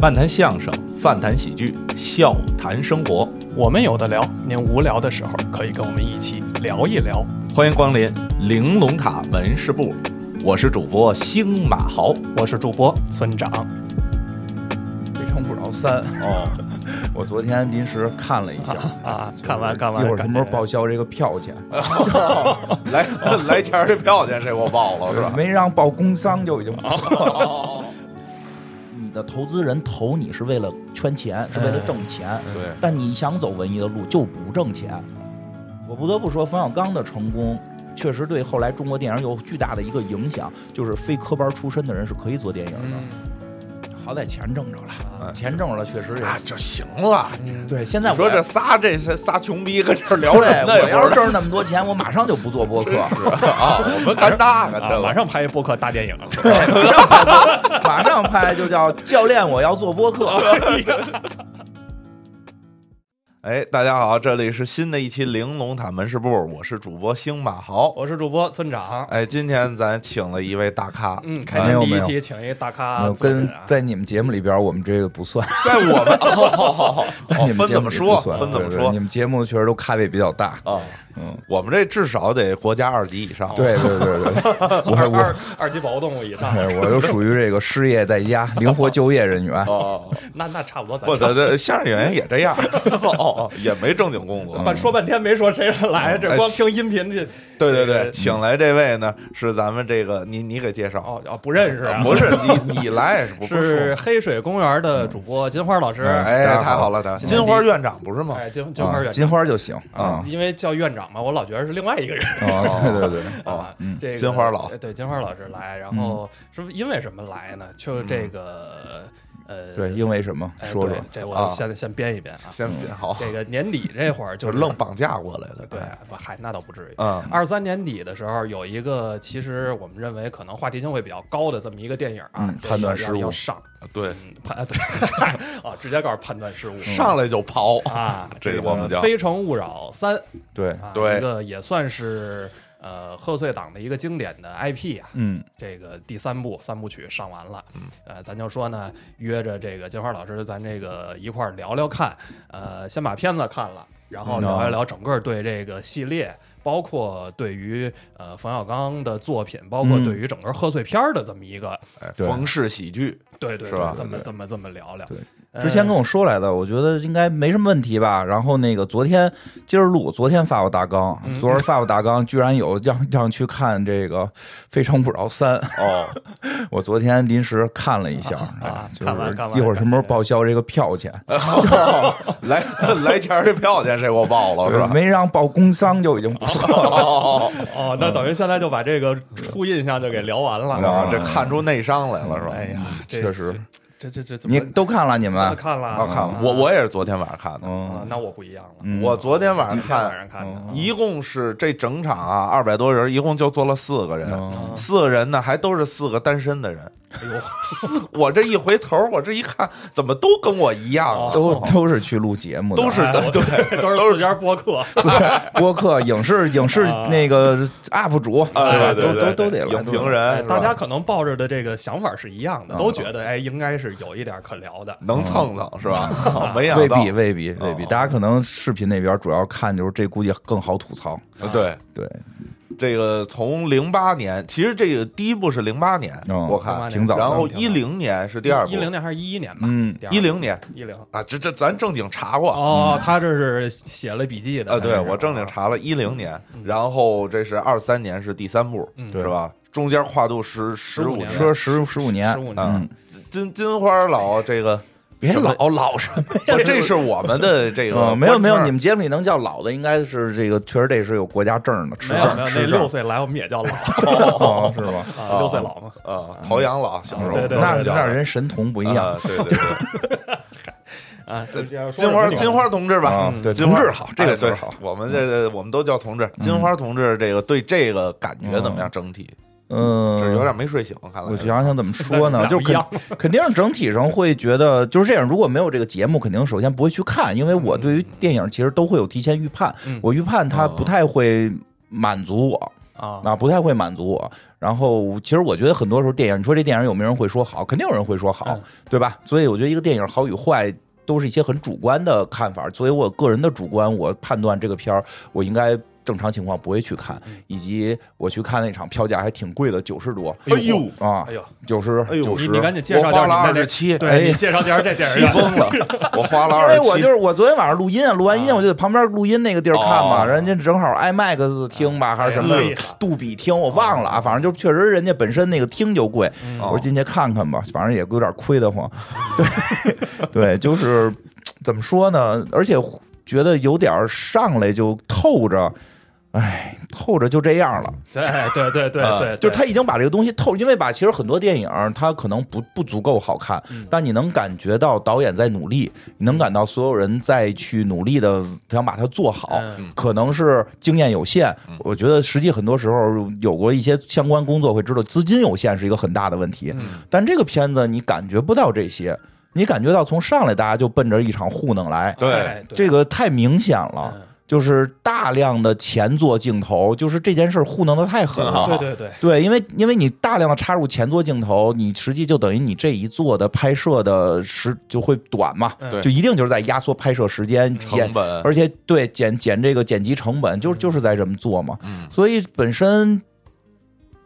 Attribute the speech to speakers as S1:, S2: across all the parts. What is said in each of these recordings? S1: 漫谈相声，饭谈喜剧，笑谈生活。
S2: 我们有的聊，您无聊的时候可以跟我们一起聊一聊。
S1: 欢迎光临玲珑塔门市部，我是主播星马豪。
S2: 我是主播村长，
S3: 非诚勿扰三哦， 我昨天临时看了一下
S2: 啊看完看完
S3: 一会儿
S2: 感
S3: 什么时
S2: 觉
S3: 候报销这个票钱？
S1: 来
S2: 哦
S1: 来钱的票钱，这我报了是吧？
S3: 没让报工伤就已经不错了。你的投资人投你是为了圈钱，是为了挣钱，
S1: 对，
S3: 但你想走文艺的路就不挣钱。我不得不说，冯小刚的成功确实对后来中国电影有巨大的一个影响，就是非科班出身的人是可以做电影的，好歹钱挣着了，钱挣着了确实也
S1: 啊，就行了。
S2: 嗯
S3: 对。现在我
S1: 说这仨这仨仨穷逼跟这儿聊
S3: 对
S1: 什，么呢？
S3: 我要是挣着那么多钱，我马上就不做播客，
S1: 啊，我们干那个去
S2: 啊，马
S1: 了。
S2: 上拍一播客大电影。
S3: 马上拍就 叫教练，我要做播客。啊
S1: 哎，大家好，这里是新的一期玲珑塔门市部，我是主播星马豪。
S2: 我是主播村长，
S1: 哎，今天咱请了一位大咖，
S2: 嗯，
S1: 啊
S2: 开
S3: 没
S2: 年
S3: 有
S2: 第一
S3: 没有
S2: 期请一个大咖
S3: 呃
S2: 做人
S3: 跟
S2: 啊，
S3: 在你们节目里边，我们这个不算，
S1: 在我 们哦，好好好，
S3: 在
S1: 哦
S3: 你们
S1: 分
S3: 节
S1: 怎
S3: 目
S1: 么
S3: 里
S1: 说
S3: 不？算
S1: 分怎么
S3: 对对
S1: 说
S3: 你？们节目确实都咖位比较大。
S1: 啊，
S3: 嗯，
S1: 我们这至少得国家二级以上。
S3: 对对对 对，
S2: 二
S3: 我
S2: 二
S3: 我
S2: 二级保护动物以上，
S3: 对我就属于这个失业在家、灵活就业人员。
S1: 哦，
S2: 那那差不多咱
S1: 不，
S2: 差
S1: 咱
S3: 呃
S1: 咱相声演员也这样，哦 哦，也没正经 工
S2: 不
S1: 作。
S2: 多。说半天没说谁来，这
S1: 哎
S2: 光
S1: 其
S2: 听音频这
S1: 对对
S3: 嗯
S1: 对，请来这位呢是咱们这个你你给介绍，
S2: 哦哦不认识啊，
S1: 不是你你来我不
S2: 是
S1: 说。
S2: 黑水公园的主播金花老师，
S1: 哎，
S3: 大家好
S1: 太好了，太好了金花院长不是吗？
S2: 哎金金花
S3: 啊
S2: 院
S3: 金花就行
S2: 啊
S3: 啊，。
S2: 因为叫院长嘛，我老觉得是另外一个人。
S3: 哦，对对对，
S2: 啊，这个
S1: 嗯金花老嗯
S2: 呃对金花老师来，然后是不是因为什么来呢？就这个呃，
S3: 对，因为什么？
S2: 哎
S3: 说
S2: 对
S3: 说。
S2: 这
S1: 啊
S2: 我先先编一编啊，
S1: 先别好，
S2: 这个年底这会儿
S1: 就
S2: 就是
S1: 愣绑架过来的，
S2: 对，
S3: 哎
S2: 不嗨，那倒不至于。
S1: 嗯
S2: 二三年底的时候，有一个其实我们认为可能话题性会比较高的这么一个电影啊
S3: 嗯，
S2: 这
S3: 判断
S2: 要
S3: 失误
S2: 要上
S1: 对，
S2: 嗯判啊对 啊，直接告诉判断失误
S1: 上来就刨，
S2: 啊，
S1: 这
S2: 个
S1: 我们叫
S2: 《非诚勿扰三》
S3: 对，
S2: 啊，
S1: 对
S2: 一个也算是呃贺岁档的一个经典的 IP 啊，
S3: 嗯，
S2: 这个第三部三部曲上完了，呃，咱就说呢，约着这个金花老师，咱这个一块儿聊聊看，呃，先把片子看了，然后
S3: 嗯
S2: 聊一聊整个对这个系列，包括对于呃冯小刚的作品，包括
S3: 嗯
S2: 对于整个贺岁片儿的这么一个，
S1: 哎
S3: 对
S1: 冯氏喜剧，
S2: 对对
S1: 是
S2: 对
S1: 吧，
S2: 这么这么这么聊聊
S3: 对。
S2: 呃
S3: 之前跟我说来的，我觉得应该没什么问题吧。然后那个昨天今儿录，昨天发过大纲，昨儿发过大纲，居然有让让去看这个《非诚勿扰三》 哦。我昨天临时看了一下，哎
S2: 啊
S3: 就是
S2: 看完看完
S3: 一会儿什么时候报销这个票钱，
S1: 来 来钱的票钱，这我报了是吧？
S3: 没让报工伤就已经不错了。
S1: 哦，
S2: 哦，那等于现在就把这个初印象就给聊完了。
S1: 啊，这看出内伤来了是吧？嗯
S2: 哎呀，这
S3: 嗯
S2: 嗯
S3: 确实，
S2: 这这这怎么
S3: 你都看了你们？
S2: 看了？
S1: 我啊看我我也是昨天晚上看的，
S3: 嗯
S2: 啊，那我不一样了，
S1: 我昨天晚上
S2: 今天晚
S1: 看，
S2: 上看的。
S1: 一共是这整场啊二百多人，一共就坐了四个人，
S3: 嗯，
S1: 四个人呢还都是四个单身的人，
S2: 哎呦，
S1: 四我这一回头，我这一看怎么都跟我一样啊，
S3: 都都是去录节目的，
S1: 都是
S2: 哎我
S1: 对
S2: 都是四家播客，
S3: 播客、影视、影视
S2: 啊
S3: 那个 UP 主，
S1: 哎
S3: 吧？
S1: 对
S3: 都
S1: 对
S3: 都都得来
S1: 影
S3: 都得来
S1: 评人
S2: 哎
S1: 是吧嗯
S2: 大家可能抱着的这个想法是一样的，都觉得哎，应该是有一点可聊的。
S1: 能蹭蹭是吧？好没想
S3: 未
S1: 到，
S3: 必，未必，未必。
S1: 哦
S3: 大家可能视频那边主要看就是这，估计更好吐槽。
S1: 对。
S3: 对，
S1: 这个从零八年，其实这个第一部是零八年，
S3: 嗯
S1: 我
S2: 08
S1: 看，
S2: 年
S3: 挺早的。
S1: 然后一零年是第二部，
S2: 一零年还是一一年吧？
S3: 嗯
S2: 第二部，
S1: 一零年
S2: 一零。
S1: 啊，这这咱正经查过
S2: 哦，他这是写了笔记的
S1: 啊，对
S2: 这是
S1: 我正经查了一
S2: 嗯
S1: 零年，然后这是二三年是第三部，
S3: 对
S1: 是吧？中间跨度十十
S2: 15
S1: 五啊
S2: 年
S3: 说十十五年，
S2: 15年
S3: 嗯，
S1: 金金花老这个
S3: 别
S1: 什么
S3: 老老什么呀？
S1: 不这是我们的 这个
S3: 嗯，没有没有，
S1: 官
S3: 你
S1: 腔
S3: 们节目里能叫老的，应该是这个，确实得是有国家证的，持
S2: 没有没
S3: 证
S2: 有，
S3: 持
S2: 那六
S3: 证，
S2: 岁来我们也 叫老
S3: 哦，是吗？
S2: 啊，六岁老嘛。
S1: 啊，陶阳老小时候
S2: 嗯对对
S3: 那
S2: 对对嗯
S3: 那人神童不一样。
S1: 啊，对 对对，
S2: 啊，这这要说
S1: 金花
S2: 什么
S1: 金花同志吧
S3: 啊，对
S1: 金花
S3: 同志好这个
S1: 哎
S3: 词儿
S1: 对
S3: 好嗯
S1: 我们这个我们都叫同志，金花同志这个对这个感觉怎么样？整体这
S3: 嗯，
S1: 有点没睡醒，看来
S3: 我想想怎么说 呢，
S2: 那
S3: 就
S2: 你们俩不一
S3: 肯
S2: 样
S3: 肯定是整体上会觉得就是这样。如果没有这个节目，肯定首先不会去看，因为我
S2: 嗯哦
S3: 对于电影其实都会有提前预判，我预判它不太会满足我。
S2: 啊啊，
S3: 啊，不太会满足我。然后，其实我觉得很多时候电影，你说这电影有没有人会说好？肯定有人会说好
S2: 嗯，
S3: 对吧？所以我觉得一个电影好与坏都是一些很主观的看法。所以我个人的主观，我判断这个片儿，我应该正常情况不会去看，以及我去看那场票价还挺贵的，九十多
S1: 哎呦，
S3: 啊
S2: 哎，呦，
S3: 九十
S1: 哎呦
S3: 九
S2: 你
S3: 十，
S2: 你赶紧介绍
S1: 我花
S2: 点儿
S1: 了
S2: 你
S1: 二
S2: 们那
S1: 十，七，
S3: 哎
S2: 对你介绍点儿这电
S1: 气
S2: 影
S1: 疯了，我花了
S3: 因
S1: 二
S3: 为
S1: 十
S3: 哎我就
S1: 七。
S3: 是我昨天晚上录音啊，录完音
S2: 啊
S3: 我就在旁边录音那个地儿看嘛，
S1: 哦
S3: 人家正好 IMAX 听吧，还是什么
S2: 哎呀
S3: 杜比听，我忘了啊，反正就确实人家本身那个听就贵，
S2: 嗯
S1: 啊
S3: 我说进去看看吧，反正也有点亏得慌。 对对，就是怎么说呢？而且觉得有点上来就透着。哎，透着就这样了，
S2: 对啊对对
S1: 啊
S2: 对对，
S3: 就是他已经把这个东西透，因为吧，其实很多电影它可能不不足够好看，
S2: 嗯
S3: 但你能感觉到导演在努力，你能感到所有人在去努力的想把它做好，
S2: 嗯
S3: 可能是经验有限。我觉得实际很多时候有过一些相关工作会知道，资金有限是一个很大的问题。
S1: 嗯
S3: 但这个片子你感觉不到这些，你感觉到从上来大家就奔着一场糊弄来，
S1: 对
S2: 哎对
S3: 这个太明显了。
S2: 嗯
S3: 就是大量的前作镜头，就是这件事儿糊弄的太狠了。
S2: 对对对，
S3: 对，因为因为你大量的插入前作镜头，你实际就等于你这一座的拍摄的时就会短嘛，
S2: 嗯
S1: 对
S3: 就一定就是在压缩拍摄时间减
S1: 成，本，
S3: 而且对减减这个剪辑成本，就就是在这么做嘛。
S1: 嗯
S3: 所以本身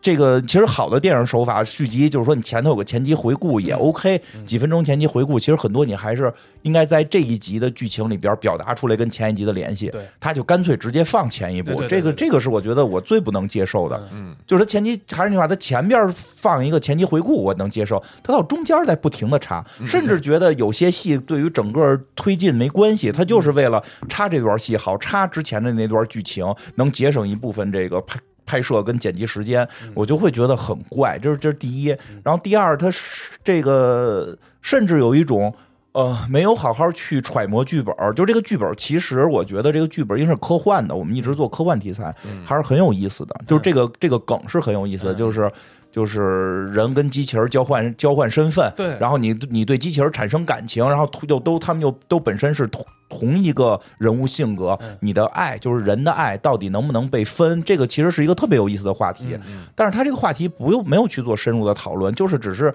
S3: 这个其实好的电影手法续集，就是说你前头有个前集回顾也
S2: 嗯
S3: OK，几分钟前集回顾，其实很多你还是应该在这一集的剧情里边表达出来跟前一集的联系
S2: 对。
S3: 他就干脆直接放前一
S2: 对
S3: 部，
S2: 对对
S3: 这
S2: 对
S3: 个
S2: 对
S3: 这个是我觉得我最不能接受的。
S1: 嗯，
S3: 就是他前期还是那句话，他前边放一个前期回顾，我能接受；他到中间再不停的插，甚至觉得有些戏对于整个推进没关系，他就是为了插这段戏好，插之前的那段剧情，能节省一部分这个拍。拍摄跟剪辑时间，我就会觉得很怪，这是这是第一。然后第二，他是这个甚至有一种呃，没有好好去揣摩剧本儿，就这个剧本儿，其实我觉得这个剧本儿因为是科幻的，我们一直做科幻题材，还是很有意思的。就是这个这个梗是很有意思的，就是就是人跟机器人交换交换身份，
S2: 对
S3: 然后你你对机器人产生感情，然后又都他们又都本身是同同一个人物性格，你的爱就是人的爱到底能不能被分？这个其实是一个特别有意思的话题，但是他这个话题不用没有去做深入的讨论，就是只是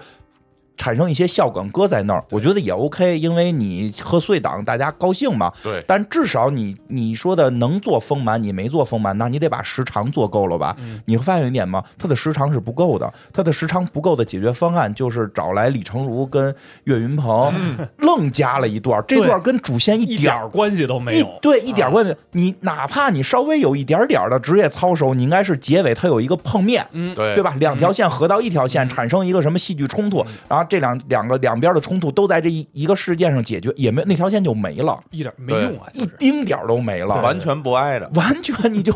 S3: 产生一些笑梗搁在那儿，我觉得也 OK，因为你贺岁档大家高兴嘛。
S1: 对
S3: 但至少你你说的能做丰满，你没做丰满，那你得把时长做够了吧？
S2: 嗯
S3: 你会发现一点吗？它的时长是不够的，它的时长不够的解决方案就是找来李成儒跟岳云鹏，愣加了一段，这段跟主线
S2: 嗯
S3: 一
S2: 一点
S3: 点儿
S2: 儿关系都没
S3: 一
S2: 有，嗯
S3: 对一点关系，你哪怕你稍微有一点点儿的职业操守，你应该是结尾它有一个碰面，
S2: 嗯嗯
S1: 对
S3: 对？吧？两条线合到一条线，产生一个什么戏剧冲突，然后这两两个两边的冲突都在这一一个事件上解决，也没那条线就没了，
S2: 一点儿没用啊，就
S3: 一
S2: 是
S3: 丁点儿都没
S2: 对
S3: 了，
S1: 完全不挨着，
S3: 完全你就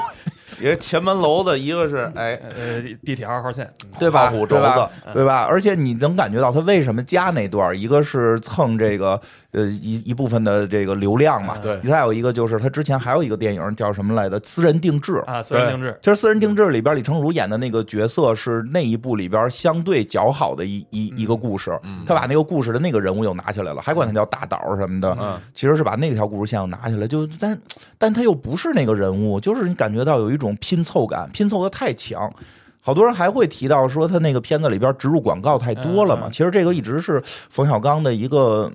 S1: 也是前门楼子，一个是哎，
S2: 呃地铁二号线，嗯
S3: 嗯对吧？
S1: 靠谱轴
S3: 对吧
S1: 子，？
S3: 对吧？而且你能感觉到他为什么加那段儿，一个是蹭这个呃一一部分的这个流
S2: 嗯
S3: 量嘛，
S1: 对
S3: 再有一个就是他之前还有一个电影叫什么来着，《私人定制》
S2: 啊，私人定制，
S3: 其实《私人定制》里边，李成儒演的那个角色是那一部里边相对较好的一一
S2: 嗯
S3: 一个故事。
S1: 嗯
S3: 他把那个故事的那个人物又拿起来了，还管他叫大岛什么的。
S1: 嗯，
S3: 其实是把那条故事线又拿起来，就但但他又不是那个人物，就是你感觉到有一种拼凑感，拼凑的太强。好多人还会提到说他那个片子里边植入广告太多了嘛，
S2: 嗯嗯
S3: 其实这个一直是冯小刚的一个。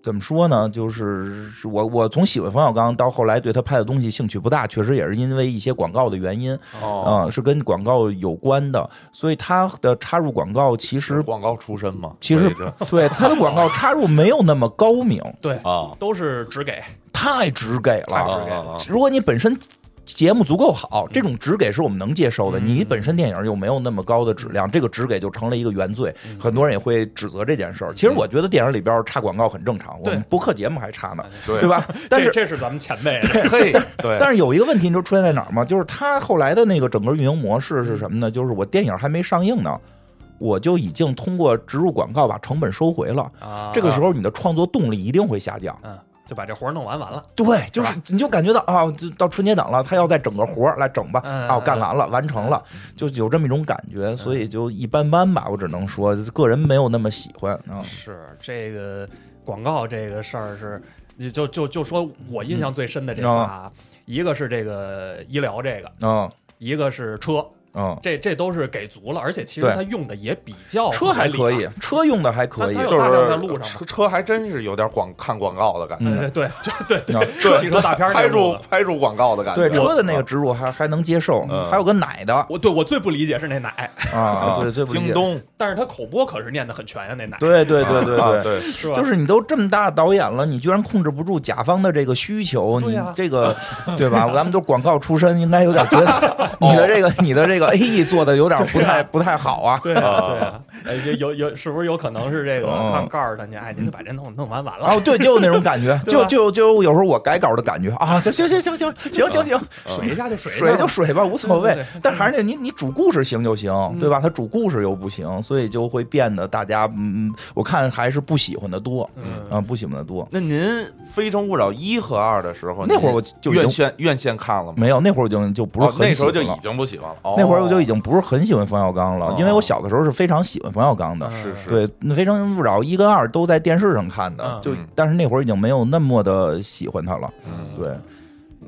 S3: 怎么说呢？就是是我我从喜欢冯小刚到后来对他拍的东西兴趣不大，确实也是因为一些广告的原因，
S1: 哦，
S3: 啊、是跟广告有关的，所以他的插入广告其
S1: 是
S3: 实
S1: 广告出身吗？
S3: 其实
S1: 所 以
S3: 对他的广告插入没有那么高明，
S2: 对
S1: 就，啊
S2: 都是只给，
S3: 太直给
S1: 啊
S3: 了。
S1: 啊啊
S3: 如果你本身节目足够好，
S2: 嗯
S3: 这种直给是我们能接受的。你本身电影又没有那么高的质量，这个直给就成了一个原罪，
S2: 嗯
S3: 很多人也会指责这件事儿。其实我觉得电影里边插广告很正常，我们
S2: 对哎
S3: 播客节目还插呢，
S1: 对
S3: 对吧？但是
S2: 这这是咱们前辈，
S1: 嘿，啊对，
S3: 但是有一个问题，你知道出现在哪儿吗？就是他后来的那个整个运营模式
S2: 嗯
S3: 是什么呢？就是我电影还没上映呢，我就已经通过植入广告把成本收回了。
S2: 啊，
S3: 这个时候你的创作动力一定会下降。
S2: 嗯，就把这活儿弄完完了，
S3: 对，就是
S2: 是
S3: 你就感觉到啊，就到春节档了，他要再整个活儿来整吧，
S2: 嗯
S3: 啊，我干完了，完成了，就有这么一种感觉，所以就一般般吧。我只能说，个人没有那么喜欢啊。
S2: 是这个广告这个事儿是，你
S3: 嗯
S2: 就就就说我印象最深的这仨啊，一个是这个医疗这个，
S3: 嗯，
S2: 一个是车，
S3: 嗯，
S2: 这这都是给足了，而且其实
S3: 对
S2: 他用的也比较
S3: 车还
S2: 合
S3: 可
S2: 理
S3: 以
S2: 啊，，
S3: 车用的还可以
S2: 它它，有
S1: 就
S2: 大量
S1: 是
S2: 在路上嘛
S1: 车车还真是有点广看广告的感觉，
S3: 嗯
S2: 呃对，就对
S3: 啊
S2: 对，
S1: 对
S2: 汽车大片 儿
S1: 拍
S2: 那种
S1: 出
S2: 的
S1: 拍出广告的感 觉。
S3: 对车的那个
S1: 啊
S3: 植入还还能接受，
S1: 嗯
S3: 还有个奶的
S2: 我对我最不理解是那奶，
S3: 啊，对，最不理解
S1: 京东，
S2: 但是他口播可是念的很全呀，那奶
S3: 对对对
S1: 啊
S3: 对对。
S1: 对，
S2: 是吧？
S3: 就是你都这么大导演了，你居然控制不住甲方的这个需求，
S2: 对啊
S3: 你
S2: 呀
S3: 这个对吧？咱们都广告出身，应该有点觉得你的这个你的这个 A E 做的有点不太不太好啊。
S2: 对啊，
S1: 啊
S2: 对啊，哎就有有是不是有可能是这个
S3: 嗯
S2: 他告诉他你，哎，您把这弄弄完完了，
S3: 哦，对，就那种感觉，
S2: 对吧啊
S3: 就就就有时候我改稿的感觉啊，行行行行行行行行，
S2: 水一下就水一下
S3: 水就水吧，无所
S2: 啊对对对。
S3: 谓
S2: 嗯
S3: 但还是那你你主故事行就行，对吧？他主故事又不行，所以就会变得大家嗯，嗯我看还是不喜欢的多，
S2: 嗯
S3: 啊，不喜欢的多。
S1: 那您《非诚勿扰》一和二的
S2: 哦
S1: 时候，
S3: 那会儿
S1: 您
S3: 我就已经
S1: 院线院线看了吗？
S3: 没有，那会儿我就就不是
S1: 哦，
S3: 很
S1: 那
S3: 喜
S1: 时候
S3: 欢
S1: 就
S3: 了
S1: 已经不喜欢了。哦
S3: 那会儿我就已经不是很喜欢冯小刚了
S1: 哦，
S3: 因为我小的时候是非常喜欢冯小刚的。
S1: 是是，
S3: 对，那《非诚勿扰》一跟二都在电视上看的
S2: 嗯，
S3: 就
S1: 嗯
S3: 但是那会儿已经没有那么的喜欢他了。
S1: 嗯
S3: 对，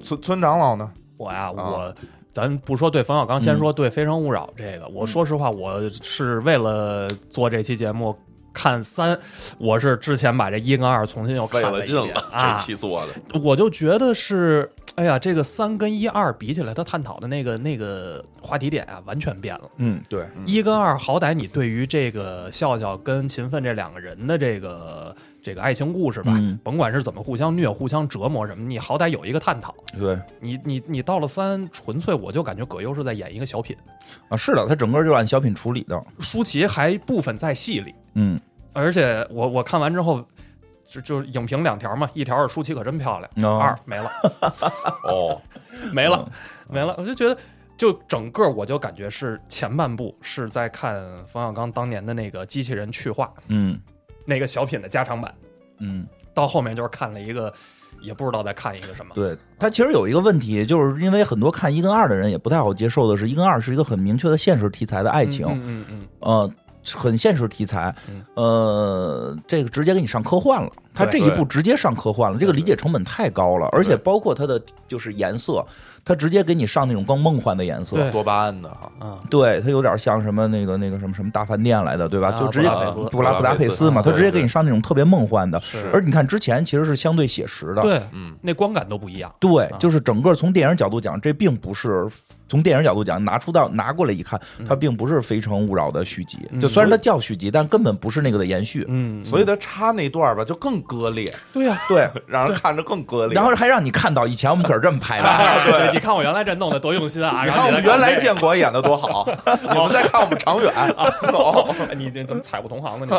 S1: 村村长老呢？
S2: 我呀，
S1: 啊
S2: 我咱不说对冯小刚，先说对《非诚勿扰》这个。我说实话，我是为了做这期节目。看三，我是之前把这一跟二重新又
S1: 费
S2: 看
S1: 了
S2: 一
S1: 劲
S2: 遍
S1: 了，
S2: 啊
S1: 这！期做的
S2: 我就觉得是，哎呀，这个三跟一二比起来，他探讨的那个那个话题点啊，完全变了。
S3: 嗯，对，
S1: 嗯
S2: 一跟二，好歹你对于这个笑笑跟勤奋这两个人的这个这个爱情故事吧，
S3: 嗯
S2: 甭管是怎么互相虐、互相折磨什么，你好歹有一个探讨。
S3: 对
S2: 你你你到了三，纯粹我就感觉葛优是在演一个小品，
S3: 啊，是的，他整个就按小品处理的。
S2: 舒淇还部分在戏里，
S3: 嗯
S2: 而且我我看完之后。就就影评两条嘛，一条是舒淇可真漂亮，
S3: 哦
S2: 二没了
S1: 哦，
S2: 没了
S1: 嗯
S2: 没了，我就觉得就整个我就感觉是前半部是在看冯小刚当年的那个机器人去化
S3: 嗯
S2: 那个小品的加长版，
S3: 嗯，
S2: 到后面就是看了一个也不知道在看一个什么，
S3: 对他其实有一个问题，就是因为很多看一跟二的人也不太好接受的是，一跟二是一个很明确的现实题材的爱情，
S2: 嗯嗯嗯
S3: 呃，很现实题材
S2: 嗯，
S3: 呃，这个直接给你上科幻了。他这
S2: 对
S3: 一步直接上科幻了，这个理解成本太高了，而且包括它的就是颜色，它直接给你上那种更梦幻的颜色。
S2: 对
S1: 多巴胺的哈，
S2: 嗯啊，
S3: 对，它有点像什么那个那个什么什么大饭店来的，对吧？
S2: 啊
S3: 就直接
S2: 布达佩斯啊
S3: 布拉布达佩斯嘛，
S1: 布
S3: 它
S1: 达佩斯
S3: 直接给你上那种特别梦幻的。
S1: 是
S3: 而你看之前其实是相对写实的，
S2: 对，
S1: 嗯，
S2: 那光感都不一样，
S3: 对
S2: 啊，
S3: 就是整个从电影角度讲，这并不是从电影角度讲拿出到拿过来一看，它并不是《非诚勿扰》的续集。
S2: 嗯
S3: 就虽然它叫续集，但根本不是那个的延续。
S2: 嗯，
S1: 所以他插那段儿吧，就更割裂，
S2: 对呀、
S3: 对，
S1: 让人看着更割裂。
S3: 然后还让你看到以前我们可是这么拍的。
S2: 对嗯对，你看我原来这弄的多用心啊！
S1: 啊你
S2: 然
S1: 看
S2: 后
S1: 我们原来
S2: 见
S1: 建国演的多好，你们再看我们长远， 哦，
S2: 你这怎么踩不同行呢？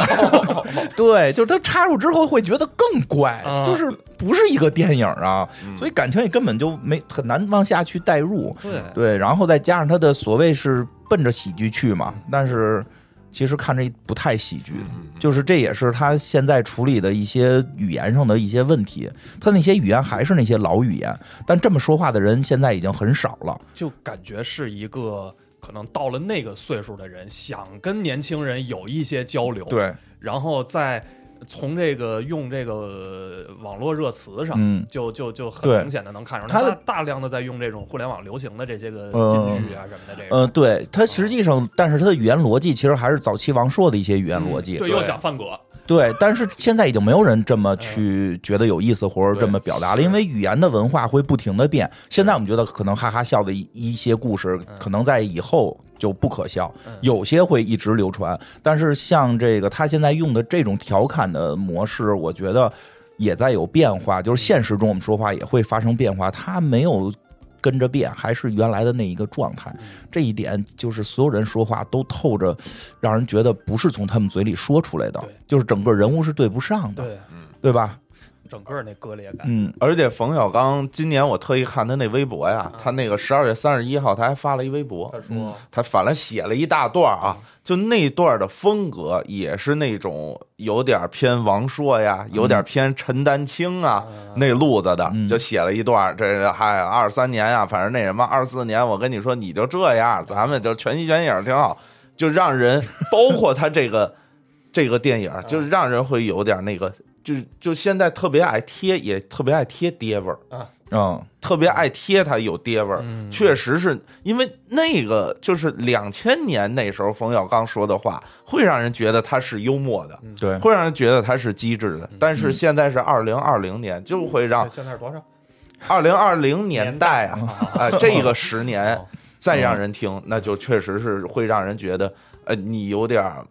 S3: 对，就是它插入之后会觉得更怪
S2: 啊，
S3: 就是不是一个电影啊，
S1: 嗯
S3: 所以感情也根本就没很难往下去代入。
S2: 你 对，
S3: 对，然后再加上它的所谓是奔着喜剧去嘛，但是其实看着不太喜剧。
S1: 嗯
S3: 就是这也是他现在处理的一些语言上的一些问题，他那些语言还是那些老语言，但这么说话的人现在已经很少了。
S2: 就感觉是一个可能到了那个岁数的人，想跟年轻人有一些交流，，
S3: 对，
S2: 然后再从这个用这个网络热词上。
S3: 嗯，
S2: 就就就很
S3: 对
S2: 明显的能看出来，
S3: 他的
S2: 大量的在用这种互联网流行的这些个
S3: 嗯
S2: 金句啊什么的，这个
S3: 呃，对，他实际上，但是他的语言逻辑其实还是早期王朔的一些语言逻辑。
S2: 嗯对，又讲范葛，
S3: 对，但是现在已经没有人这么去觉得有意思或者这么表达了，因为语言的文化会不停的变。现在我们觉得可能哈哈笑的一一些故事，可能在以后就不可笑
S2: 嗯，
S3: 有些会一直流传。但是像这个他现在用的这种调侃的模式，我觉得也在有变化，就是现实中我们说话也会发生变化，他没有。跟着变，还是原来的那一个状态，这一点就是所有人说话都透着，让人觉得不是从他们嘴里说出来的
S2: 对，
S3: 就是整个人物是对不上的，
S2: 对，
S3: 对吧？
S2: 整个那割裂感，
S3: 嗯，
S1: 而且冯小刚今年我特意看他那微博呀，他那个十二月三十一号他还发了一微博
S2: 他，说
S1: 他反了写了一大段啊，就那段的风格也是那种有点偏王朔呀，有点偏陈丹青啊、那路子的，
S3: 嗯
S1: 就写了一段。这嗨，二三年啊，反正那什么二四年，我跟你说你就这样，咱们就全息全影挺好，就让人包括他这个 这个电影，就让人会有点那个，就就现在特别爱贴，也特别爱贴爹味儿
S2: 啊。
S3: 嗯，
S1: 特别爱贴他有爹味儿，确实是因为那个就是两千年那时候冯小刚说的话，会让人觉得他是幽默的，
S3: 对，
S1: 会让人觉得他是机智的。但是现在是二零二零年，就会让
S2: 现在是多少？
S1: 二零二零嗯年代啊，啊、 嗯这个十年
S2: 哦
S1: 再让人听，那就确实是会让人觉得，呃，你有点儿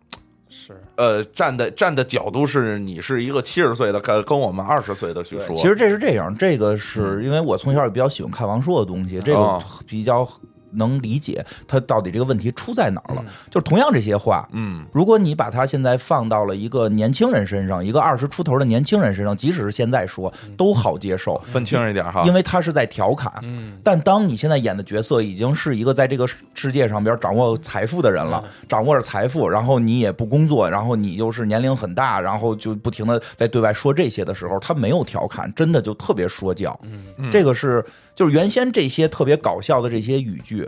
S2: 是
S1: 呃，站的站的角度是你是一个七十岁的跟跟我们二十岁的去说，嗯
S3: 其实这是这样，这个是因为我从小也比较喜欢看王朔的东西，这个
S1: 哦
S3: 比较能理解他到底这个问题出在哪儿了。就是同样这些话，
S1: 嗯，
S3: 如果你把它现在放到了一个年轻人身上，一个二十出头的年轻人身上，即使是现在说都好接受，
S1: 分清一点哈，
S3: 因为他是在调侃。
S2: 嗯，
S3: 但当你现在演的角色已经是一个在这个世世界上边掌握财富的人了，掌握着财富，然后你也不工作，然后你又是年龄很大，然后就不停的在对外说这些的时候，他没有调侃，真的就特别说教。嗯，这个是就是原先这些特别搞笑的这些语句。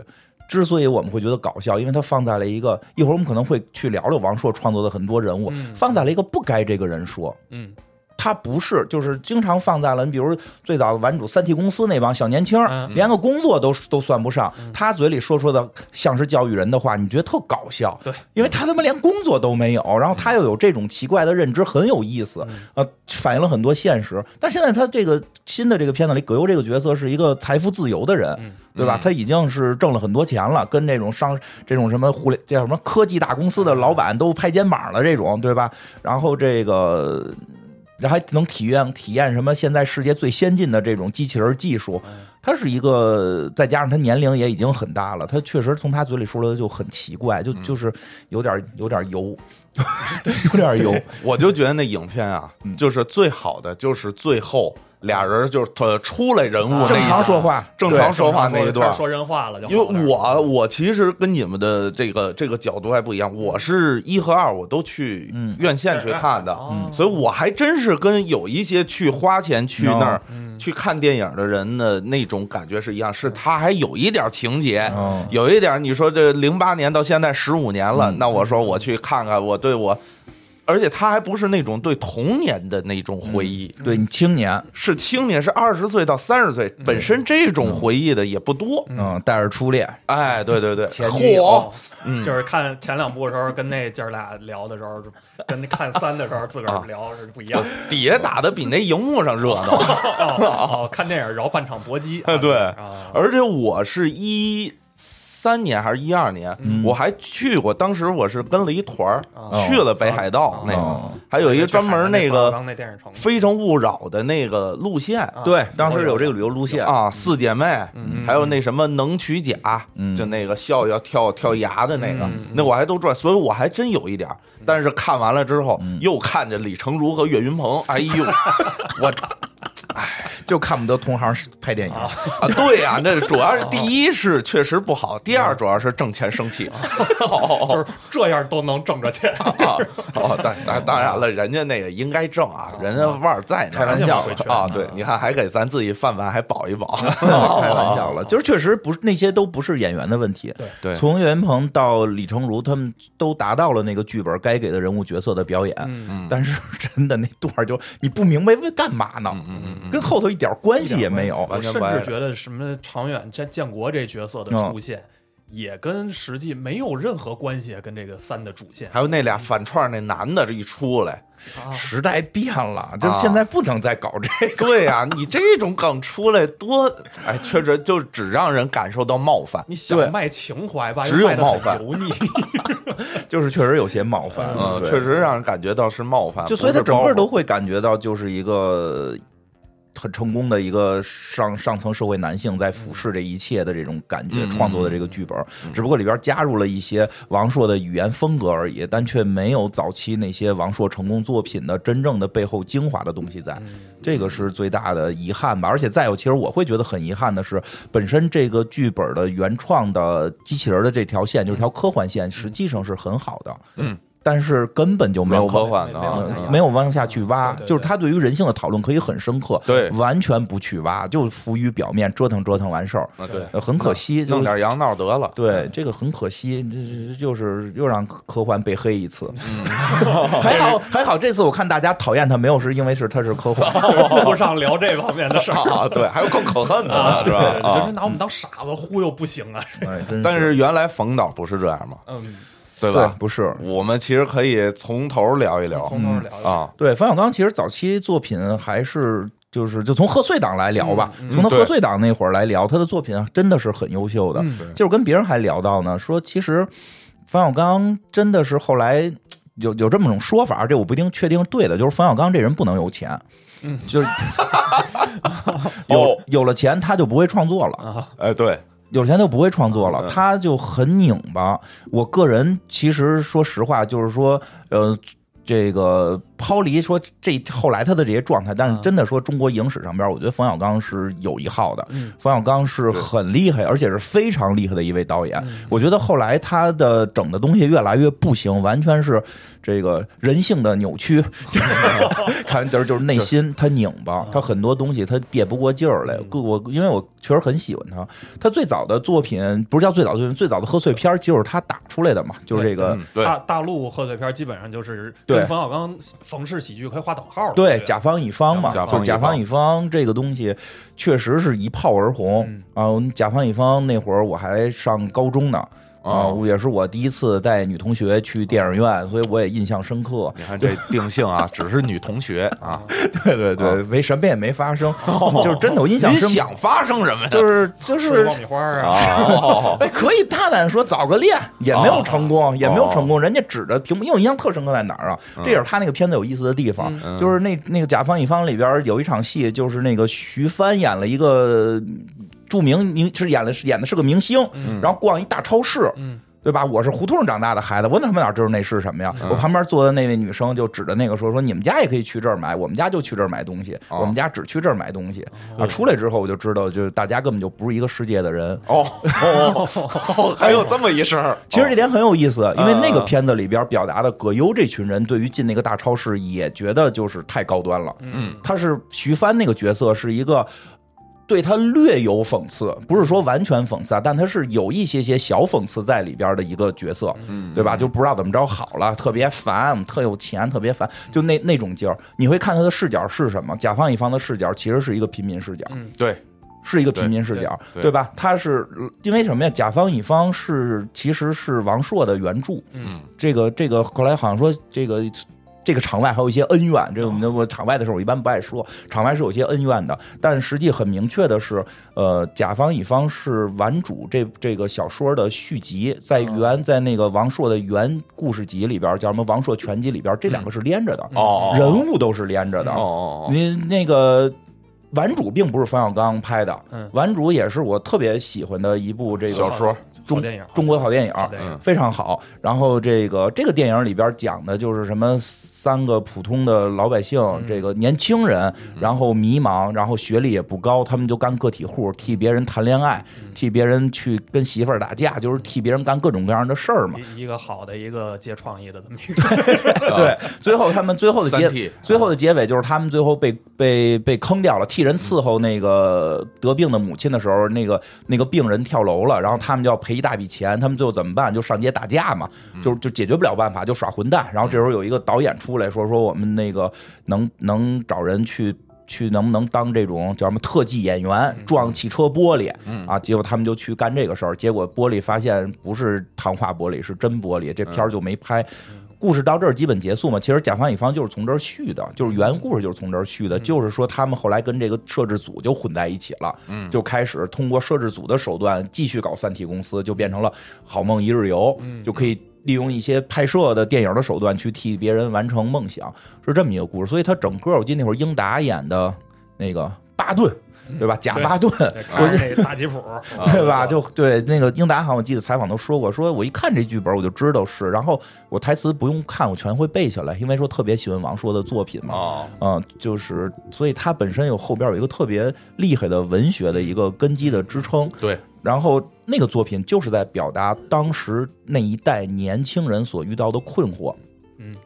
S3: 之所以我们会觉得搞笑，因为它放在了一个一会儿我们可能会去聊聊王朔创作的很多人物，放在了一个不该这个人说，
S2: 嗯，
S3: 他不是，就是经常放在了你比如最早的玩主三 T 公司那帮小年轻儿，
S2: 嗯
S3: 连个工作都都算不上，他嘴里说出的像是教育人的话，你觉得特搞笑，
S2: 对，
S3: 因为他他妈连工作都没有，然后他又有这种奇怪的认知，很有意
S2: 嗯
S3: 思，呃，反映了很多现实。但现在他这个新的这个片子里，葛优这个角色是一个财富自由的人，
S2: 嗯
S3: 对吧？他已经是挣了很多钱了，跟这种商这种什么互联叫什么科技大公司的老板都拍肩膀了，这种对吧？然后这个然后还能体验体验什么现在世界最先进的这种机器人技术。他是一个，再加上他年龄也已经很大了，他确实从他嘴里说的就很奇怪，就就是有点有点 油，有点油。
S1: 我就觉得那影片啊，
S3: 嗯
S1: 就是最好的就是最后俩人就是呃出来人物
S2: 啊
S1: 那
S3: 正
S1: 一
S3: 常
S1: 下
S3: 说话，
S1: 正
S3: 对
S1: 常说话那一
S2: 正常
S1: 段
S2: 说。说人话了就好
S1: 因
S2: 点儿，
S1: 为我我其实跟你们的这个这个角度还不一样，我是一和二我都去
S3: 嗯
S1: 院线去看的，嗯
S2: 哦
S1: 所以我还真是跟有一些去花钱去那儿、
S2: 嗯
S1: 去看电影的人的那种感觉是一样，是他还有一点情节，
S3: 嗯
S1: 有一点你说这零八年到现在十五年了，那我说我去看看，我对我，而且他还不是那种对童年的那种回忆，
S3: 对你青年，
S1: 是青年，是二十岁到三十岁，本身这种回忆的也不多。
S3: 嗯，带着初恋，
S1: 哎，对对对，
S3: 前女友
S1: 嚯，
S2: 就是看前两部的时候，跟那姐儿俩聊的时候，跟那看三的时候自个儿聊是不一样。
S1: 底下打的比那荧幕上热闹。
S2: 哦，看电影饶半场搏击，啊
S1: 对
S2: 啊，
S1: 而且我是一三年还是一二年，我还去过，当时我是跟了一团儿、去了北海道那个，
S3: 哦
S1: 啊还有一个专门那
S2: 冯小
S1: 个
S2: 刚那电影城
S1: 《非诚勿扰》的那个路线。
S3: 对，当时啊有这个嗯旅游路线，
S1: 啊，四姐妹，还有那什么能取甲，
S3: 嗯
S1: 就那个笑笑跳跳崖的那个，
S2: 嗯
S1: 那我还都转，所以我还真有一点儿。
S3: 嗯
S1: 但是看完了之后，又看见李成儒和岳云 鹏，哎呦，我
S3: 就看不得同行拍电影。
S1: 啊，对呀、那主要是第一是确实不
S3: 哦
S1: 好，第二主要是挣钱生气。
S2: 就
S1: 哦
S2: 是这样都能挣着 钱，
S1: 哦哦，当当当然了，人家那个应该挣啊，人家腕儿在那儿，
S3: 哦开玩笑
S1: 啊。对，你看还给咱自己饭碗还保一 保，
S3: 开玩
S2: 哦
S3: 笑了，就是确实不是那些都不是演员的问题。
S2: 对
S1: 对
S3: 从岳云鹏到李成儒，他们都达到了那个剧本该给的人物角色的表演。嗯，但是真的那段儿就你不明白为干嘛呢？嗯嗯，跟后头一点关系也没有。
S1: 完
S2: 我
S1: 全
S2: 甚
S1: 不爱
S2: 至觉得什么长远在建国这角色的出现，也跟实际没有任何关系，跟这个三的主线啊
S1: 还有那俩反串那男的这一出来，
S3: 时代变了，就现在不能再搞这 个。
S1: 对呀、你这种梗出来多，哎，确实就只让人感受到冒犯。
S2: 你
S3: 对
S2: 想卖情怀吧，
S1: 只
S2: 又
S1: 有
S2: 卖得
S1: 冒
S2: 很
S1: 犯
S2: 油腻，
S3: 就是确实有些冒犯，
S1: 嗯，
S3: 对
S1: 确实让人感觉到是冒犯，
S3: 就所以
S1: 不
S3: 他
S1: 是
S3: 整
S1: 包
S3: 个
S1: 袱
S3: 都会感觉到就是一个很成功的一个上上层社会男性在俯视这一切的这种感觉，
S1: 嗯
S3: 创作的这个剧本，只不过里边加入了一些王朔的语言风格而已，但却没有早期那些王朔成功作品的真正的背后精华的东西在，
S1: 嗯
S3: 这个是最大的遗憾吧。而且再有，其实我会觉得很遗憾的是，本身这个剧
S1: 嗯
S3: 本的原创的机器人的这条线，就是条科幻线，实际上是很好的。但是根本就没
S1: 没
S3: 有
S1: 有
S3: 考
S1: 文
S3: 虑
S1: 化呢
S2: 没有文化
S1: 啊，
S3: 嗯没有往下去挖，
S2: 对对对
S3: 就是他对于人性的讨论可以很深刻，
S1: 对
S3: 完全不去挖，就浮于表面，折腾折腾完事儿，
S1: 啊对，
S3: 呃很可惜，就
S1: 弄
S3: 是
S1: 点洋闹得了，
S3: 对，这个很可惜，这这这就是又让科科幻被黑一次。 还好还好，这次我看大家讨厌他没有是因为是他是科幻，
S2: 就是不上聊这方面的 事儿。
S1: 啊，对，还有更可恨的
S2: 啊，
S1: 呢，是吧？
S2: 对就是
S1: 啊，
S2: 拿我们当傻子忽悠不行啊！
S3: 哎，真
S1: 但是原来冯导不是这样嘛，
S2: 嗯，
S1: 对
S3: 对
S1: 吧？
S3: 不是。
S1: 我们其实可以从头聊一聊
S2: 从头聊嗯聊，
S1: 啊，
S3: 对，冯小刚其实早期作品还是就是就从贺岁档来聊吧，
S2: 嗯嗯
S3: 从他
S1: 对
S3: 贺岁档那会儿来聊，他的作品啊真的是很优秀的。
S2: 嗯
S3: 就是跟别人还聊到呢，说其实冯小刚真的是后来。有有这么种说法，这我不一定确定对的，就是冯小刚这人不能有钱，
S2: 嗯，
S3: 就是 有
S1: 哦
S3: 有了钱他就不会创作了，
S2: 啊，
S1: 哎，对，
S3: 有了钱就不会创作了，
S1: 嗯
S3: 他就很拧巴。我个人其实说实话，就是说，呃，这个抛离说这后来他的这些状态，但是
S2: 嗯
S3: 真的说中国影史上边，我觉得冯小刚是有一号的。
S2: 嗯
S3: 冯小刚是
S1: 对
S3: 很厉害，而且是非常厉害的一位导演。
S2: 嗯
S3: 我觉得后来他的整的东西越来越不行，完全是这个人性的扭曲， 就是看就是就是内心他拧巴，他很多东西他憋不过劲儿来。
S2: 嗯
S3: 我因为我确实很喜欢他，他最早的作品不是叫最早的作品，最早的贺岁片儿就是他打出来的嘛，就是这个
S1: 嗯，对，
S2: 大大陆贺岁片基本上就是
S3: 对
S2: 跟冯小刚冯氏喜剧可以划等号了。
S3: 对
S2: 吧
S3: 甲方乙方嘛，
S1: 甲方乙
S3: 就
S1: 方
S3: 是甲方乙方这个东西确实是一炮而红
S2: 嗯
S3: 啊。我们甲方乙方那会儿我还上高中呢。啊，
S1: 哦
S3: 也是我第一次带女同学去电影院，所以我也印象深刻。
S1: 你看这定性啊，只是女同学啊，
S3: 对对对，没什么也没发生，就是真的我印象
S1: 你
S3: 深刻。
S1: 想发生什么呀？
S3: 就是就
S2: 吃
S3: 是
S2: 爆米花啊，
S1: 啊，
S3: 哎，可以大胆说早个恋也没有
S1: 哦
S3: 成功，也没有成功。人家指着屏幕，因为我印象特深刻在哪儿啊？这也是他那个片子有意思的地方，
S1: 嗯
S3: 就是那那个甲方乙方里边有一场戏，就是那个徐帆演了一个著名明，是演了是演的是个明星，
S1: 嗯
S3: 然后逛一大超市，
S2: 嗯
S3: 对吧？我是胡同长大的孩子，我哪他妈哪知道那是什么
S1: 嗯
S3: 呀？我旁边坐的那位女生就指着那个说：“说你们家也可以去这儿买，我们家就去这儿买东西，
S1: 哦
S3: 我们家只去这儿买东西。”啊，出来之后我就知道，就是大家根本就不是一个世界的人。
S1: 哦哦哦， 还有这么一事儿，哦
S3: 其实这点很有意思，因为那个
S1: 嗯
S3: 片子里边表达的葛优这群人对于进那个大超市也觉得就是太高端了。
S2: 嗯
S3: 他是徐帆那个角色是一个对他略有讽刺，不是说完全讽刺啊，但他是有一些些小讽刺在里边的一个角色，
S1: 嗯
S3: 对吧？就不知道怎么着好了，特别烦，特有钱，特别烦，就那那种劲儿。你会看他的视角是什么？甲方乙方的视角其实是一个平民视角。
S2: 嗯
S1: 对
S3: 是一个平民视角，
S1: 对对
S3: 对吧？他是因为什么呀？甲方乙方是其实是王朔的原著，
S2: 嗯，
S3: 这个这个后来好像说这个这个场外还有一些恩怨，这个我
S1: 哦
S3: 们我场外的事儿我一般不爱说，场外是有些恩怨的，但实际很明确的是，呃，甲方乙方是顽主这这个小说的续集，在
S1: 哦
S3: 原在那个王朔的原故事集里边儿叫什么《王朔全集》里边儿，这两个是连着的，
S1: 嗯哦哦
S3: 人物都是连着的，
S1: 哦哦哦
S3: 您那个顽主并不是冯小刚拍的，
S2: 嗯
S3: 顽主也是我特别喜欢的一部这
S1: 小
S3: 个
S1: 说
S3: 中
S2: 好电影，
S3: 中国好电影，
S2: 好电影
S1: 嗯
S3: 非常好。然后这个这个电影里边讲的就是什么三个普通的老百姓，
S1: 嗯
S3: 这个年轻人，然后迷茫，然后学历也不高，他们就干个体户，
S1: 嗯
S3: 替别人谈恋爱，替别人去跟媳妇儿打架，就是替别人干各种各样的事儿嘛。
S2: 一一个好的一个接创意的这么一个
S3: 对，最后他们最后
S1: 哦
S3: 的
S1: 嗯三
S3: 结
S1: T
S3: 最后的结尾就是他们最后被被被坑掉了，替人伺候那个得病的母亲的时候，那个那个病人跳楼了，然后他们就要赔一大笔钱，他们最后怎么办？就上街打架嘛，就就解决不了办法，就耍混蛋。然后这时候有一个导演出来说说我们那个能能找人去。去能不能当这种叫什么特技演员撞汽车玻璃啊？结果他们就去干这个事儿，结果玻璃发现不是糖化玻璃，是真玻璃，这片儿就没拍。故事到这儿基本结束嘛。其实甲方乙方就是从这儿续的，就是原故事就是从这儿续的，就是说他们后来跟这个摄制组就混在一起了，嗯，就开始通过摄制组的手段继续搞三体公司，就变成了好梦一日游，就可以。利用一些拍摄的电影的手段去替别人完成梦想，是这么一个故事。所以他整个，我记得那会儿英达演的那个巴顿，嗯对吧？贾巴顿，
S2: 对，看着那大吉普，
S3: 啊对吧？就对那个英达，好像我记得采访都说过，说我一看这剧本我就知道是，然后我台词不用看，我全会背下来，因为说特别喜欢王朔的作品嘛。
S1: 哦
S3: 嗯，就是，所以他本身有后边有一个特别厉害的文学的一个根基的支撑，
S1: 对
S3: 然后那个作品就是在表达当时那一代年轻人所遇到的困惑，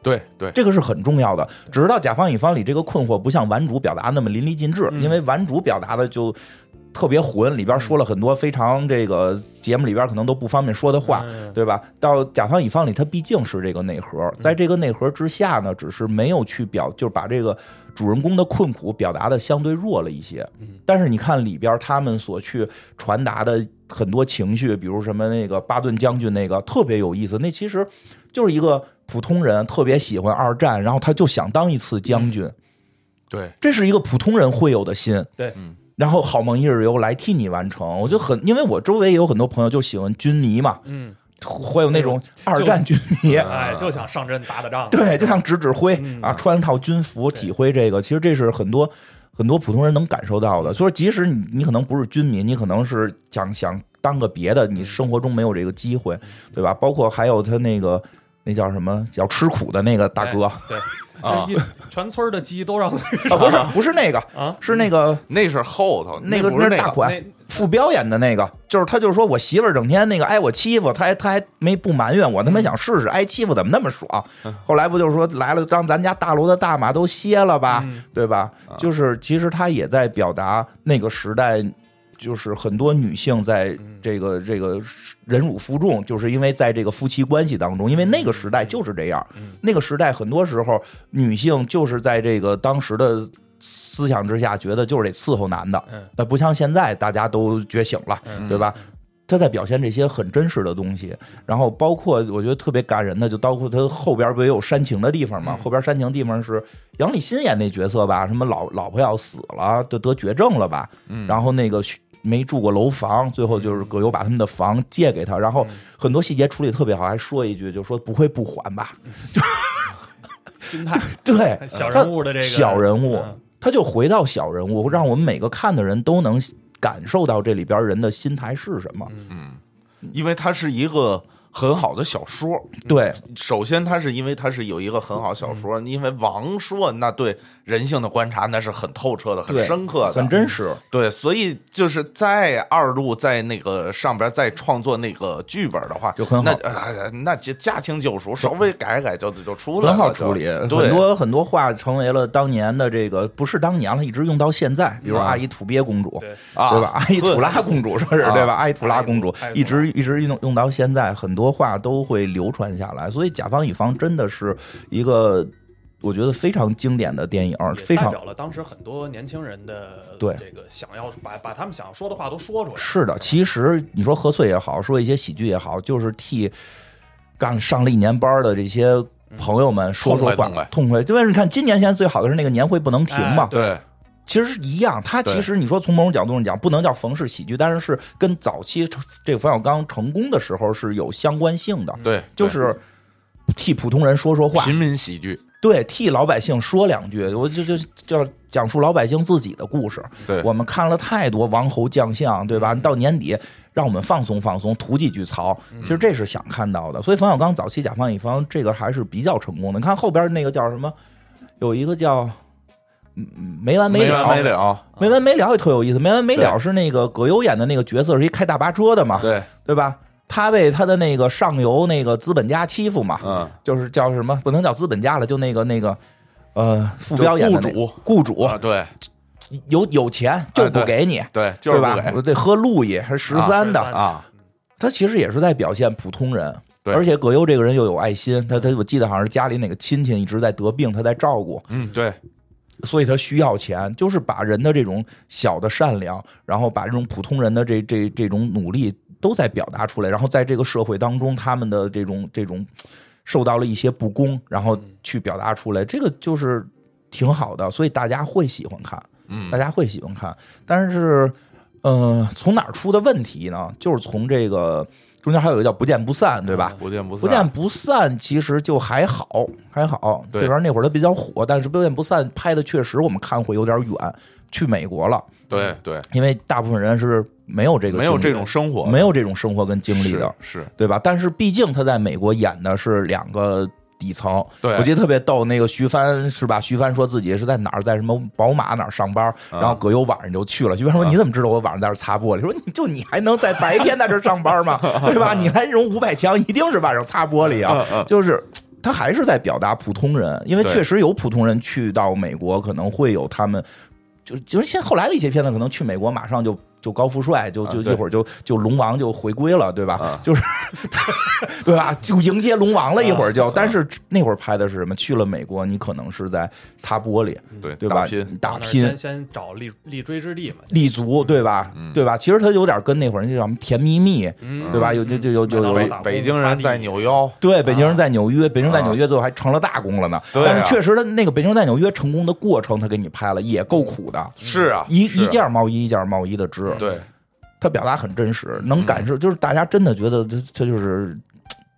S1: 对对，
S3: 这个是很重要的。直到甲方乙方里这个困惑不像顽主表达那么淋漓尽致，
S2: 嗯
S3: 因为顽主表达的就特别混，里边说了很多非常这个节目里边可能都不方便说的话，
S2: 嗯
S3: 对吧？到甲方乙方里，它毕竟是这个内核，在这个内核之下呢，只是没有去表，就是把这个主人公的困苦表达的相对弱了一些。但是你看里边他们所去传达的很多情绪，比如什么那个巴顿将军那个特别有意思，那其实就是一个普通人特别喜欢二战，然后他就想当一次将军，
S1: 对，
S3: 这是一个普通人会有的心。
S2: 对，
S3: 然后好梦一日游来替你完成，我就很，因为我周围也有很多朋友就喜欢军迷嘛，
S2: 嗯，
S3: 会有那种二战军 迷，
S2: 哎，就想上阵打打仗，
S3: 对，就像指指挥
S2: 嗯
S3: 啊，穿套军服体会这个，其实这是很多很多普通人能感受到的。所以，即使你你可能不是军民，你可能是想想当个别的，你生活中没有这个机
S2: 嗯
S3: 会，对吧？包括还有他那个那叫什么叫吃苦的那个
S2: 哎
S3: 大 哥啊，
S2: 对
S1: 啊，
S2: 一全村的鸡都让
S3: 不是不是那个，
S2: 啊，
S3: 是那个
S1: 那是后头，
S3: 那
S1: 不是
S3: 那
S1: 那
S3: 是大款
S2: 那
S3: 傅彪演的那个，就是他就是说我媳妇儿整天那个挨我欺负，他还他还没不埋怨我，他妈想试试挨欺负怎么那么爽。后来不就是说来了，让咱家大楼的大马都歇了吧，
S2: 嗯
S3: 对吧？就是其实他也在表达那个时代，就是很多女性在这个这个忍辱负重，就是因为在这个夫妻关系当中，因为那个时代就是这样，那个时代很多时候女性就是在这个当时的。思想之下，觉得就是得伺候男的，
S2: 嗯
S3: 呃那不像现在大家都觉醒了，
S2: 嗯
S3: 对吧？他在表现这些很真实的东西，然后包括我觉得特别感人的，就包括他后边不也有煽情的地方
S2: 嗯
S3: 吗？后边煽情地方是杨立新演那角色吧，什么老老婆要死了，就得绝症了吧，
S2: 嗯
S3: 然后那个没住过楼房，最后就是葛优把他们的房借给他，然
S2: 嗯
S3: 后很多细节处理特别好，还说一句就说不会不 还吧？
S2: 心态
S3: 对，
S2: 小人物的这个
S3: 小人物
S2: 嗯，
S3: 他就回到小人物，让我们每个看的人都能感受到这里边人的心态是什么。
S1: 因为它是一个很好的小说。
S3: 对，
S1: 首先，它是因为它是有一个很好
S3: 嗯
S1: 小说，因为王朔那对人性的观察那是很透彻的、很
S3: 对
S1: 深刻的、
S3: 很真实。
S1: 对，所以就是在二路在那个上边再创作那个剧本的话，
S3: 就很好
S1: 那呃那驾驾轻就熟，稍微改改就就出来了，
S3: 很好处理，
S1: 就
S3: 很
S1: 对，
S3: 多很多话成为了当年的这个，不是当年了，一直用到现在。比如
S1: 嗯
S3: 阿依土鳖公主，
S2: 对
S1: 啊
S3: 对吧？阿依
S1: 对
S3: 土拉公主说是
S1: 啊
S3: 对吧？阿依土拉公主
S2: 阿依土拉
S3: 一直一直用用到现在，很多话都会流传下来。所以甲方乙方真的是一个，我觉得非常经典的电影，
S2: 也
S3: 非
S2: 代
S3: 常
S2: 表了当时很多年轻人的
S3: 对
S2: 这个想要把把他们想要说的话都说出来，
S3: 是的，其实你说贺岁也好，说一些喜剧也好，就是替干上了一年班的这些朋友们
S1: 嗯
S3: 说说
S1: 痛快
S3: 话
S1: 痛快，
S3: 痛快。因为你看，今年现在最好的是那个年会不能停嘛
S2: 哎，
S1: 对
S3: 其实是一样。它
S1: 对
S3: 其实你说从某种角度上讲，不能叫冯氏喜剧，但是是跟早期这个冯小刚成功的时候是有相关性的，
S1: 对，
S3: 就是替普通人说说
S1: 对
S3: 话，
S1: 平民喜剧，
S3: 对，替老百姓说两句，我就就就要讲述老百姓自己的故事。
S1: 对嗯
S3: 我们看了太多王侯将相，对吧？到年底让我们放松放松，吐几句槽，
S1: 嗯
S3: 其实这是想看到的。所以冯小刚早期甲方乙方这个还是比较成功的。你看后边那个叫什么，有一个叫。嗯没完
S1: 没
S3: 了，
S1: 完没了，啊
S3: 没完没了也特有意思。没完没了
S1: 对
S3: 是那个葛优演的那个角色是一开大巴车的嘛，
S1: 对，
S3: 对吧？他被他的那个上游那个资本家欺负嘛，
S1: 嗯，
S3: 就是叫什么不能叫资本家了，就那个那个呃副标演的那个
S1: 就
S3: 雇主
S1: 啊，对
S3: 有有钱就不给你，
S1: 对，就是
S3: 对
S1: 不
S3: 吧？
S1: 给
S3: 我得喝路易还是十三的，
S2: 啊
S1: 啊，
S3: 他其实也是在表现普通人。
S1: 对
S3: 而且葛优这个人又有爱心，他他我记得好像是家里哪个亲戚一直在得病，他在照顾，
S1: 嗯，对，
S3: 所以他需要钱，就是把人的这种小的善良，然后把这种普通人的这这这种努力都在表达出来，然后在这个社会当中，他们的这种这种受到了一些不公，然后去表达出来，这个就是挺好的，所以大家会喜欢看，
S1: 嗯
S3: 大家会喜欢看，但是，呃，从哪儿出的问题呢？就是从这个中间还有一个叫不见不散，对吧？
S1: 不见不散，
S3: 不见不散其实就还好，还好。
S1: 对
S3: 这边那会儿它比较火，但是不见不散拍的确实我们看会有点远，去美国了，
S1: 对对，
S3: 因为大部分人是没有这个
S1: 没有
S3: 经历
S1: 这种生活，
S3: 没有这种生活跟经历的，
S1: 是是
S3: 对吧？但是毕竟他在美国演的是两个。底层，
S1: 对
S3: 我记得特别逗。那个徐帆是吧？徐帆说自己是在哪儿，在什么宝马哪儿上班，
S1: 啊
S3: 然后葛优晚上就去了。徐帆说：“你怎么知道我晚上在这儿擦玻璃？”说：“你就你还能在 啊白天在这儿上班吗？对吧？你来这种五百强，一定是晚上擦玻璃啊。”就是他还是在表达普通人，因为
S1: 对
S3: 确实有普通人去到美国，可能会有他们，就就是现后来的一些片子，可能去美国马上就就高富帅，就
S1: 啊
S3: 就
S1: 对
S3: 一会儿就就龙王就回归了，对吧？
S1: 啊
S3: 就是对吧？就迎接龙王了，一会儿就。
S1: 啊
S3: 但是那会儿拍的是什么？去了美国，你可能是在擦玻璃，
S1: 对
S3: 嗯对
S1: 打
S3: 吧？
S1: 拼，
S3: 打
S2: 啊到那儿
S3: 拼
S2: 先，先找立立锥之地嘛，
S3: 立足，对吧？
S1: 嗯
S3: 对吧？其实他有点跟那会儿那叫什么甜蜜蜜，
S2: 嗯
S3: 对吧？有就就有就
S2: 麦当劳
S3: 有
S1: 北
S2: 打工嗯
S1: 北京人在扭腰，
S3: 对，北京人在纽约，北京人在纽约最后还成了大功了呢。
S1: 啊对啊
S3: 但是确实的，那个北京人在纽约成功的过程，他给你拍了，也够苦的，
S1: 是啊，
S3: 一
S1: 是啊
S3: 一件毛衣一件毛衣的织，
S1: 对，
S3: 他表达很真实，能感
S1: 嗯
S3: 受，就是大家真的觉得这这就是。嘖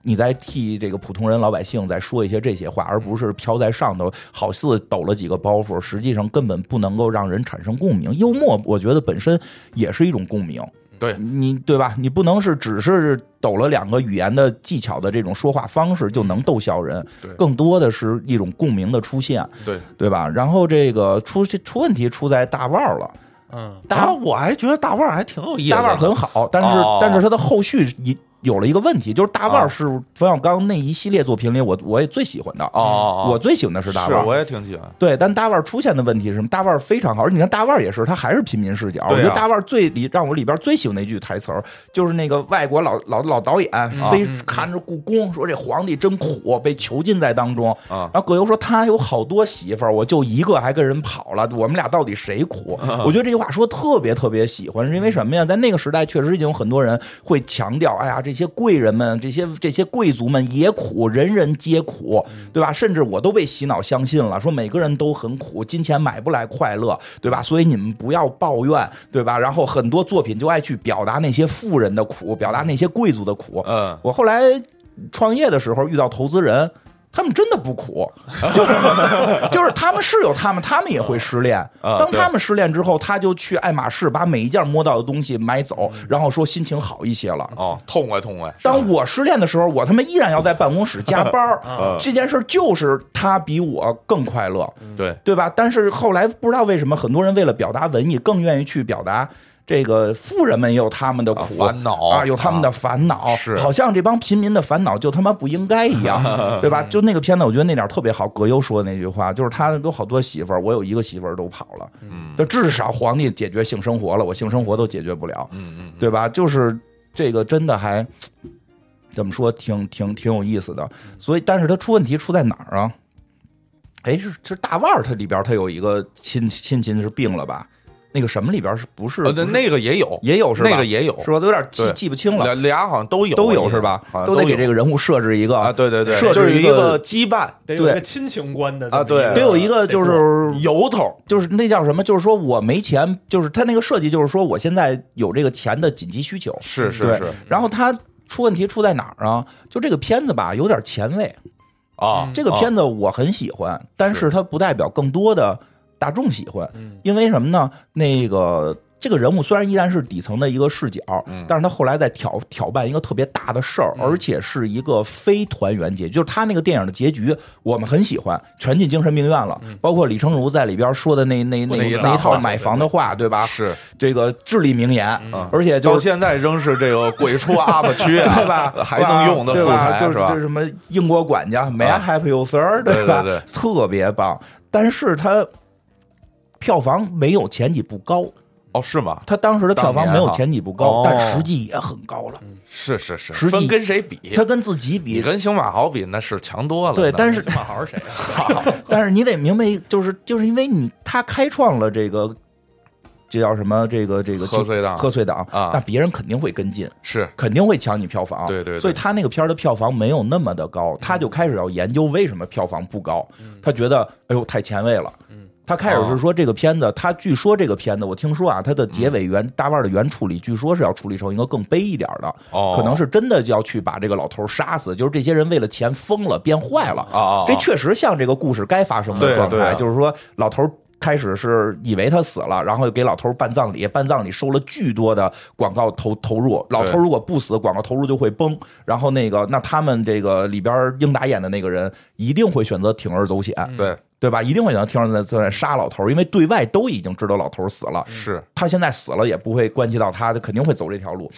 S3: 你在替这个普通人老百姓在说一些这些话，而不是飘在上头，好似抖了几个包袱，实际上根本不能够让人产生共鸣。幽默，我觉得本身也是一种共鸣，
S1: 对
S3: 你对吧？你不能是只是抖了两个语言的技巧的这种说话方式就能逗笑人
S1: 嗯对，
S3: 更多的是一种共鸣的出现，
S1: 对。
S3: 对吧？然后这个出出问题出在大腕儿了，
S2: 嗯，
S3: 大
S1: 啊我还觉得大腕儿还挺有意思的，
S3: 大腕儿很好，但是、
S1: 哦
S3: 但是他的后续一有了一个问题，就是大腕
S1: 啊
S3: 儿是冯小刚那一系列作品里我我也最喜欢的，
S1: 哦哦，哦
S3: 我最喜欢的是大腕儿。
S1: 我也挺喜欢。
S3: 对，但大腕儿出现的问题是什么？大腕儿非常好，而且你看大腕儿也是，他还是平民视角。我
S1: 对啊
S3: 觉得大腕儿最里让我里边最喜欢的一句台词儿，就是那个外国老老老导演非
S2: 嗯嗯
S3: 看着故宫说这皇帝真苦，被囚禁在当中。
S1: 啊
S3: 然后葛优说他有好多媳妇儿，我就一个还跟人跑了，我们俩到底谁苦？我觉得这句话说得特别特别喜欢，是因为什么呀？在那个时代，确实已经有很多人会强调，哎呀，这些贵人们，这些这些贵族们也苦，人人皆苦，对吧？甚至我都被洗脑相信了，说每个人都很苦，金钱买不来快乐，对吧？所以你们不要抱怨，对吧？然后很多作品就爱去表达那些富人的苦，表达那些贵族的苦。
S1: 嗯，
S3: 我后来创业的时候遇到投资人，他们真的不苦， 就就是他们是有他们，他们也会失恋。
S1: 啊
S3: 当
S1: 对
S3: 他们失恋之后，他就去爱马仕把每一件摸到的东西买走，
S1: 嗯
S3: 然后说心情好一些了。
S1: 哦，痛快痛快。
S3: 当我失恋的时候，我他妈依然要在办公室加班儿
S1: 啊
S3: 这件事儿就是他比我更快乐，
S1: 对，
S3: 对吧？但是后来不知道为什么，很多人为了表达文艺，更愿意去表达这个富人们也有他们的
S1: 啊
S3: 苦、
S1: 烦恼
S3: 啊，有他们的烦恼，
S1: 是
S3: 好像这帮平民的烦恼就他妈不应该一样， 对吧？就那个片子，我觉得那点儿特别好。葛优说的那句话，就是他有好多媳妇儿，我有一个媳妇儿都跑了，
S1: 嗯，
S3: 就至少皇帝解决性生活了，我性生活都解决不了，
S1: 嗯嗯，
S3: 对吧？就是这个真的还怎么说，挺挺挺有意思的。所以，但是他出问题出在哪儿啊？哎，是是大腕儿，他里边儿他有一个亲亲戚是病了吧？那个什么里边儿是不是？
S1: 呃，
S3: 不
S1: 那
S3: 是
S1: 那个也有，
S3: 也有是吧？
S1: 那个也有，
S3: 是吧？都有点记
S1: 对
S3: 记不清了
S1: 俩，俩好像都有，
S3: 都
S1: 我记
S3: 有
S1: 得
S3: 是吧
S1: 好像？
S3: 都
S1: 都
S3: 得给
S1: 有
S3: 这个人物设置一个
S1: 啊，，对对对，
S3: 设置
S1: 就是一
S3: 一个
S1: 个羁绊，
S2: 得有一
S3: 对
S2: 个亲情观的这么
S1: 啊对
S2: 个
S3: 得有一个就
S2: 得过
S3: 是
S1: 由头，
S3: 就是那叫什么？就是说我没钱，就是他那个设计就是说我现在有这个钱的紧急需求，
S1: 是是
S3: 对
S1: 是
S3: 然后他出问题出在哪儿啊？就这个片子吧，有点前卫。
S1: 啊，
S3: 这个片子我很喜欢，但是它不代表更多的大众喜欢，
S2: 嗯
S3: 因为什么呢？那个这个人物虽然依然是底层的一个视角，
S1: 嗯
S3: 但是他后来在挑挑办一个特别大的事儿，而且是一个非团圆结局，就是他那个电影的结局我们很喜欢，全进精神病院了，包括李成儒在里边说的那那那
S1: 嗯那一大
S3: 那一套
S1: 话
S3: 买房的话，对吧？
S1: 啊是，
S3: 这个至理名言，
S1: 嗯
S3: 而且就
S1: 到
S3: 是。
S1: 现在仍是这个鬼畜 UP 区啊，
S3: 对吧？
S1: 还能用的
S3: 对
S1: 素
S3: 吧
S1: 材
S3: 就是是就是
S1: 吧？
S3: 什么英国管家，May I
S1: 啊
S3: help you, sir？
S1: 对
S3: 吧？
S1: 对对
S3: 特别棒，但是它票房没有前几部高，
S1: 哦，是吗？
S3: 它当时的票
S1: 当
S3: 房
S1: 年
S3: 没有
S1: 哈
S3: 前几部高，
S1: 哦
S3: 但实际也很高了。
S1: 是是是，
S3: 实际
S1: 分跟谁比？
S3: 它跟自己
S1: 你
S3: 比，
S1: 跟刑马豪比那是强多了。
S3: 对，
S1: 那
S3: 但是
S2: 金马豪是 谁啊？
S3: 但是你得明白，就是就是因为你他开创了这个，这叫什么？这个这个
S1: 贺岁档
S3: 贺岁档
S1: 啊
S3: 那别人肯定会跟进。
S1: 是
S3: 肯定会抢你票房，
S1: 对对对嗯
S3: 所以他那个片儿的票房没有那么的高，他就开始要研究为什么票房不高，他觉得哎呦太前卫了，
S1: 嗯
S3: 他开始是说这个片子，他据说这个片子，我听说啊，他的结尾原大腕儿的原处理，据说是要处理成一个更悲一点儿的，
S1: 哦
S3: 可能是真的要去把这个老头儿杀死，就是这些人为了钱疯了，变坏了，
S1: 哦哦
S3: 这确实像这个故事该发生的
S1: 对
S3: 状
S1: 对
S3: 态，
S1: 啊
S3: 就是说老头儿开始是以为他死了，然后又给老头儿办葬礼，办葬礼收了巨多的广告投投入。老头儿如果不死，广告投入就会崩。然后那个，那他们这个里边儿英达演的那个人一定会选择铤而走险，
S1: 对
S3: 对吧？一定会选择铤而走险杀老头儿，因为对外都已经知道老头儿死了，
S1: 是
S3: 他现在死了也不会关系到他，他肯定会走这条路。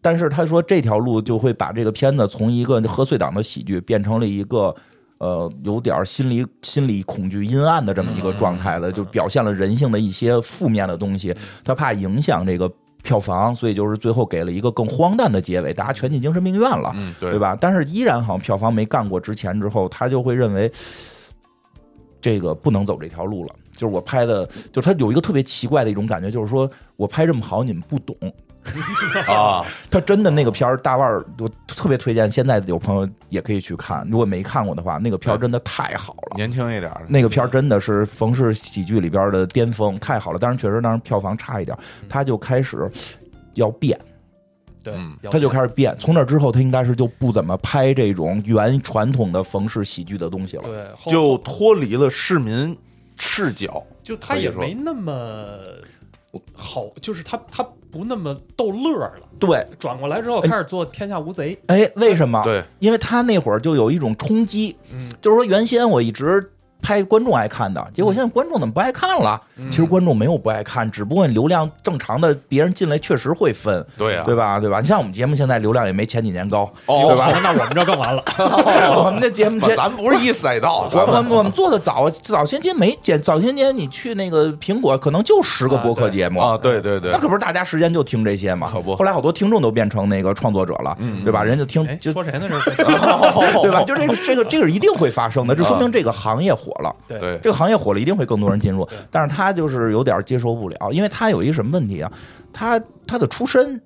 S3: 但是他说这条路就会把这个片子从一个贺岁档的喜剧变成了一个呃有点儿心理心理恐惧阴暗的这么一个状态了，就表现了人性的一些负面的东西。他怕影响这个票房，所以就是最后给了一个更荒诞的结尾，大家全进精神病院了。
S1: 嗯，
S3: 啊对？吧？但是依然好像票房没干过之前之后，他就会认为这个不能走这条路了。就是我拍的，就是他有一个特别奇怪的一种感觉，就是说我拍这么好，你们不懂。
S1: 啊，
S3: 他真的那个片儿，大腕儿，我特别推荐，现在有朋友也可以去看。如果没看过的话，那个片儿真的太好了。
S1: 年轻一点儿，
S3: 那个片儿真的是冯氏喜剧里边的巅峰，太好了。当然，确实当时票房差一点，他就开始要变。
S2: 对
S1: 嗯，
S2: 要
S3: 他就
S2: 看
S3: 开始变。从那之后，他应该是就不怎么拍这种原传统的冯氏喜剧的东西了。
S2: 对，后
S1: 就脱离了市民视角，
S2: 就他
S1: 可以
S2: 也
S1: 说
S2: 没那么好，就是他他不那么逗乐儿了。
S3: 对，
S2: 转过来之后开始做天下无贼，
S3: 哎，为什么？
S1: 对，
S3: 因为他那会儿就有一种冲击，
S2: 嗯
S3: 就是说原先我一直。拍观众爱看的，结果
S1: 嗯
S3: 现在观众怎么不爱看了？其实观众没有不爱看，只不过你流量正常的，别人进来确实会分，
S1: 对啊
S3: 对吧？对吧？你像我们节目现在流量也没前几年高，
S1: 哦
S3: 对吧？
S2: 那我们这更完了。
S3: 我们这节目前
S1: 咱不是一赛 道，
S3: 我
S1: 咱
S3: 我
S1: 们
S3: 们我们做的早，早些年没见，早些年你去那个苹果，可能就十个播客节目
S1: 啊，对对对
S3: 那，可不是大家时间就听这些嘛。
S1: 可不嗯
S3: 后来好多听众都变成那个创作者了，对吧？ 人就听
S2: 哎，
S3: 就
S1: 哦
S2: 说谁呢？这 是
S3: 啊对吧？就这个这个这个是一定会发生的，这说明这个行业火
S1: 嗯
S2: 对
S3: 了。
S1: 对
S3: 这个行业火了，一定会更多人进入。但是他就是有点接受不了，因为他有一什么问题啊？他他的出身。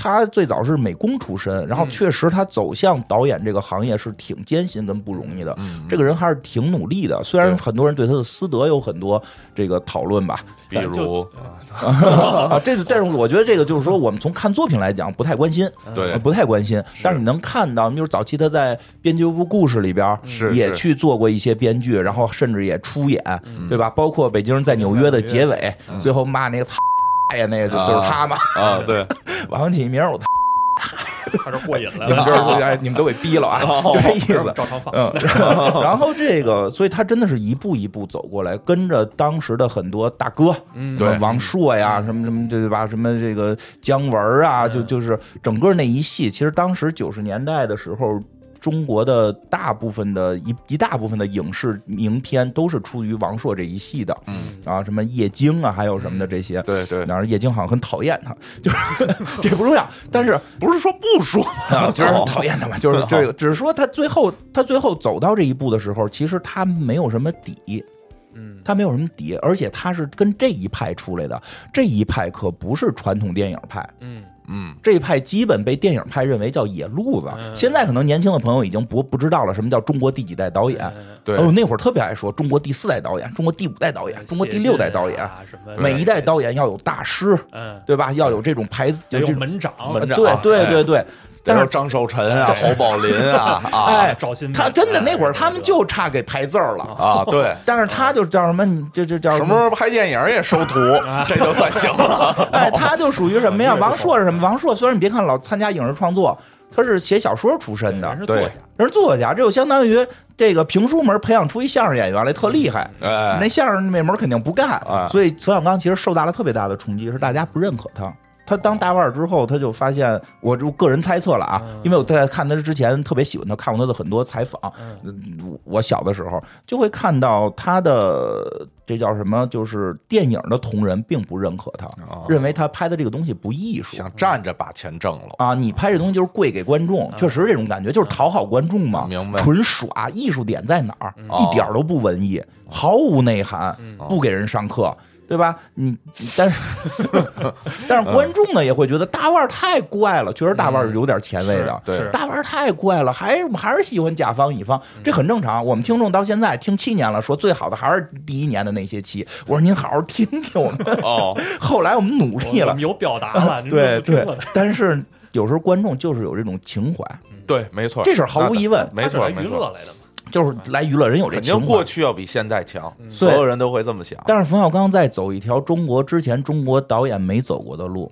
S3: 他最早是美工出身，然后
S2: 嗯
S3: 确实他走向导演这个行业是挺艰辛跟不容易的。这个人还是挺努力的，虽然
S1: 嗯对
S3: 很多人对他的私德有很多这个讨论吧，
S1: 比如
S2: 就
S3: 啊，这是，但是我觉得这个就是说，我们从看作品来讲不太关心，
S1: 对
S3: 呃不太关心。但是你能看到，就是早期他在《编辑部故事》里边
S1: 是
S3: 也
S1: 是嗯
S3: 去做过一些编剧，然后甚至也出演，对吧？包括《北京人在纽约》的结尾，最后骂那个 “X 呀，那个就就是他嘛，
S1: 啊，对，
S3: 王阳起名儿我
S2: 他这过瘾来
S3: 你们
S2: 了，
S3: 这 儿哎你们都给逼了啊，
S1: 哦
S3: 就这意 思。
S2: 照常放。
S3: 嗯， 然后这个，所以他真的是一步一步走过来，跟着当时的很多大哥，嗯
S1: 对
S3: 王朔呀，什么什么，对吧？什么这个姜文啊，就就是整个那一系，其实当时九十年代的时候。中国的大部分的一一大部分的影视名片都是出于王朔这一系的，嗯啊，什么叶京啊，还有什么的这些，
S1: 对对
S3: 当然叶京好像很讨厌他， 就是 这不重要，但是
S1: 不是说不说
S3: 啊，就是讨厌他嘛，嗯哦就是这个，只是说他最后他最后走到这一步的时候，其实他没有什么底，嗯，他没有什么底，而且他是跟这一派出来的，这一派可不是传统电影派，
S2: 嗯，
S3: 这一派基本被电影派认为叫野路子。现在可能年轻的朋友已经不不知道了什么叫中国第几代导演，
S2: 嗯
S1: 对
S3: 哦，那会儿特别爱说中国第四代导演、中国第五代导哎演、中国第六代导演，
S2: 呃啊什么的
S3: 每一代导演要有大师，
S2: 嗯，
S3: 对吧？要有这种牌子，
S2: 得有
S3: 就这种
S2: 门长，
S1: 门长啊哎
S3: 对对对对。但
S1: 但是
S3: 是
S1: 张寿臣啊，侯宝林 啊，啊
S3: 哎，
S2: 赵新
S3: 他
S2: 梅
S3: 真的那会儿
S2: 哎
S3: 他们就差给排字儿了，
S1: 啊，对，
S3: 但是他就叫什么？你这这叫
S1: 什么时？候拍电影也收徒， 这就算行 了。
S3: 哎，他就属于什么呀？
S2: 啊这个
S3: 王朔是什么？王朔虽然你别看老参加影视创作，他是写小说出身的
S2: 人，是作
S1: 对
S2: 家，
S3: 人是作家，这就相当于这个评书门培养出一相声演员来，特厉害。
S1: 哎
S3: 那，相声那门肯定不干
S1: 啊，
S3: 所以冯小刚其实受到了特别大的冲击，是大家不认可他。他当大腕儿之后，他就发现，我就个人猜测了啊，
S1: 嗯
S3: 因为我在看他之前特别喜欢他，看过他的很多采访。 嗯我小的时候就会看到他的这叫什么，就是电影的同仁并不认可他，认为他拍的这个东西不艺术。
S1: 哦想站着把钱挣了，
S3: 啊，你拍这东西就是跪给观众，确实这种感觉就是讨好观众嘛，
S1: 嗯明白
S3: 纯耍，艺术点在哪儿？
S2: 嗯
S1: 哦
S3: 一点儿都不文艺，毫无内涵，不给人上课。对吧？你但是 但是观众呢也会觉得大腕儿太怪了，确实大腕儿有点前卫的，
S1: 对
S2: 嗯是嗯
S3: 大腕儿太怪了，还是我们还是喜欢甲方乙方，这很正常。我们听众到现在听七年了，说最好的还是第一年的那些期。
S2: 嗯
S3: 我说您好好听听我们，
S1: 哦，
S3: 后来我们努 力
S2: 我
S3: 了
S2: 们，有表达了，您
S3: 对
S2: 都不听
S3: 对
S2: 了呢，
S3: 但是有时候观众就是有这种情怀，
S1: 对，没错，
S3: 这事儿毫无疑问，
S1: 没
S2: 他
S1: 错，
S2: 是来
S1: 没
S2: 娱
S1: 错，
S2: 乐来的嘛，
S3: 就是来娱乐人有这
S1: 肯
S3: 情
S1: 定
S3: 怀。
S1: 过去要比现在强，所有人都会这么想。
S3: 但是冯小刚在走一条中国之前中国导演没走过的路，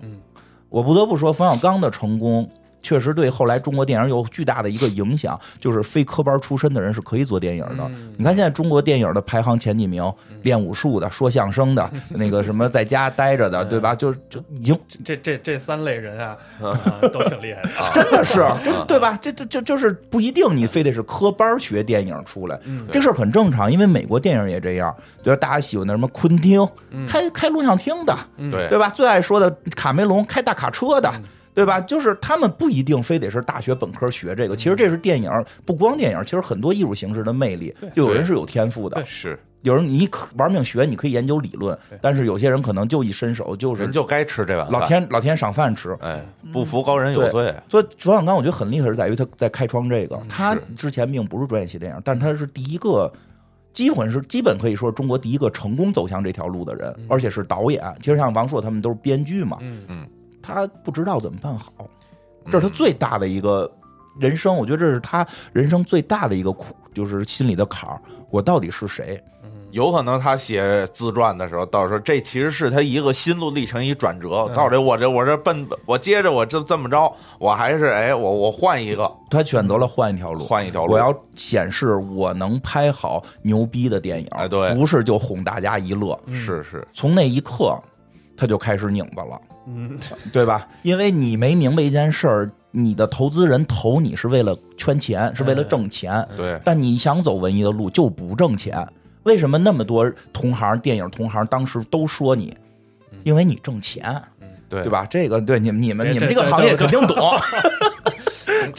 S3: 我不得不说，冯小刚的成功。确实对后来中国电影有巨大的一个影响，就是非科班出身的人是可以做电影的。
S2: 嗯
S3: 你看现在中国电影的排行前几名，练武术的、说相声的、那个什么在家待着的，对吧？就就已经
S2: 这这这三类人 啊，
S3: 嗯
S2: 啊都挺厉害的。啊
S3: 真的是，对吧？这这这就是不一定，你非得是科班儿学电影出来，这事儿很正常，因为美国电影也这样，就是大家喜欢的什么昆汀，开开录像厅的，
S1: 对
S3: 对吧？最爱说的卡梅隆开大卡车的。对吧？就是他们不一定非得是大学本科学这个，其实这是电影，不光电影，其实很多艺术形式的魅力，就有人是有天赋的，
S1: 是
S3: 有人你可玩命学，你可以研究理论，但是有些人可能就一伸手就是
S1: 人就该吃这碗饭
S3: 老天老天赏饭吃，
S1: 哎，不服高人有
S3: 对
S1: 罪，
S3: 所以冯小刚我觉得很厉害是在于他在开创这个，他之前并不是专业写电影，但他是第一个，基本是基本可以说是中国第一个成功走向这条路的人，而且是导演。其实像王朔他们都是编剧嘛，
S2: 嗯
S1: 嗯，
S3: 他不知道怎么办好，这是他最大的一个人生，我觉得这是他人生最大的一个苦，就是心里的坎儿，我到底是谁？
S1: 有可能他写自传的时候，到时候这其实是他一个心路历程一转折。到底我这我这奔我接着我这这么着，我还是哎我我换一个
S3: 他选择了换一条路，
S1: 换一条路，
S3: 我要显示我能拍好牛逼的电影，
S1: 哎对
S3: 不是就哄大家一乐，
S1: 是是
S3: 从那一刻，他就开始拧巴了，
S2: 嗯，
S3: 对吧？因为你没明白一件事儿，你的投资人投你是为了圈钱，是为了挣钱，
S1: 对
S3: 但你想走文艺的路就不挣钱。为什么那么多同行、电影同行当时都说你？因为你挣钱，
S1: 对
S3: 对？吧？这个对你们、你们、
S2: 这
S3: 你们
S2: 这
S3: 这个
S2: 这
S3: 行业
S2: 这
S3: 肯定懂。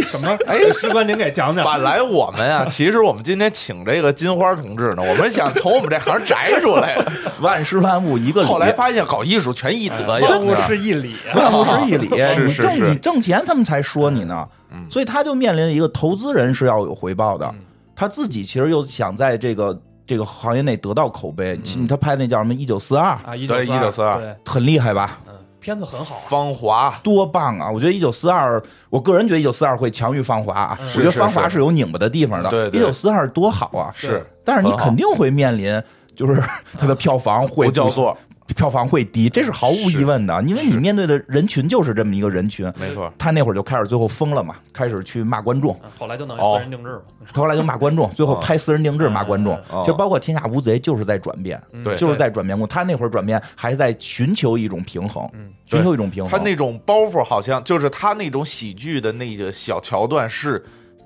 S2: 什么？哎，师官您给讲讲。
S1: 本来我们啊，其实我们今天请这个金花同志呢，我们想从我们这行摘出 来，
S3: 万事万物一个理，
S1: 后来发现搞艺术全一德呀，
S2: 哎万物是一 理，
S3: 万物是一理，
S1: 是
S3: 你
S1: 是
S3: 挣
S1: 是嗯
S3: 你挣钱，他们才说你呢。所以他就面临了一个投资人是要有回报的，他自己其实又想在这个这个行业内得到口碑。
S1: 嗯
S3: 他拍那叫什么《一九四二》，
S2: 啊，一
S1: 对1942
S2: 对，
S3: 很厉害吧？
S2: 嗯，片子很好啊，
S1: 芳华，
S3: 多棒啊！我觉得《一九四二》，我个人觉得《一九四二》会强于《芳华》啊。我觉得《
S1: 嗯是
S3: 芳华》
S1: 是
S3: 是有拧巴的地方的，
S1: 对
S3: 一
S1: 对
S3: 九四二》多好啊！
S1: 是，
S3: 但是你
S1: 很好嗯
S3: 肯定会面临。就是 它的票房会
S1: 不叫座，
S3: 票房会低，这是毫无疑问的，因为你面对的人群就是这么一个人群。
S1: 没错，
S3: 他那会儿就开始最后疯了嘛，开始去骂观众，
S2: 嗯后来就弄一
S1: 哦
S2: 私人定制嘛，
S3: 后来就骂观众，最后拍私人定制骂观众
S2: 嗯，
S1: 嗯嗯
S3: 就包括《天下无贼》就是在转变，
S2: 嗯
S1: 对
S3: 就是在转变过。他那会儿转变还在寻求一种平衡，
S2: 嗯
S3: 寻求一种平衡。
S1: 他那种包袱好像就是他那种喜剧的那个小桥段是，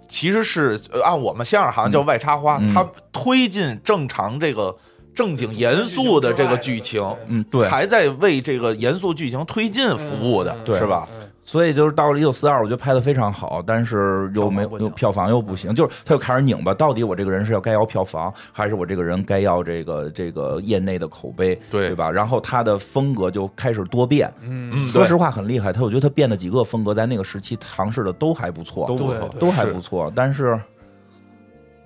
S1: 其实是呃按我们相声行叫外插花，
S3: 嗯
S1: 他推进正常这个正经严肃的这个剧情，
S3: 嗯，对，
S1: 还在为这个严肃剧情推进服务的，
S3: 对
S1: 是吧？
S2: 嗯
S3: 所以就是到了一九四二，我觉得拍的非常好，但是又没
S2: 票房不
S3: 有
S2: 行
S3: 票房又不行，就是他又开始拧巴，到底我这个人是要该要票房，还是我这个人该要这个这个业内的口碑，
S1: 对
S3: 吧？然后他的风格就开始多变，
S1: 嗯，
S3: 说
S1: 对
S3: 实话很厉害，他我觉得他变的几个风格在那个时期尝试的都还不错，
S1: 都不
S2: 对
S1: 错
S2: 对
S3: 都还不错，但是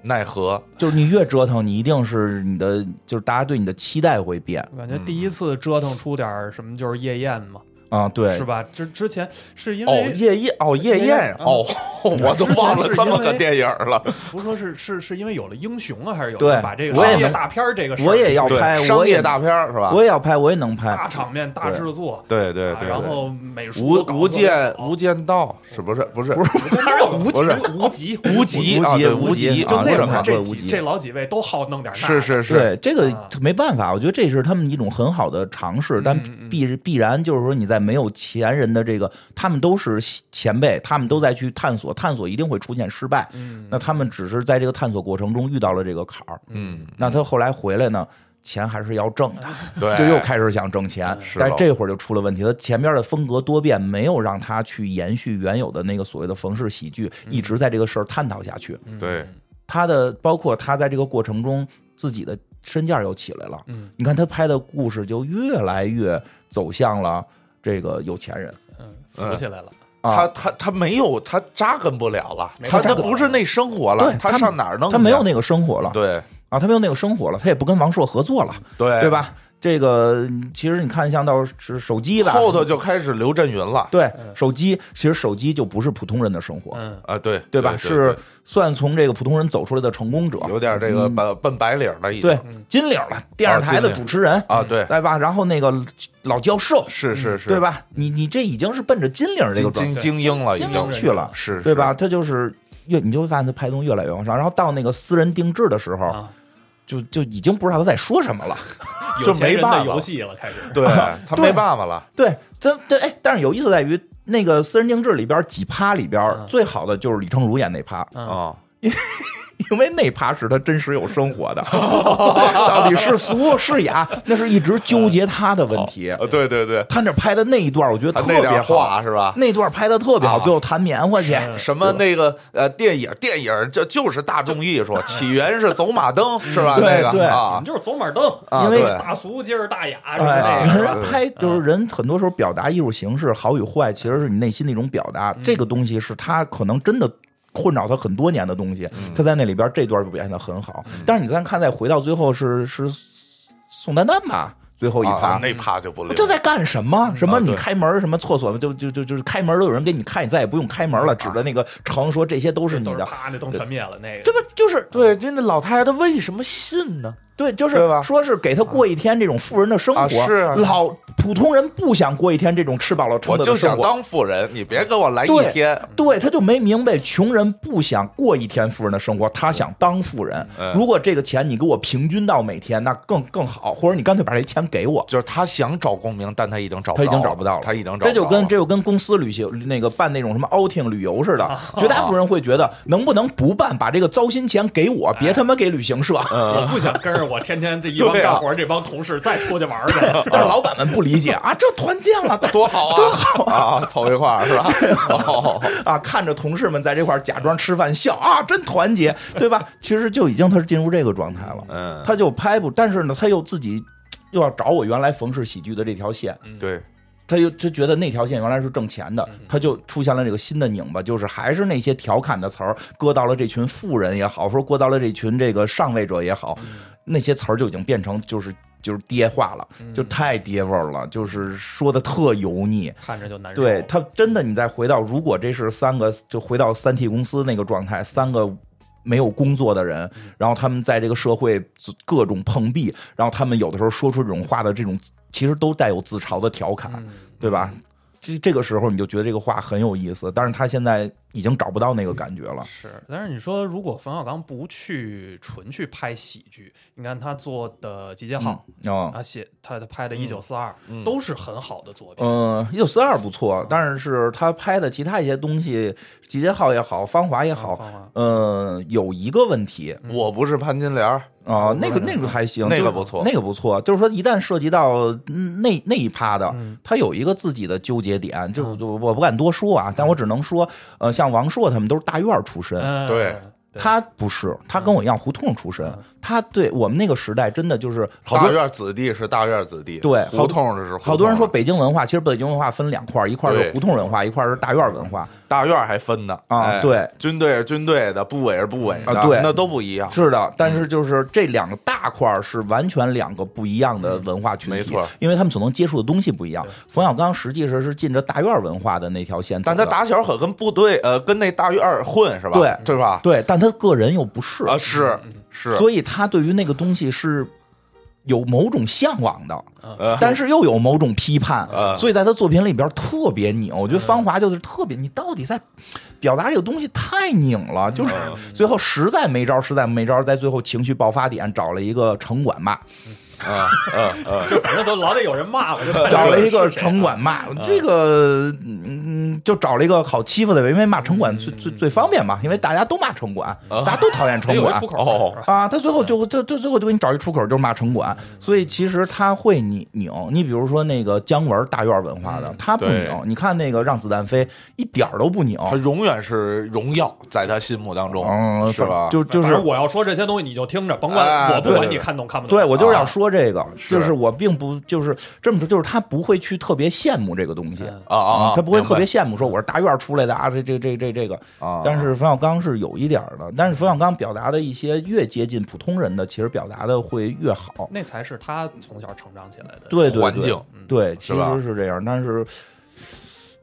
S1: 奈何
S3: 就是你越折腾，你一定是你的，就是大家对你的期待会变
S2: 我
S1: 嗯
S2: 感觉第一次折腾出点儿什么就是夜宴嘛，
S3: 啊，对
S2: 是，吧？之之前是因
S1: 哦
S2: 为
S1: 夜宴哦夜宴
S2: 嗯
S1: 哦，我都忘了
S2: 之前是
S1: 这
S2: 因为
S1: 么个电影了，
S2: 不是说是是是因为有了英雄啊，还是有
S3: 对
S2: 把这个
S3: 我也
S2: 商业
S3: 能
S2: 大片儿这个事儿
S3: 我也要
S1: 对
S3: 拍，
S1: 商
S3: 我也
S1: 业大片儿是吧
S3: 我？也要拍，我也能拍，
S2: 大场面、大制作，
S1: 对对
S2: 啊
S1: 对，
S2: 然
S1: 对
S2: 后美术
S1: 无
S2: 搞得
S1: 无间
S3: 啊
S2: 特别好
S1: 无间道是不是不是不是
S2: 哪有无
S1: 不是
S2: 极无极
S1: 无极
S3: 无
S1: 啊
S3: 极
S1: 对
S3: 无
S1: 无
S3: 极
S1: 极
S3: 啊
S2: 就
S1: 对
S2: 那
S3: 正
S2: 种
S3: 常
S2: 这
S3: 对无极
S2: 几这老几位都好弄点儿那
S1: 是是是，
S3: 对，这个
S2: 啊
S3: 没办法，我觉得这是他们一种很好的尝
S1: 嗯
S3: 试，
S2: 嗯
S3: 但必必然就是说你在没有前人的这个，他们都是前辈，他们都在去探索，探索一定会出现失败。
S2: 嗯
S3: 那他们只是在这个探索过程中遇到了这个坎儿。
S1: 嗯
S3: 那他后来回来呢，钱还是要挣的，
S1: 对，
S3: 就又开始想挣钱，
S1: 是
S3: 但
S1: 喽
S3: 这会儿就出了问题。他前边的风格多变，没有让他去延续原有的那个所谓的冯氏喜剧，
S1: 嗯
S3: 一直在这个事儿探讨下
S2: 嗯
S3: 去。
S1: 对
S3: 他的包括他在这个过程中自己的身价又起来了。
S2: 嗯，
S3: 你看他拍的故事就越来越走向了这个有钱人
S2: 嗯，浮起来了，
S1: 他
S3: 啊。
S1: 他他没有，他扎根不了了，
S2: 没
S1: 他
S2: 扎
S1: 他
S2: 根
S1: 不是那生活了
S3: 对，
S1: 上哪儿弄去？
S3: 他没有那个生活了，
S1: 对
S3: 啊，他没有那个生活了，他也不跟王朔合作了，
S1: 对
S3: 对？吧？这个嗯其实你看，像到是手机吧，
S1: 后头就开始刘震云了
S3: 对
S2: 嗯
S3: 手机，其实手机就不是普通人的生活，
S2: 嗯，
S1: 啊，对
S3: 对吧？
S1: 对
S3: 是算从这个普通人走出来的成功者，
S1: 有点这个奔奔白领了，已经
S3: 嗯对
S2: 嗯
S3: 金领了，电
S1: 哦
S3: 视台的主持人，
S1: 啊，对，
S3: 对吧？然后那个老教授，
S1: 是是是，
S3: 嗯对？吧？你你这已经是奔着金领这个
S1: 精
S3: 状态
S1: 精精英了，已
S3: 精
S1: 经
S3: 英去了，
S1: 是，
S3: 对吧？？他就是越你就会发现他排动越来越往上，然后到那个私人定制的时候，
S2: 啊
S3: 就就已经不知道他在说什么了。
S1: 哦就
S2: 有钱
S1: 没
S2: 人
S1: 办法
S2: 的
S1: 了
S2: 游戏了，开始。
S1: 对他
S3: 对
S1: 没办法了，
S3: 对，这这哎，但是有意思在于那个私人定制里边几趴里边、
S2: 嗯
S3: 最好的就是李成儒演那趴，
S2: 嗯
S1: 啊，
S3: 因为那趴是他真实有生活的，到底是俗是雅，那是一直纠结他的问题。
S1: 啊对对对，
S3: 他那拍的那一段，我觉得
S1: 他
S3: 嗯
S1: 啊
S3: 特
S1: 那
S3: 别
S1: 点
S3: 好，
S1: 话是吧？
S3: 那段拍的特别好，
S1: 啊
S3: 最后弹棉花去。
S2: 嗯
S1: 什么那个呃电影电影就就是大众艺术，起源是走马 灯是吧？
S3: 嗯对
S1: 那个
S3: 对
S2: 我
S1: 啊
S2: 们就是走马灯，
S1: 啊，
S3: 因为
S1: 对
S2: 大俗今儿大雅，是
S3: 哎，
S2: 那个
S1: 啊
S3: 人拍就是人，很多时候表达艺术形式好与坏，其实是你内心的一种表达。这个东西是他可能真的困扰他很多年的东西，他在那里边这段就表现的很好。但是你再看，再回到最后是是宋丹丹吧，最后一
S1: 啊
S3: 趴。
S1: 那趴就不灵，
S3: 这在干什么？什么
S1: 啊对
S3: 你开门，什么厕所，就就就就是开门都有人给你看，你再也不用开门了。指着那个城说这些都是
S2: 是
S3: 你
S2: 都
S1: 啊
S2: 是
S3: 的，
S2: 啪，那灯全灭了，那
S3: 这
S2: 个
S3: 不就是
S1: 对，这那老太太为什么信呢？
S3: 对，就是
S1: 对吧
S3: 说是给他过一天这种富人的生活，
S1: 啊是啊
S3: 老普通人不想过一天这种吃饱了撑
S1: 我
S3: 的
S1: 就
S3: 生
S1: 想
S3: 活。
S1: 当富人，你别给我来一
S3: 对
S1: 天。
S3: 对，他就没明白，穷人不想过一天富人的生活，他想当富人。
S1: 嗯
S3: 如果这个钱你给我平均到每天，那更更好，或者你干脆把这钱给我。
S1: 就是他想找共鸣，但他已经找不
S3: 他已经
S1: 着
S3: 找不到了，
S1: 他已经找
S3: 这
S1: 不到
S3: 就
S1: 了。
S3: 跟这就跟公司旅行那个办那种什么 outing 旅游似的，
S1: 啊
S3: 绝大部分人会觉得能不能不办，把这个糟心钱给我，
S1: 哎
S3: 别他妈给旅行社。
S1: 嗯
S2: 我不想跟着我天天这一帮
S1: 对啊
S2: 干活这帮同事再出去玩儿去。
S3: 但是老板们不理解啊，这团建了，大
S1: 多好啊，多好啊，凑一块儿是 吧？哦，
S3: 啊，看着同事们在这块儿假装吃饭笑啊，真团结，对吧？其实就已经他是进入这个状态了，
S1: 嗯，
S3: 他就拍不，但是呢，他又自己又要找我原来冯氏喜剧的这条线，
S1: 对，
S3: 他又就觉得那条线原来是挣钱的，他就出现了这个新的拧巴，就是还是那些调侃的词儿，搁到了这群富人也好，说搁到了这群这个上位者也
S2: 嗯
S3: 好，那些词儿就已经变成就是就是爹话了，
S2: 嗯
S3: 就太爹味儿了，就是说的特油腻，
S2: 看着就难受。
S3: 对他真的，你再回到，如果这是三个，就回到三 T 公司那个状态，三个没有工作的人，然后他们在这个社会各种碰壁，然后他们有的时候说出这种话的这种，其实都带有自嘲的调侃，
S2: 嗯
S3: 对吧？这这个时候你就觉得这个话很有意思，但是他现在已经找不到那个感觉了。
S2: 是，但是你说，如果冯小刚不去纯去拍喜剧，你看他做的《集结号》
S3: 嗯
S2: 他写他他拍的《一九四二》，都是很好的作品。啊
S3: 嗯，一九四二不错，但是他拍的其他一些东西，《集结号》也好，《芳华》也
S1: 嗯
S2: 好，
S3: 好，
S2: 方华
S3: 呃，有一个问题，
S1: 我不是潘金莲儿，
S3: 啊、那个那个还行，
S1: 嗯那个
S3: 就是
S1: 不错
S3: 那个不错。就是说，一旦涉及到嗯那那一趴的，
S1: 嗯
S3: 他有一个自己的纠结点，就就我不敢多说啊，但我只能说，呃，像王朔他们都是大院儿出身，
S2: 嗯
S1: 对
S2: 对
S3: 他不是，他跟我一样胡同出身，他对我们那个时代真的就是好
S1: 大
S3: 多
S1: 院子弟是大院子弟，
S3: 对好
S1: 胡同的是胡同
S3: 好多人说北京文化，其实北京文化分两块儿，一块儿是
S1: 对
S3: 胡同文化，一块儿是大院儿文化。
S1: 大院还分呢
S3: 啊
S1: 哎
S3: 对
S1: 军队是军队的，部委是部委的，
S3: 啊对
S1: 那都不一样。
S3: 是的，
S1: 嗯
S3: 但是就是这两个大块儿是完全两个不一样的文化群
S1: 嗯
S3: 体，
S1: 没错
S3: 因为他们所能接触的东西不一样。冯小刚实际上是进着大院文化的那条线走
S1: 但
S3: 的，
S1: 他打小可跟部队呃跟那大院儿混是吧？
S3: 对
S1: 对吧？
S3: 对，但他个人又不是，
S1: 啊是是，
S3: 所以他对于那个东西是有某种向往的，
S1: 呃
S3: 但是又有某种批判，
S2: 啊
S1: 嗯
S3: 所以在他作品里边特别拧。我觉得《芳华》就是特别，你到底在表达这个东西太拧了，就是
S2: 嗯
S3: 最后实在没招，实在没招，在最后情绪爆发点找了一个城管骂，
S1: 啊嗯嗯，
S2: 就反正都老得有人骂 我，就看
S3: 找了
S2: 哎这
S3: 一个
S2: 人是谁啊
S3: 城管骂这个，嗯，就找了一个好欺负的，因为骂城管最最最方便嘛，因为大家都骂城管，
S2: 嗯
S3: 大家都讨厌
S2: 得啊
S3: 城
S2: 有一
S3: 管
S2: 出。口
S1: 哦
S2: 是吧
S3: 啊，他最后就就就最后就给你找一出口，就是骂城管，
S1: 嗯
S3: 所以其实他会拧拧。你比如说那个姜文大院文化的，他
S1: 嗯
S3: 不
S1: 对
S3: 拧。你看那个《让子弹飞》，一点儿都不拧。
S1: 他永远是荣耀，在他心目当中
S3: 嗯，
S1: 是吧？
S3: 就就
S2: 反
S3: 是
S2: 正我要说这些东西，你就听着，甭
S1: 哎
S2: 管我不
S1: 对
S2: 管
S1: 对
S2: 你
S1: 对
S2: 看懂看不懂。
S3: 对我就是要
S1: 啊
S3: 说，说这个，
S1: 是
S3: 就是我并不就是这么说，就是他不会去特别羡慕这个东西。
S2: 嗯
S1: 啊啊
S3: 啊
S1: 啊，
S3: 他不会
S1: 明
S3: 特
S1: 白
S3: 别羡慕，说我是大院出来的啊，这这这这这个。
S1: 啊，
S3: 但是冯小刚是有一点儿的，但是冯小刚表达的一些越接近普通人的，其实表达的会越好。
S2: 那才是他从小成长起来的。
S3: 对对对
S1: 环境
S3: 对，其
S1: 嗯是吧
S3: 实是这样，但是，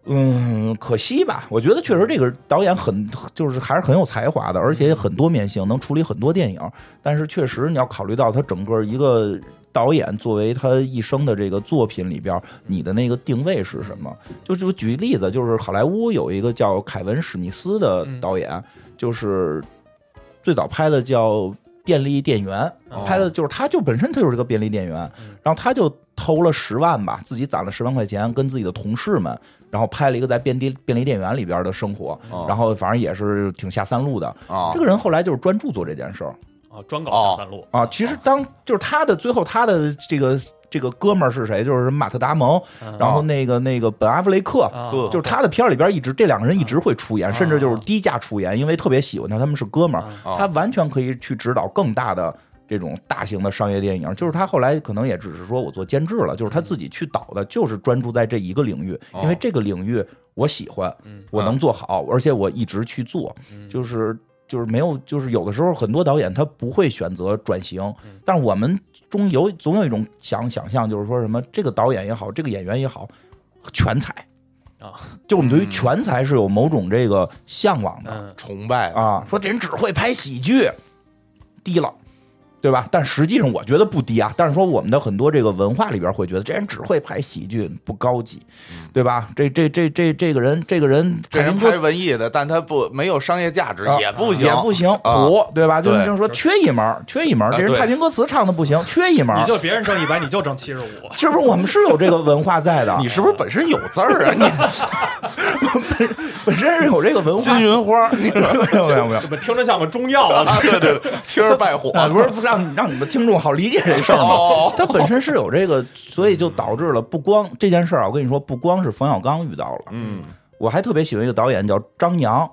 S3: 嗯，可惜吧。我觉得确实这个导演很，就是还是很有才华的，而且也很多面性，能处理很多电影。但是确实你要考虑到他整个一个导演作为他一生的这个作品里边，你的那个定位是什么？就就举例子，就是好莱坞有一个叫凯文史密斯的
S1: 嗯
S3: 导演，就是最早拍的叫《便利店员》，
S2: 哦
S3: 拍的就是他就本身他就是一个便利店员，
S2: 嗯
S3: 然后他就投了十万吧，自己攒了十万块钱，跟自己的同事们，然后拍了一个在便利便利店员里边的生活，
S1: 哦
S3: 然后反正也是挺下三路的。
S1: 啊，
S2: 哦
S3: 这个人后来就是专注做这件事儿
S2: 啊，专搞下三路
S3: 啊。其实当就是他的最后他的这个这个哥们儿是谁？就是马特·达蒙，
S2: 嗯
S3: 然后那个那个本·阿弗雷克，
S2: 啊
S1: 就
S3: 就是他的片儿里边一直这两个人一直会出演，
S2: 啊
S3: 甚至就是低价出演，因为特别喜欢他，他们是哥们儿，
S2: 啊
S1: 啊
S3: 他完全可以去指导更大的。这种大型的商业电影，就是他后来可能也只是说我做监制了，就是他自己去导的，就是专注在这一个领域，
S1: 哦
S3: 因为这个领域我喜欢
S2: 嗯，
S3: 我能做好，而且我一直去做，就是就是没有，就是有的时候很多导演他不会选择转型，
S2: 嗯
S3: 但是我们中有总有一种想想象，就是说什么这个导演也好，这个演员也好，全才
S2: 啊，
S3: 就我们对于全才是有某种这个向往的、
S2: 嗯
S1: 崇拜
S3: 啊，说这人只会拍喜剧，低了。对吧？但实际上我觉得不低啊。但是说我们的很多这个文化里边会觉得这人只会拍喜剧，不高级，对吧？这这这这这个人，这个人，
S1: 嗯这人
S3: 凯文科
S1: 拍
S3: 斯
S1: 文艺的，但他不没有商业价值
S3: 啊
S1: 也不行，
S3: 也不行，
S1: 啊
S3: 苦，对吧？就是
S1: 对
S3: 就是说缺一门儿，缺一门儿。
S1: 啊
S3: 这人
S1: 对
S3: 太平歌词唱的不行，缺一门儿
S2: 你。就别人挣一百，你就挣七十五。
S3: 是不是我们是有这个文化在 的？
S1: 你是不是本身有字儿 啊？你
S3: 本身是有这个文化
S1: 金，云花，你
S3: 没有没有没有
S2: 怎么听着像个中药啊？
S1: 啊，对对对，听着败火，
S3: 啊，不是不让让你们听众好理解这事儿吗
S1: 哦？
S3: 它本身是有这个，所以就导致了不光这件事儿啊，我跟你说，不光是冯小刚遇到了，
S1: 嗯，
S3: 我还特别喜欢一个导演叫张扬，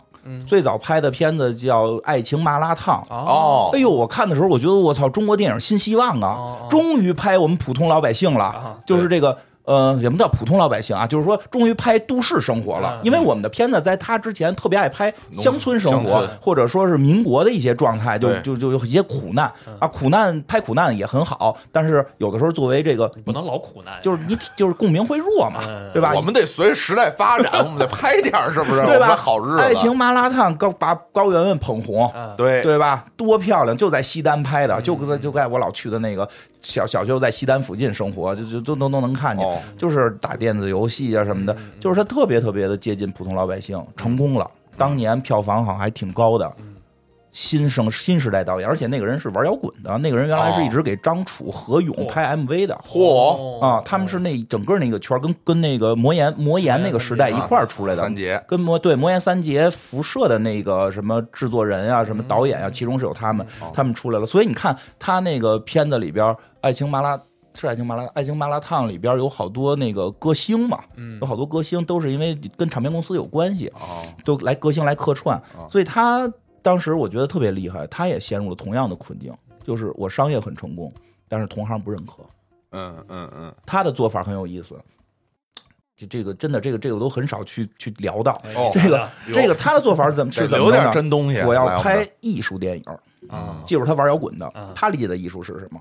S3: 最早拍的片子叫《爱情麻辣烫》
S2: 啊
S1: 哦
S3: 哎，呦，我看的时候，我觉得我操，中国电影新希望
S2: 哦
S3: 啊
S2: 哦，
S3: 终于拍我们普通老百姓了
S2: 啊，
S3: 就是这个。呃，也不叫普通老百姓啊，就是说，终于拍都市生活了。
S2: 嗯
S3: 因为我们的片子在他之前特别爱拍
S1: 农
S3: 乡村生
S1: 乡
S3: 活
S1: 村，
S3: 或者说是民国的一些状态，就
S1: 对
S3: 就就就一些苦难啊，苦难拍苦难也很好，但是有的时候作为这个，
S2: 不能老苦难呀，
S3: 就是你就是共鸣会弱嘛，
S2: 嗯
S3: 对吧？
S1: 我们得随着时代发展，我们得拍点儿，是不是？
S3: 对
S1: 我们
S3: 吧？
S1: 的好日子，
S3: 爱情麻辣烫高把高圆圆捧红，
S2: 嗯
S1: 对
S3: 对吧？多漂亮！就在西单拍
S1: 嗯
S3: 的，就在就在我老去的那个小小就在西单附近生活，就就都都都能看见，
S1: 哦嗯
S3: 就是打电子游戏啊什么的，就是他特别特别的接近普通老百姓，成功了。
S1: 嗯
S3: 当年票房好像还挺高的，新生新时代导演，而且那个人是玩摇滚的，那个人原来是一直给张楚、何勇拍 MV 的。
S1: 哦嚯
S2: 哦
S3: 啊，他们是那整个那个圈儿跟跟那个魔岩魔岩那个时代一块儿出来的，
S1: 啊三杰
S3: 跟魔对魔岩三杰辐射的那个什么制作人啊，什么导演啊，其中是有他们，他们出来了。所以你看他那个片子里边儿，《爱情麻辣》是《爱情麻辣》《爱情麻辣烫》里边儿有好多那个歌星嘛，有好多歌星都是因为跟唱片公司有关系，
S1: 哦，
S3: 都来歌星来客串，所以他当时我觉得特别厉害，他也陷入了同样的困境，就是我商业很成功，但是同行不认可。
S1: 嗯嗯嗯，
S3: 他的做法很有意思。这这个真的，这个这个我都很少去去聊到。
S2: 哎
S1: 哦
S3: 这个
S2: 有
S3: 这个他的做法是怎么
S1: 得
S3: 是怎
S1: 留
S3: 么
S1: 点
S3: 着呢？
S1: 真东西。
S3: 我
S1: 来
S3: 要
S1: 们
S3: 拍艺术电影，
S2: 啊
S3: 记住他玩摇滚的
S2: 啊，
S3: 他理解的艺术是什么？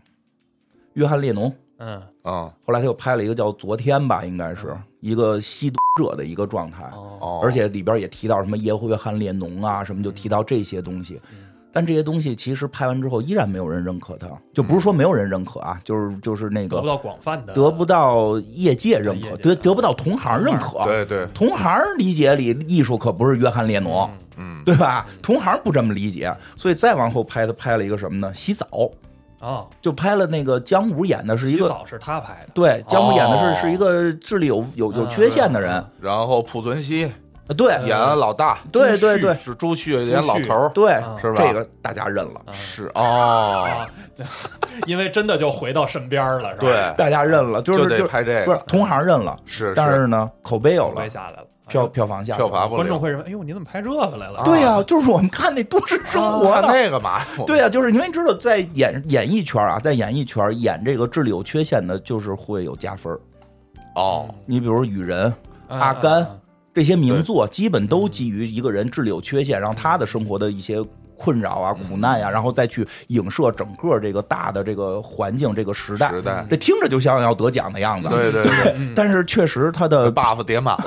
S3: 约翰列侬，
S2: 嗯
S1: 嗯
S3: 后来他又拍了一个叫《昨天》吧，应该是一个吸毒者的一个状态，
S2: 哦
S1: 哦，
S3: 而且里边也提到什么耶和约翰列侬啊，什么就提到这些东西。
S2: 嗯
S3: 但这些东西其实拍完之后依然没有人认可他，就不是说没有人认可啊，就是就是那个
S2: 得不到广泛的
S3: 得不到业界认可，
S2: 业界
S3: 得得不到同行认可。啊
S1: 对对
S3: 同行理解里，艺术可不是约翰列侬，
S1: 嗯
S3: 对吧？同行不这么理解，所以再往后拍，他拍了一个什么呢？洗澡，
S2: 啊，
S3: 就拍了那个姜武演的是一
S2: 洗
S3: 个，
S2: 澡是他拍的，
S3: 对，姜武演的是、
S1: 哦
S3: 是一个智力有有有缺陷的人，
S2: 嗯
S1: 然后濮存昕
S3: 呃对
S1: 演了老大，
S3: 对
S1: 朱
S3: 对
S1: 旭
S3: 对
S1: 是朱旭演老头儿，
S3: 对，
S2: 嗯
S1: 是吧
S3: 这个大家认了，
S1: 是哦，
S2: 啊， 这因为真的就回到身边了，是吧？
S1: 对，
S3: 大家认了，就是
S1: 就得
S3: 就
S1: 拍这个
S3: 不是同行认了，
S1: 是
S3: 但是呢，口碑有
S2: 回
S3: 了，
S2: 下来了，啊
S3: 票票房下去
S1: 票
S3: 了
S1: 房不了
S2: 观众会认为，哎呦，你怎么拍这个来了？啊
S3: 对呀、就是我们看那都市生活
S1: 哦看
S3: 呢。
S1: 那个 嘛，
S3: 对呀、就是因为知道在演演艺圈啊，在演艺圈演这个智力有缺陷的，就是会有加分儿。
S1: 哦，
S3: 你比如《雨人》
S2: 嗯
S3: 阿甘，
S2: 嗯
S3: 这些名作，基本都
S1: 嗯
S3: 基于一个人智力有缺陷，让他的生活的一些困扰啊、苦难呀、
S1: 嗯
S3: 然后再去影射整个这个大的这个环境、这个时代。嗯
S1: 时代
S3: 这听着就像要得奖的样子。
S1: 对对对
S3: 但是确实他的
S1: ，buff 叠满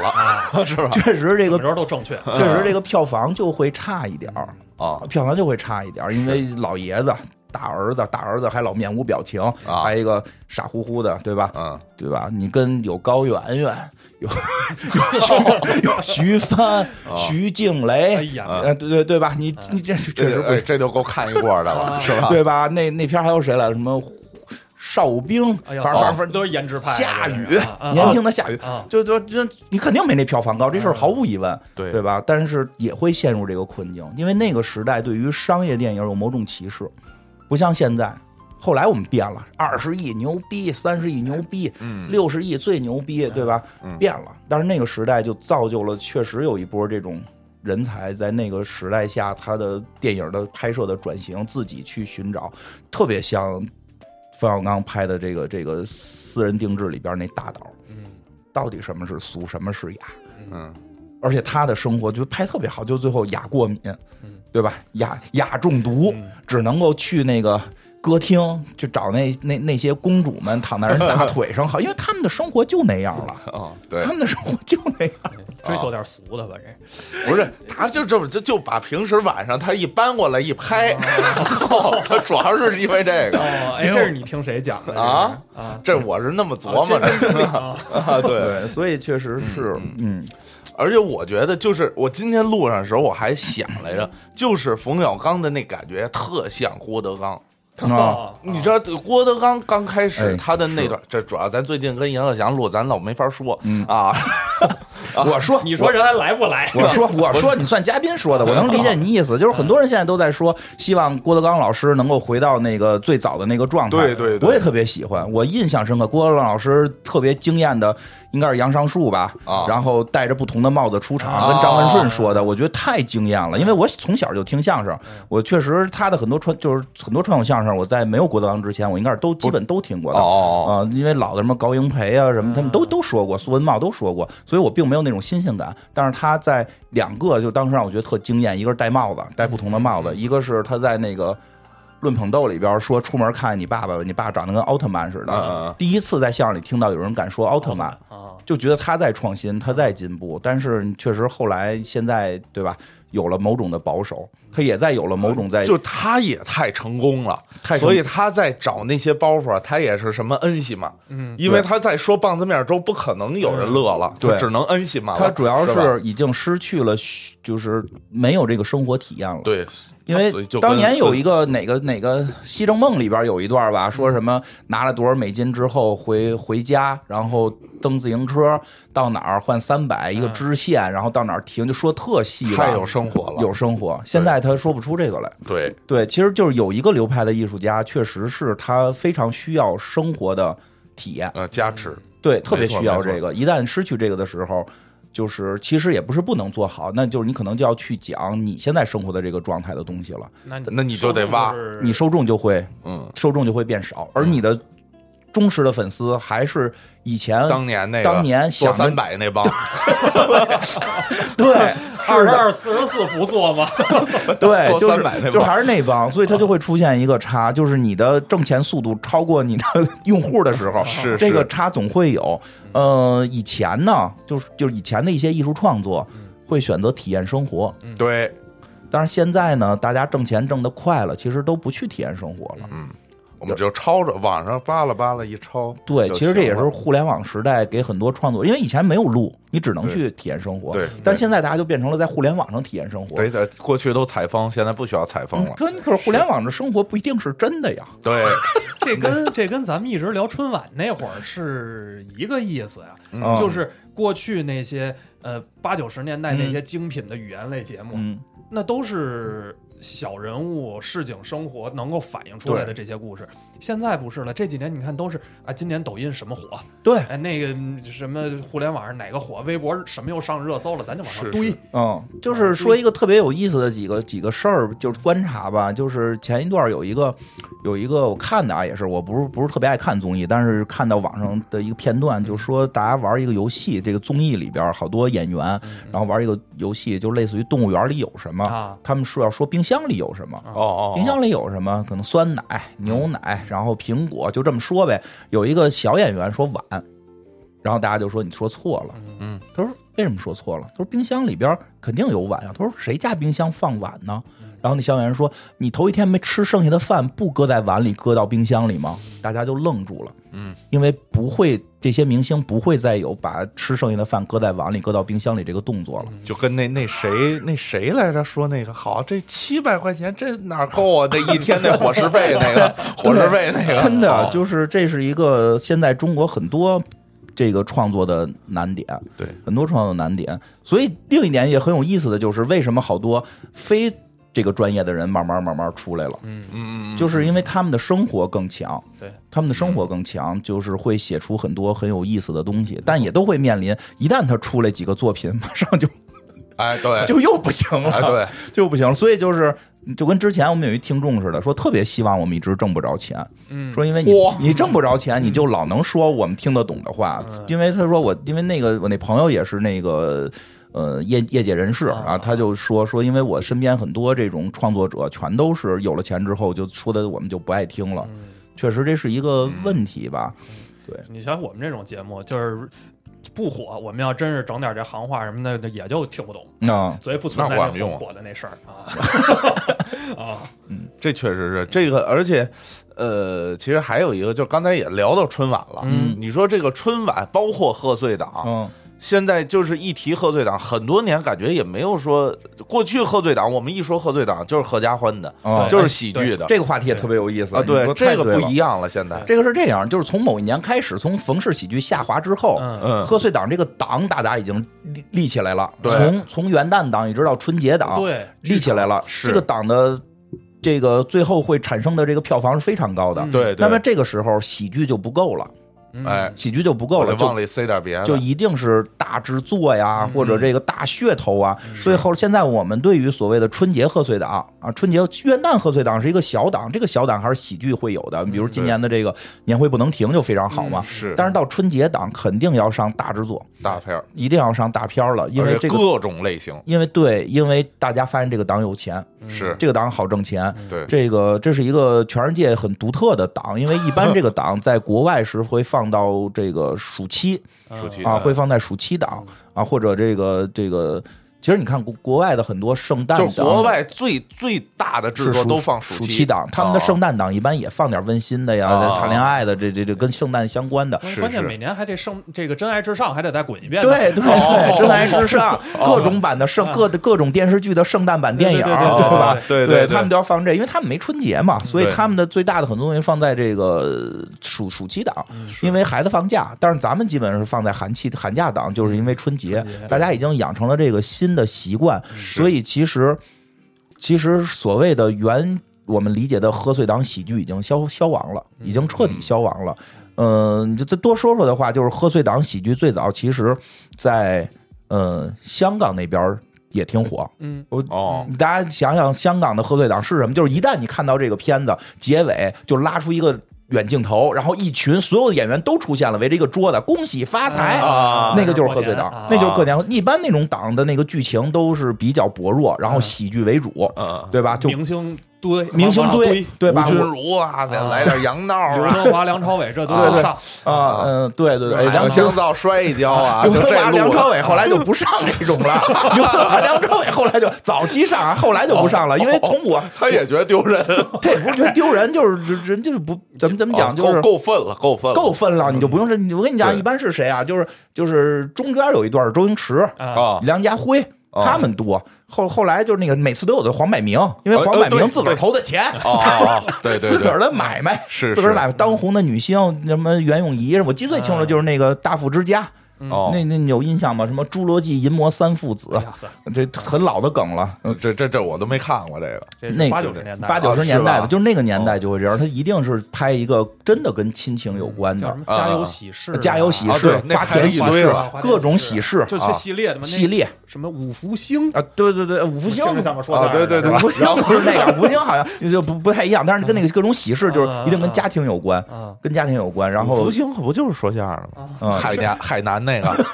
S3: 嗯
S1: 了，是吧？
S3: 确实
S2: 怎
S3: 这个
S2: 么着都正确。
S3: 确实这个票房就会差一点儿，啊
S1: 哦，
S3: 票房就会差一点儿，因为老爷子。大儿子，大儿子还老面无表情，
S1: 啊
S3: 还一个傻乎乎的，对吧？
S1: 嗯，
S3: 对吧？你跟有高圆圆，有有徐有徐帆、徐静蕾，
S2: 哎呀
S3: 呃，对对对吧？你你这确实
S1: 这
S3: 不啊
S1: 哎这就够看一过的了，是吧？
S3: 对吧？那那片儿还有谁来了？什么哨兵？
S2: 哎呀，
S3: 反正反正
S2: 哦都是颜值派啊。
S3: 下
S2: 这是
S3: 雨
S2: 啊啊，
S3: 年轻的下雨
S2: 啊，
S3: 就就就你肯定没那票房高，这事儿毫无疑问，
S1: 对
S3: 对吧？但是也会陷入这个困境，因为那个时代对于商业电影有某种歧视，不像现在。后来我们变了，二十亿牛逼，三十亿牛逼，
S1: 嗯
S3: 六十亿最牛逼，对吧？变了，但是那个时代就造就了，确实有一波这种人才在那个时代下，他的电影的拍摄的转型，自己去寻找，特别像冯小刚拍的这个这个私人定制里边那大岛，到底什么是俗，什么是雅？
S1: 嗯，
S3: 而且他的生活就拍特别好，就最后雅过敏，
S1: 嗯
S3: 对吧？雅雅中毒，只能够去那个歌厅去找那那那些公主们躺在人大腿上好，因为他们的生活就那样了，
S1: 哦，对
S3: 他，们的生活就那样。
S2: 追求点俗的吧，这
S1: 不是，他就这么就就把平时晚上他一搬过来一拍，然后 他主要是因为这个，
S2: 哦，哎，
S3: 挺有
S2: 这是你听谁讲的这是
S1: 啊
S2: 啊？
S1: 这我是那么琢磨的
S2: 啊，
S1: 啊，对。
S3: 对，所以确实是，嗯，
S1: 而且我觉得，就是我今天路上的时候，我还想来着，就是冯小刚的那感觉特像郭德纲。
S3: 啊，
S2: 哦
S1: 你知道郭德纲刚开始
S3: 哎
S1: 他的那段，这主要咱最近跟阎鹤祥录，咱老没法说
S3: 嗯
S1: 啊。
S3: 我说
S2: 你说人还来不来？
S3: 我说，我说，你算嘉宾说的，我能理解你意思。就是很多人现在都在说，希望郭德纲老师能够回到那个最早的那个状态。
S1: 对对对
S3: 我也特别喜欢。我印象深刻，郭德纲老师特别惊艳的，应该是杨尚树吧？
S1: 啊
S3: 然后戴着不同的帽子出场，
S1: 啊
S3: 跟张文顺说的，我觉得太惊艳了。因为我从小就听相声，我确实他的很多传就是很多传统相声，我在没有郭德纲之前，我应该是都基本都听过的。
S1: 哦，嗯
S3: 啊、因为老的什么高英培啊，什么他们都都说过，苏文茂都说过，所以我并没有那种新鲜感。但是他在两个就当时让我觉得特惊艳，一个是戴帽子，戴不同的帽
S1: 嗯
S3: 子，一个是他在那个。论捧逗里边说，出门看见你爸爸，你爸长得跟奥特曼似的。
S1: 嗯哦嗯
S3: 第一次在相声里听到有人敢说奥特曼，
S2: 啊，
S3: 就觉得他在创新，他在进步。但是确实后来现在对吧，有了某种的保守，他也在有了某种在
S1: 就他也太成功了，
S3: 哎太成
S1: 所以他在找那些包袱，啊他也是什么恩西嘛，嗯，因为他在说棒子面粥，不可能有人乐了，
S3: 嗯对
S1: 就只能恩西嘛了。
S3: 他主要
S1: 吧
S3: 是已经失去了，就是没有这个生活体验了。
S1: 对，
S3: 因为
S1: 啊所以就嗯跟
S3: 当年有一个哪个哪个《西征梦》里边有一段吧，说什么拿了多少美金之后回回家，然后蹬自行车到哪儿换三百一个支线，然后到哪儿停，就说特细
S1: 嗯
S3: 了，
S1: 太有生活了，
S3: 有生活。现在他说不出这个来。
S1: 对
S3: 对，其实就是有一个流派的艺术家，确实是他非常需要生活的体验，
S1: 呃加持，
S3: 对，特别
S1: 没错
S3: 需要
S1: 没错
S3: 这个。一旦失去这个的时候，就是其实也不是不能做好，那就是你可能就要去讲你现在生活的这个状态的东西了。
S2: 那
S1: 那你就得挖
S2: 是
S3: 你受众就会
S1: 嗯，
S3: 受众就会变少，而你的忠实的粉丝还是以前
S1: 当年那个
S3: 嗯当年想
S1: 做
S3: 着
S1: 三百那帮，
S3: 对
S2: 二
S3: 是
S2: 十
S3: 的
S2: 二四十四不做吗？
S3: 对
S1: 做
S3: 就是
S1: 300那帮
S3: 就还是那帮，所以
S1: 嗯
S3: 它就会出现一个差，就是你的挣钱速度超过你的 用户的时候，
S1: 是
S3: 这个
S1: 是嗯
S3: 差总会有。呃，以前呢，就是就是以前的一些艺术创作
S1: 嗯
S3: 会选择体验生活，
S1: 对，
S3: 但是现在呢，大家挣钱挣得快了，其实都不去体验生活了。
S1: 我们就抄着网上扒拉扒拉一抄，
S3: 对，
S1: 就
S3: 其实这也
S1: 行
S3: 是
S1: 了
S3: 互联网时代给很多创作，因为以前没有路，你只能
S1: 对
S3: 去体验生活。
S1: 对
S3: 但
S1: 对
S3: 现在大家就变成了在互联网上体验生活。
S1: 对对，过去都采风，现在不需要采风了，
S3: 可可是互联网的生活不一定是真的呀。
S1: 对，
S3: 哦
S2: 这跟这跟咱们一直聊春晚那会儿是一个意思呀、
S3: 嗯
S2: 就是过去那些呃八九十年代那些精品的语言类节目，
S3: 嗯，
S2: 那都是小人物市井生活能够反映出来的这些故事。现在不是了，这几年你看都是啊，今年抖音什么火，
S3: 对，
S2: 哎，那个嗯什么互联网上哪个火，微博什么又上热搜了，咱就往上
S1: 是啊
S2: 堆。
S1: 是
S3: 嗯，就是说一个特别有意思的几个几个事儿，就是观察吧。就是前一段有一个有一个我看的啊，也是我不是不是特别爱看综艺，但是看到网上的一个片段，
S1: 嗯
S3: 就说大家玩一个游戏，这个综艺里边好多演员，
S1: 啊
S3: 然后玩一个游戏，就类似于动物园里有什么，
S2: 嗯啊
S3: 他们说要说冰箱里有什么。
S1: 哦哦，
S3: 冰箱里有什么？可能酸奶、牛奶，然后苹果，就这么说呗。有一个小演员说碗，然后大家就说你说错了。
S1: 嗯，
S3: 他说为什么说错了？他说冰箱里边肯定有碗啊。他说谁家冰箱放碗呢？
S1: 嗯
S3: 然后那小演员说你头一天没吃剩下的饭不搁在碗里，搁到冰箱里吗？大家就愣住了。
S1: 嗯，
S3: 因为不会这些明星不会再有把吃剩下的饭搁在碗里、搁到冰箱里这个动作了。
S1: 就跟那那谁那谁来着说那个好，这七百块钱这哪够啊？这一天那伙食费那 个伙食费那个
S3: 真的
S1: 哦
S3: 就是这是一个现在中国很多这个创作的难点，
S1: 对
S3: 很多创作难点。所以另一点也很有意思的就是，为什么好多非这个专业的人慢慢慢慢出来了，
S1: 嗯嗯嗯，嗯
S3: 就是因为他们的生活更强，
S2: 对，
S3: 他们的生活更强，就是会写出很多很有意思的东西，但也都会面临一旦他出来几个作品，马上就
S1: 哎对
S3: 就又不行了，
S1: 哎对，
S3: 就不行。所以就是就跟之前我们有一听众似的，说特别希望我们一直挣不着钱，
S2: 嗯
S3: 说因为你
S1: 哇
S3: 你挣不着
S1: 嗯
S3: 钱，你就老能说我们听得懂的话，
S2: 嗯
S3: 因为他说我因为那个我那朋友也是那个。呃，业业界人士啊，
S2: 啊
S3: 他就说说，因为我身边很多这种创作者，全都是有了钱之后就说的我们就不爱听了，
S2: 嗯
S3: 确实这是一个问题吧。
S2: 你像我们这种节目，就是不火，我们要真是整点这行话什么的，也就听不懂，
S1: 嗯
S3: 那
S2: 所以不存在
S1: 那管
S2: 那
S1: 不用
S2: 种火的那事儿 啊啊！
S1: 这确实是这个，而且呃，其实还有一个，就刚才也聊到春晚了，
S2: 嗯
S1: 你说这个春晚包括贺岁档，
S3: 嗯，
S1: 现在就是一提贺岁档，很多年感觉也没有说过去贺岁档，我们一说贺岁档就是合家欢的，
S3: 哦
S1: 啊就是喜剧的
S3: 这个话题也特别有意思
S1: 啊，
S3: 你
S1: 对，
S3: 说
S1: 这
S3: 太
S1: 个
S3: 对
S1: 不
S3: 了
S1: 一样了，现在
S3: 这个是这样，就是从某一年开始，从冯氏喜剧下滑之后，
S2: 嗯
S1: 嗯
S3: 贺岁档这个档大家已经立立起来了，
S1: 对
S3: 从从元旦档一直到春节
S1: 嗯
S3: 档，
S2: 对，
S3: 立起来了。
S1: 是
S3: 这个档的这个最后会产生的这个票房是非常高的。
S2: 嗯
S1: 对对，
S3: 那么这个时候喜剧就不够了，
S2: 嗯
S1: 哎，
S3: 喜剧就不够
S1: 我
S3: 了，
S1: 得
S3: 就
S1: 往里塞点别的，
S3: 就一定是大制作
S1: 嗯
S3: 呀，或者这个大噱头啊。所以后现在我们对于所谓的春节贺岁档啊，春节元旦贺岁档是一个小档，这个小档还是喜剧会有的，比如今年的这个年会不能停就非常好嘛。
S1: 嗯是
S3: 但是到春节档肯定要上大制作，
S1: 大片儿，
S3: 一定要上大片儿了，因为
S1: 而且
S3: 这个。
S1: 各种类型
S3: 因为对，因为大家发现这个档有钱，
S1: 是
S3: 嗯这个档好挣钱，
S1: 对
S3: 这个这是一个全世界很独特的档，因为一般这个档在国外是会放到这个暑期，
S1: 暑期
S3: 啊，
S1: 的嗯
S3: 会放在暑期档啊，或者这个这个，其实你看国国外的很多圣诞
S1: 就
S3: 档，
S1: 是国外最最大的制
S3: 是
S1: 作
S3: 暑
S1: 都放
S3: 暑
S1: 期
S3: 档，他们的
S1: 啊
S3: 圣诞档一般也放点温馨的呀，
S1: 啊
S3: 谈恋爱的，这这这跟圣诞相关的。
S1: 是
S2: 嗯关键
S1: 是
S2: 每年还得上这个《真爱至上》，还得再滚一遍呢。哦
S3: 对对
S1: 哦
S3: 对，真爱至上，各种版的圣各各种电视剧的圣诞版电影，
S2: 嗯对对对对
S3: 对吧？
S1: 对对
S3: 哦
S1: 对
S3: 对他们都要放这，因为他们没春节嘛，所以
S1: 对
S3: 他们的最大的很多东西放在这个暑暑期档，因为孩子放假。但是咱们基本上是放在寒期寒假档，就是因为春节
S2: 春节，
S3: 大家已经养成了这个新的习惯，所以其实其实所谓的原我们理解的贺岁档喜剧已经消消亡了，已经彻底消亡了。嗯，这这多说说的话，就是贺岁档喜剧最早其实在呃香港那边儿也挺火，
S2: 嗯，
S1: 哦，
S3: 大家想想，香港的贺岁档是什么？就是一旦你看到这个片子结尾，就拉出一个远镜头，然后一群所有的演员都出现了，围着一个桌子，恭喜发财。
S1: 啊
S3: 那个就是贺岁档，
S2: 啊
S3: 那就是过年。一般那种档的那个剧情都是比较薄弱，然后喜剧为主，
S1: 嗯，
S3: 对吧？就
S2: 明星堆，
S3: 明星
S2: 往上
S3: 堆，对吧？
S1: 吴君
S3: 我
S1: 如啊，
S2: 啊
S1: 来点杨闹
S2: 刘
S1: 啊，
S2: 德华、梁朝伟这都要上，
S3: 啊，嗯，对对对，
S1: 哎
S3: 梁
S1: 两
S3: 朝
S1: 香皂摔一跤 啊，
S3: 刘
S1: 就
S3: 德
S1: 这
S3: 华、梁
S1: 路
S3: 朝伟后来就不上这种了， 刘德华、梁朝伟后来就早期上啊，后来就不上 了，因为从我
S1: 他也觉得丢 人，啊
S3: 这也不是觉得丢人，就是人人就是不怎么怎么讲，就是
S1: 哦够够分了，够分了，
S3: 够分了，你就不用是，我跟你讲，
S1: 对
S3: 一般是谁啊？就是就是中间有一段是周星驰、
S2: 啊，
S1: 啊！
S3: 梁家辉。
S1: 哦
S3: 他们多后后来就是那个每次都有的黄百鸣，因为黄
S1: 呃
S3: 百
S1: 呃对
S3: 鸣自个儿
S1: 对
S3: 投的钱，
S1: 哦哦，哦对对，对 嗯
S3: 自个儿的买卖
S1: 是
S3: 自个儿
S1: 是嗯
S3: 买卖当红的女星什么袁咏仪，我记得最清楚就是那个《大富之家》
S1: 哦，
S3: 那那你有印象吗？什么《侏罗纪银魔三父子
S2: 哎》呀呵
S3: 这很老的 梗了。
S1: 嗯这这这我都没看过这个，
S2: 这是
S3: 那
S2: 八
S3: 就
S2: 九十年代
S3: 八九
S1: 啊
S3: 十
S1: 是
S3: 年代
S1: 吧
S3: 的，就是那个年代就会这样，他一定是拍一个真的跟亲情有关
S2: 叫什
S3: 的
S2: 么《
S1: 啊
S2: 家有喜事》
S3: 家有喜
S1: 啊
S3: 事
S1: 对、那
S3: 花
S1: 拍了
S3: 田
S1: 一
S3: 喜
S1: 堆
S3: 事啊
S1: 了、
S3: 各种喜事
S2: 就
S1: 啊
S2: 这系列的嘛，那
S3: 系列
S2: 什么五福星
S3: 啊，对对对，五福星
S2: 我听着像个说
S1: 啊
S2: 相声
S1: 对对
S2: 的
S1: 对
S2: 是吧
S3: 五福星不是那样，五福星好像就不不太一样，但是跟那个各种喜事就是一定跟家庭有关，
S2: 啊
S3: 跟家庭有关。然
S1: 福
S3: 后
S1: 星不就是说相声吗？
S2: 啊
S3: 嗯，
S1: 海南海南 那个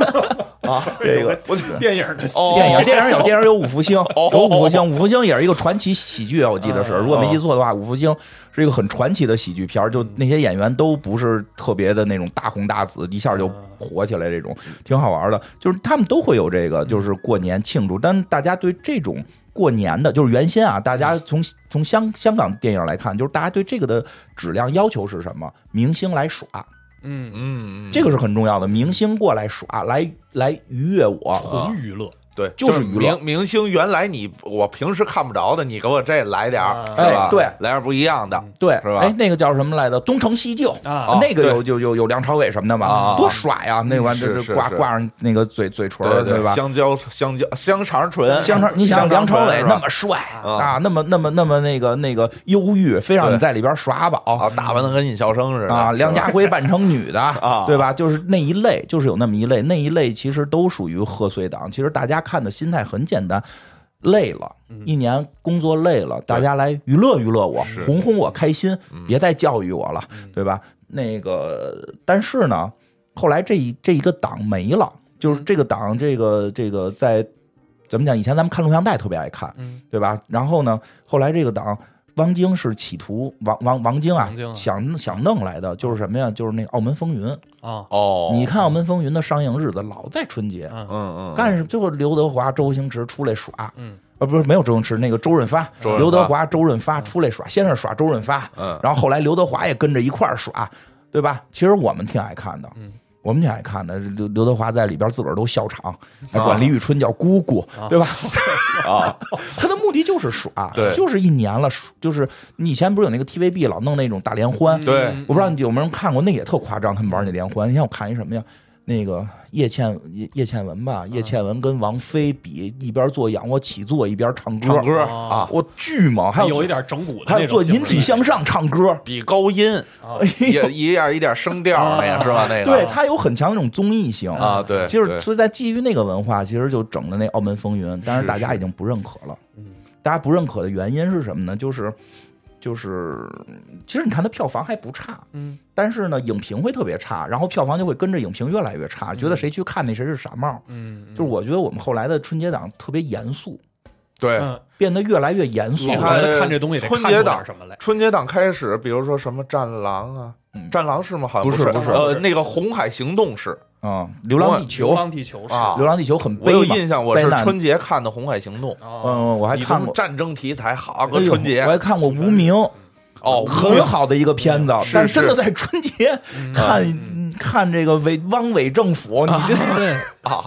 S1: 啊，
S3: 这个
S2: 我电影的戏
S1: 哦
S3: 电影电影有电影有五福星，
S1: 哦
S3: 有五福星，五福星也是一个传奇喜剧，啊我记得是，
S2: 嗯嗯
S3: 如果没记错的话，五福星是一个很传奇的喜剧片儿，就那些演员都不是特别的那种大红大紫，一下
S2: 嗯
S3: 就火起来，这种挺好玩的。就是他们都会有
S2: 嗯
S3: 这个，就是过年庆祝，但大家对这种。过年的，就是原先啊，大
S2: 嗯
S3: 家从从香香港电影来看，就是大家对这个的质量要求是什么？明星来耍，
S2: 嗯，
S1: 嗯，嗯
S3: 这个是很重要的。明星过来耍，来来愉悦我，
S2: 纯娱乐，
S1: 对，
S3: 就是是娱乐
S1: 明明星，原来你我平时看不着的，你给我这来点儿，
S2: 啊
S1: 是吧
S3: 哎对
S1: 来点儿不一样的，
S3: 对，
S1: 是吧哦
S3: 哎，那个叫什么来着？东成西就
S2: 啊
S3: 那个
S1: 对
S3: 有有有有梁朝伟什么的
S1: 啊嗯
S3: 嘛，多耍呀！那玩意
S1: 是
S3: 儿就是挂
S1: 是
S3: 挂上那个嘴嘴唇
S1: 对
S3: 儿，吧？
S1: 香蕉香蕉香肠唇，
S3: 香肠，你想梁朝伟
S1: 是吧
S3: 那么帅啊，那么那么那么那个那个忧郁，非让
S1: 对
S3: 你在里边耍
S1: 啊，
S3: 宝
S1: 打扮的跟尹笑声似的
S3: 啊！梁家辉扮成女 的
S2: 哦
S1: 啊
S3: 对吧？就是那一类，就是有那么一类，那一类其实都属于贺岁档。其实大家看的心态很简单，累了，
S2: 嗯
S3: 一年工作累了，大家来娱乐娱乐我
S1: 是，
S3: 哄哄我开心，
S2: 嗯
S3: 别再教育我了，对吧？那个，但是呢，后来这一这一个档没了，
S2: 嗯
S3: 就是这个档，这个这个在怎么讲？以前咱们看录像带特别爱看
S2: 嗯，
S3: 对吧？然后呢，后来这个档。汪晶是企图王王王晶啊，
S2: 王晶啊
S3: 想想弄来的就是什么呀？就是那个《澳门风云》
S2: 啊，
S1: 哦，
S3: 你看《澳门风云》的上映日子老在春节，
S2: 嗯
S1: 嗯嗯，
S3: 干什么？最后刘德华、周星驰出来耍，
S2: 嗯，
S3: 呃，不是没有周星驰，那个周润发、
S1: 周润发
S3: 刘德华、周润发出来耍，先是耍周润发，
S1: 嗯
S3: 然后后来刘德华也跟着一块儿耍，对吧？其实我们挺爱看的，
S2: 嗯。
S3: 我们挺爱看的，刘刘德华在里边自个儿都笑场，还管李宇春叫姑姑，对吧？
S1: 啊，
S3: 他的目的就是耍，
S1: 对
S3: 就是一年了，就是你以前不是有那个 TVB 老弄那种大联欢，
S1: 对
S2: 嗯
S3: 我不知道你有没有人看过，那也特夸张，他们玩那连环。你像我看一什么呀？那个叶倩叶叶倩文
S2: 嗯
S3: 吧，叶倩文跟王菲比，一边做仰卧起坐一边唱歌，
S1: 唱歌
S2: 哦
S1: 啊，
S3: 我巨猛，还
S2: 还
S3: 有
S2: 有一点整蛊的那种
S3: 还有做
S2: 性质
S3: 引体哎向上唱歌，
S1: 比高 音
S2: 啊
S1: 也一点一点声调那个是吧？那个
S3: 啊对他有很强的那种综艺性
S1: 啊，。对，
S3: 就是
S1: 对
S3: 所以在基于那个文化，其实就整了那《澳门风云》，但
S1: 是
S3: 是大家已经不认可了。
S2: 嗯
S3: 大家不认可的原因是什么呢？就是就是，其实你看它票房还不差，
S2: 嗯
S3: 但是呢，影评会特别差，然后票房就会跟着影评越来越差，
S1: 嗯
S3: 觉得谁去看那谁是傻帽。
S2: 嗯，
S3: 就是我觉得我们后来的春节档特别严肃，
S1: 对
S2: 嗯，
S3: 变得越来越严肃
S2: 我
S1: 你
S2: 觉
S1: 看
S3: 了。
S2: 得看这东西得看出点什么来，
S1: 春节档开始，比如说什么《战狼》啊，
S3: 嗯
S1: 战狼》是吗？好像
S3: 不是
S1: 是，
S3: 不
S2: 是
S1: 呃
S2: 不，是
S1: 那个《红海行动》是，
S3: 嗯，《流浪地
S2: 流
S3: 球》《
S2: 浪地球是
S1: 啊
S3: 流浪地球》很
S1: 我有
S3: 悲嘛，
S1: 印象，我
S3: 灾
S1: 是
S3: 难。
S1: 春节看的《红海行动》，
S2: 哦
S3: 嗯，我还
S1: 你
S3: 看
S1: 都
S3: 过
S1: 战争题材，好
S3: 哎
S1: 个
S3: 呦
S1: 春节
S3: 我还看过《无名》，
S1: 哦，
S3: 很好的一个片子，
S1: 是
S3: 但
S1: 是嗯
S3: 真的在春节看看这个伪汪伪政府，你这
S2: 对，
S1: 啊，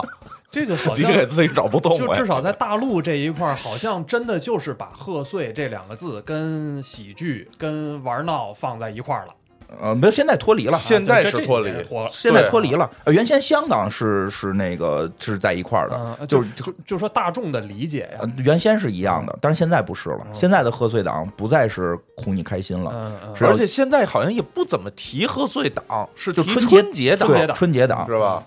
S2: 这个
S1: 自
S2: 好
S1: 己
S2: 像
S1: 给自己找不动
S2: 就
S1: 哎
S2: 至少在大陆这一块儿，好像真的就是把贺岁这两个字跟喜剧、跟玩闹放在一块儿了。
S3: 呃，没有，现在脱离了。啊
S1: 现啊在
S2: 这
S1: 是
S2: 这
S1: 脱
S2: 几
S1: 离
S2: 年脱了
S3: 现在脱离了，呃原先香港是是那个是在一块儿的，
S2: 嗯，
S3: 就
S2: 就就就说大众的理解呀
S3: 呃，原先是一样的，但是现在不是了。
S1: 嗯
S3: 现在的贺岁档不再是哄你开心了，
S2: 嗯嗯
S3: 是啊
S1: 而且现在好像也不怎么提贺岁档，是
S3: 就
S1: 提
S3: 春节
S1: 春节档，
S2: 春节
S3: 对
S2: 档
S3: 春节档
S1: 是吧？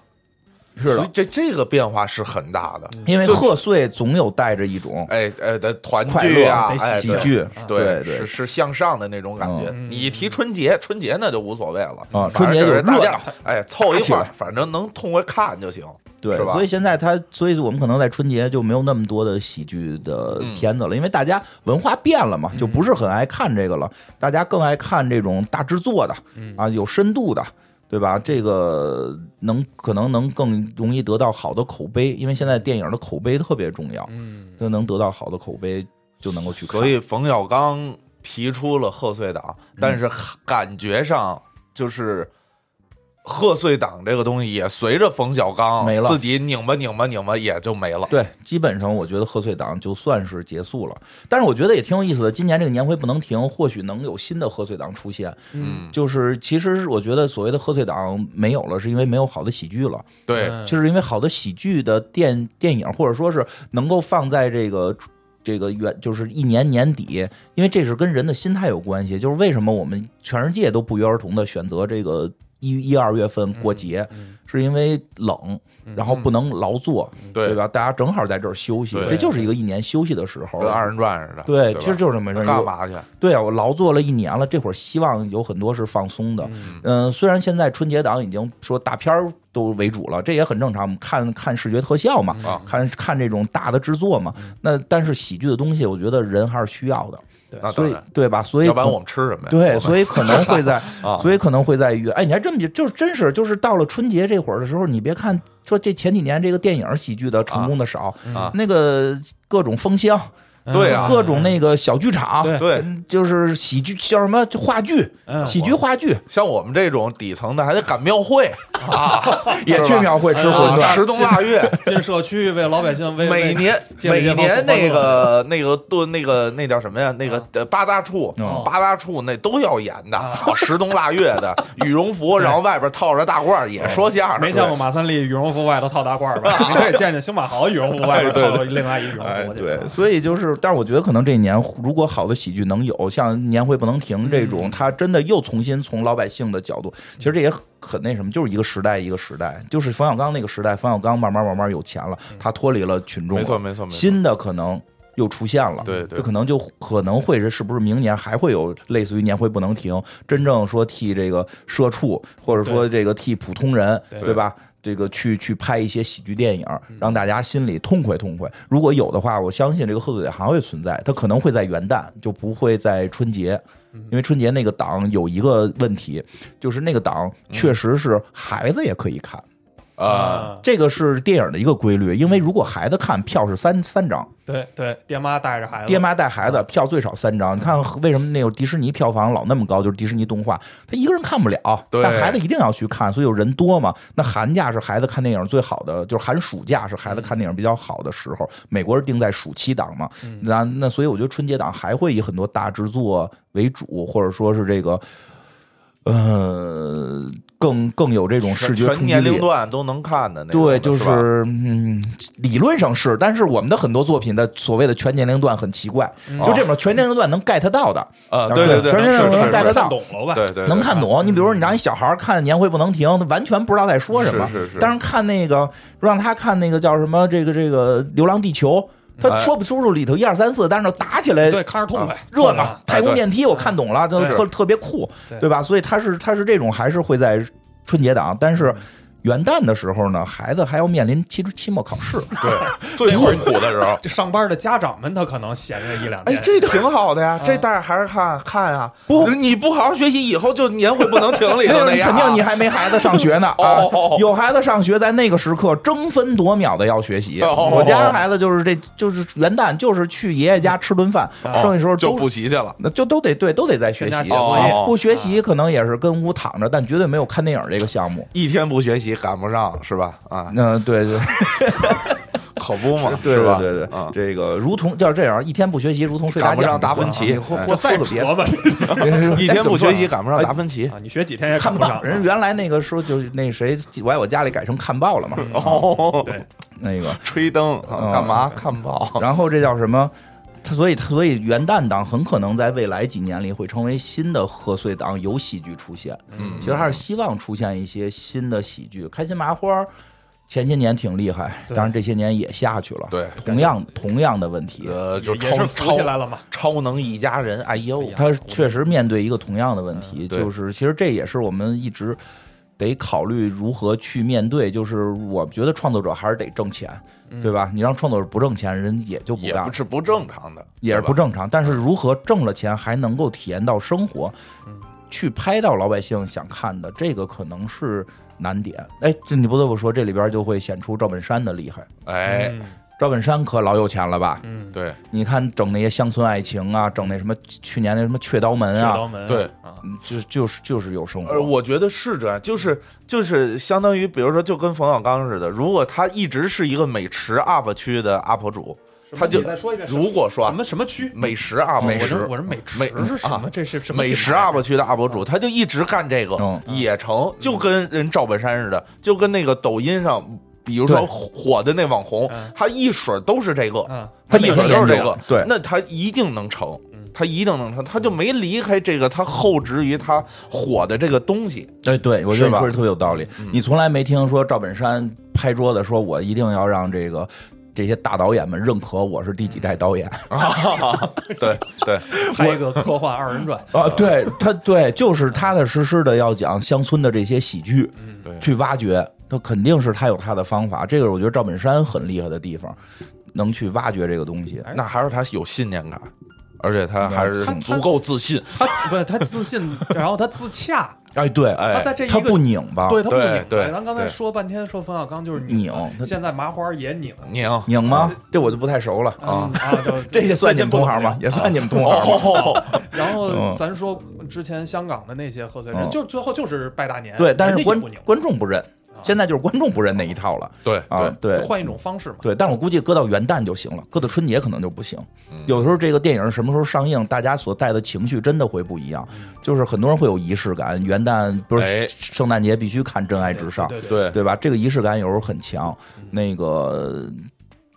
S3: 是
S1: 所以
S3: 的，嗯
S1: 这这个变化是很大的。
S3: 因为
S1: 就
S3: 贺岁总有带着一种
S1: 哎哎的团
S3: 快
S1: 聚
S3: 乐
S1: 啊，哎
S3: 喜
S1: 对
S3: 剧，
S1: 对
S3: 对对
S1: 是是向上的那种感觉。
S2: 嗯
S1: 你一提春节，春节那就无所谓了
S3: 啊
S1: 反正
S3: 春节
S1: 就是
S3: 有
S1: 大
S3: 热
S1: 家
S3: 闹
S1: 哎凑一
S3: 起
S1: 块儿
S3: 来，
S1: 反正能痛快看就行。
S3: 对，
S1: 是吧
S3: 所以现在它，所以我们可能在春节就没有那么多的喜剧的
S1: 嗯
S3: 片子了，因为大家文化变了嘛，就不是很爱看这个了，大家更爱看这种大制作的，
S1: 嗯
S3: 啊，有深度的。对吧？这个能可能能更容易得到好的口碑，因为现在电影的口碑特别重要，
S2: 嗯，
S3: 就能得到好的口碑就能够去看。
S1: 所以冯小刚
S3: 嗯
S1: 提出了贺岁档，但是感觉上就是贺岁档这个东西也随着冯小刚
S3: 没了
S1: 自己拧吧拧吧拧吧也就没了。嗯
S3: 对，基本上我觉得贺岁档就算是结束了，但是我觉得也挺有意思的。今年这个年会不能停，或许能有新的贺岁档出现。
S2: 嗯，
S3: 就是其实是我觉得所谓的贺岁档没有了，是因为没有好的喜剧了，
S1: 对，
S2: 嗯
S3: 就是因为好的喜剧的电电影，或者说是能够放在这个。这个原就是一年年底，因为这是跟人的心态有关系。就是为什么我们全世界都不约而同的选择这个一一二月份过节，
S2: 嗯
S3: 是因为冷，然后不能劳作，
S1: 嗯对
S3: 吧？大家正好在这儿休息，
S1: 对
S3: 这就是一个一年休息的时候
S1: 跟。二人转似的。
S3: 对，
S1: 吧
S3: 其实就是这么回事。
S1: 干嘛去？
S3: 对啊，我劳作了一年了，这会儿希望有很多是放松的。嗯、虽然现在春节档已经说大片儿都为主了，这也很正常，我们看看视觉特效嘛，
S2: 嗯
S1: 啊
S3: 看看这种大的制作嘛。
S1: 嗯
S3: 那但是喜剧的东西，我觉得人还是需要的，
S1: 那
S3: 所
S1: 啊当
S3: 以
S1: 然，
S3: 对吧？所以
S1: 要不然
S3: 可
S1: 我们吃什么呀？
S3: 对，所
S1: 以
S3: 以可能会在
S1: 啊，
S3: 所以可能会在约。哎，你还真别，就是真是，就是到了春节这会儿的时候，你别看说这前几年这个电影喜剧的成功的少，
S1: 啊
S3: 那个各种封箱，
S2: 嗯
S1: 对啊
S3: 各种那个小剧场，
S2: 对
S1: 对
S3: 嗯就是喜剧叫什么就话剧，
S2: 嗯
S3: 喜剧话剧
S1: 像我们这种底层的还得赶庙 会啊，
S3: 也去庙会吃
S2: 哎呀
S3: 火
S1: 啊
S3: 车，
S1: 十冬腊月，
S2: 进社区为老百姓为
S1: 每
S2: 为
S1: 年
S2: 建立
S1: 每
S2: 街坊
S1: 年
S2: 送欢
S1: 那
S2: 乐
S1: 个那个炖那个那叫什么呀？那个
S2: 啊
S1: 呃八大处
S3: 嗯
S1: 八大处那都要演的，
S2: 啊
S1: 啊十冬腊月的羽绒服，然后外边套着大褂儿也说相声，
S2: 没见过马三立羽绒服外头套大褂儿 吧？你可以见见星马豪羽绒服外
S1: 哎
S2: 边套另外一羽绒
S3: 哎，
S2: 服去。
S3: 对，所以就是，但是我觉得可能这一年如果好的喜剧能有，像年会不能
S1: 嗯
S3: 停这种，他真的又重新从老百姓的角度，其实这也很那什么，就是一个时代一个时代，就是冯小刚那个时代，冯小刚慢慢慢慢有钱了，他脱离了群众
S1: 嗯
S3: 了，
S1: 没错没错没错
S3: 新的可能。又出现了，
S1: 对对
S3: 这可能就可能会是是不是明年还会有类似于年会不能停，真正说替这个社畜或者说这个替普通人，
S2: 对
S3: 对吧？这个去去拍一些喜剧电影，让大家心里痛快痛快。如果有的话，我相信这个贺岁档还会存在，它可能会在元旦，就不会在春节，因为春节那个档有一个问题，就是那个档确实是孩子也可以看，
S1: 啊，
S2: 啊，
S3: 这个是电影的一个规律。因为如果孩子看票是三三张，
S2: 对对，爹妈带着孩子，
S3: 爹妈带孩子
S1: 嗯
S3: 票最少三张。你看为什么那个迪士尼票房老那么高？就是迪士尼动画，他一个人看不了，
S1: 对
S3: 但孩子一定要去看，所以有人多嘛。那寒假是孩子看电影最好的，就是寒暑假是孩子看
S1: 嗯
S3: 电影比较好的时候。美国是定在暑期档嘛，那那所以我觉得春节档还会以很多大制作为主，或者说是这个，呃，更更有这种视觉
S1: 全
S3: 冲击
S1: 年龄
S3: 力。
S1: 段都能看的那种
S3: 对，
S1: 的
S3: 就是
S1: 吧
S3: 是嗯，理论上是，但是我们的很多作品的所谓的全年龄段很奇怪，
S1: 嗯
S3: 就这种全年龄段能 get 到的，
S1: 啊，对对对，
S3: 全
S1: 是
S3: 身
S1: 是
S3: 能带
S1: 是
S3: 得
S2: 看
S3: 到。
S2: 懂了吧？
S1: 对对，对
S3: 能看懂，你比如说，你让一小孩儿看《年会不能停》，他完全不知道在说什么。
S1: 是是是
S3: 但是看那个，让他看那个叫什么，这个这个《流浪地球》，他
S1: 哎
S3: 说不出出里头一二三四，但是打起来
S2: 对，看着痛快
S3: 热
S2: 痛快
S1: 哎
S3: 闹，太空电梯我看懂了，就是特特别酷，
S2: 对
S3: 对吧？所以它是它是这种，还是会在春节档，但是元旦的时候呢，孩子还要面临期期末考 试，
S1: 对最痛苦的时候。
S2: 这上班的家长们他可能闲着一两
S1: 哎
S2: 天，，
S1: 这挺好的呀，这带着孩子看看啊，不，你不好好学习，以后就年会不能停里
S3: 没
S1: 头
S3: 有
S1: 那
S3: 你
S1: 样
S3: 肯
S1: 啊。
S3: 定你还没孩子上学 呢啊
S1: 哦哦哦！
S3: 有孩子上学，在那个时刻争分夺秒的要学习。
S1: 哦哦哦
S3: 我家孩子就是这就是元旦就是去爷爷家吃顿饭，剩下时
S1: 嗯
S3: 候
S1: 就
S3: 都
S1: 补习去了。
S3: 那就都得对都得在学
S2: 全家
S3: 习
S2: 写。
S1: 作
S3: 啊
S1: 业哦
S3: 不学习可能也是跟屋躺着，但绝对没有看电影这个项 目。
S1: 一天不学习赶不上是吧？啊，
S3: 嗯，对对。
S1: 可不嘛，
S3: 对
S1: 是吧？
S3: 对对对，
S1: 啊，
S3: 这个如同就是这样，一天不学习如同睡大
S1: 赶
S3: 觉。
S1: 不上达芬奇
S3: 你说
S1: 哎
S3: 或
S2: 再
S3: 说个别
S2: 琢磨
S3: 的，
S1: 一天不学习赶不上达芬奇。
S2: 啊，你学几天也
S3: 看
S2: 不上
S3: 报。人原来那个时候就是那谁，我在我家里改成看报了嘛，
S1: 哦，
S2: 对，
S3: 那个，
S1: 吹灯啊
S3: 嗯
S1: 干嘛看报？
S3: 然后这叫什么？他所以他所以元旦档很可能在未来几年里会成为新的贺岁档，有喜剧出现。
S1: 嗯
S3: 其实还是希望出现一些新的喜剧，开心麻花儿。前些年挺厉害，
S2: 对
S3: 当然这些年也下去了。
S1: 对
S3: 同样同样的问题，
S1: 呃，就
S2: 也是
S1: 超
S2: 扶起来
S1: 超
S2: 了嘛。
S1: 超能一家人，哎呦，
S3: 他确实面对一个同样的问题，
S1: 嗯对
S3: 就是其实这也是我们一直得考虑如何去面对。就是我觉得创作者还是得挣钱，
S1: 嗯
S3: 对吧？你让创作者不挣钱，人也就不
S1: 也
S3: 干
S1: 不，是不正常的，
S3: 也是不
S1: 对吧
S3: 正常。但是如何挣了钱还能够体验到生活，
S1: 嗯
S3: 去拍到老百姓想看的，这个可能是难点。哎，这你不得不说，这里边就会显出赵本山的厉害。
S1: 哎，
S2: 嗯
S3: 赵本山可老有钱了吧？
S2: 嗯，
S1: 对
S3: 你看整那些乡村爱情啊，整那什么去年那什么雀刀门
S2: 水
S3: 啊，
S2: 刀门
S1: 嗯对
S2: 啊，
S3: 嗯就就是就是有生
S1: 呃，
S3: 活。
S1: 我觉得是这样，就是就是相当于，比如说，就跟冯小刚似的，如果他一直是一个美食 UP 区的 UP 主，他就
S2: 你再说一遍什么
S1: 如果说
S2: 什么什么区？
S1: 美食 UP
S2: 我
S1: 美
S2: 这
S1: 食
S2: 我这美食
S1: 美
S2: 是什么？
S1: 啊
S2: 这是嗯什么
S1: 美食
S2: 品牌
S1: UP 区的 UP 主，他就一直干这个
S3: 嗯
S1: 也成，就跟人赵本山似的，就跟那个抖音上，比如说
S3: 对
S1: 火火的那网红
S2: 嗯，
S1: 他一水儿都是这个，
S2: 嗯，
S1: 他一会儿就是这个，
S3: 对
S1: 那他一定能成
S2: 嗯，
S1: 他一定能成，他就没离开这个，他厚植于他火的这个东西，
S3: 哎，对，我
S1: 是
S3: 觉得你
S1: 吧嗯
S3: 说的特别有道理。你从来没听说赵本山拍桌子说，我一定要让这个这些大导演们认可我是第几代导演
S1: 啊，对 对，
S2: 拍一个科幻二人转，
S3: 啊？对他，对，就是踏踏实实的要讲乡村的这些喜剧，
S1: 对
S3: 去挖掘，他肯定是他有他的方法。这个我觉得赵本山很厉害的地方，能去挖掘这个东西。
S1: 那还是他有信念感，而且他还是
S2: 他他
S1: 足够自信，
S2: 他不是他自信，然后他自洽，
S3: 哎，对，
S1: 哎
S2: 他在这一
S3: 他不
S2: 个。
S3: 拧吧？
S2: 对他不
S1: 对
S2: 拧，
S1: 对
S2: 哎咱刚才
S1: 对
S2: 说半天说冯小刚就是
S3: 拧
S2: 嘛
S3: 他
S2: 现在麻花也拧
S1: 拧
S3: 拧吗？这我就不太熟了。
S1: 啊
S2: 嗯啊，就
S3: 这也算你们同行吗？？也算你们同行吗？
S1: 哦，
S2: 然后
S3: 嗯
S2: 咱说之前香港的那些贺岁人，
S3: 嗯
S2: 就最后哎就是拜大年，
S3: 对，但
S2: 人
S3: 是
S2: 家也
S3: 观
S2: 不拧，
S3: 观众不认，
S2: 啊
S3: 现在就是观众不认那一套了
S1: 对
S3: 啊。对
S2: 就换一种方式嘛。
S3: 对，但是我估计搁到元旦就行了，搁到春节可能就不行。
S1: 嗯
S3: 有的时候这个电影什么时候上映，大家所带的情绪真的会不一样，就是很多人会有仪式感。元旦不
S1: 嗯哎
S3: 是圣诞节必须看《真爱至上》，
S2: 对对
S1: 对嗯
S3: 对吧？这个仪式感有时候很强，那个。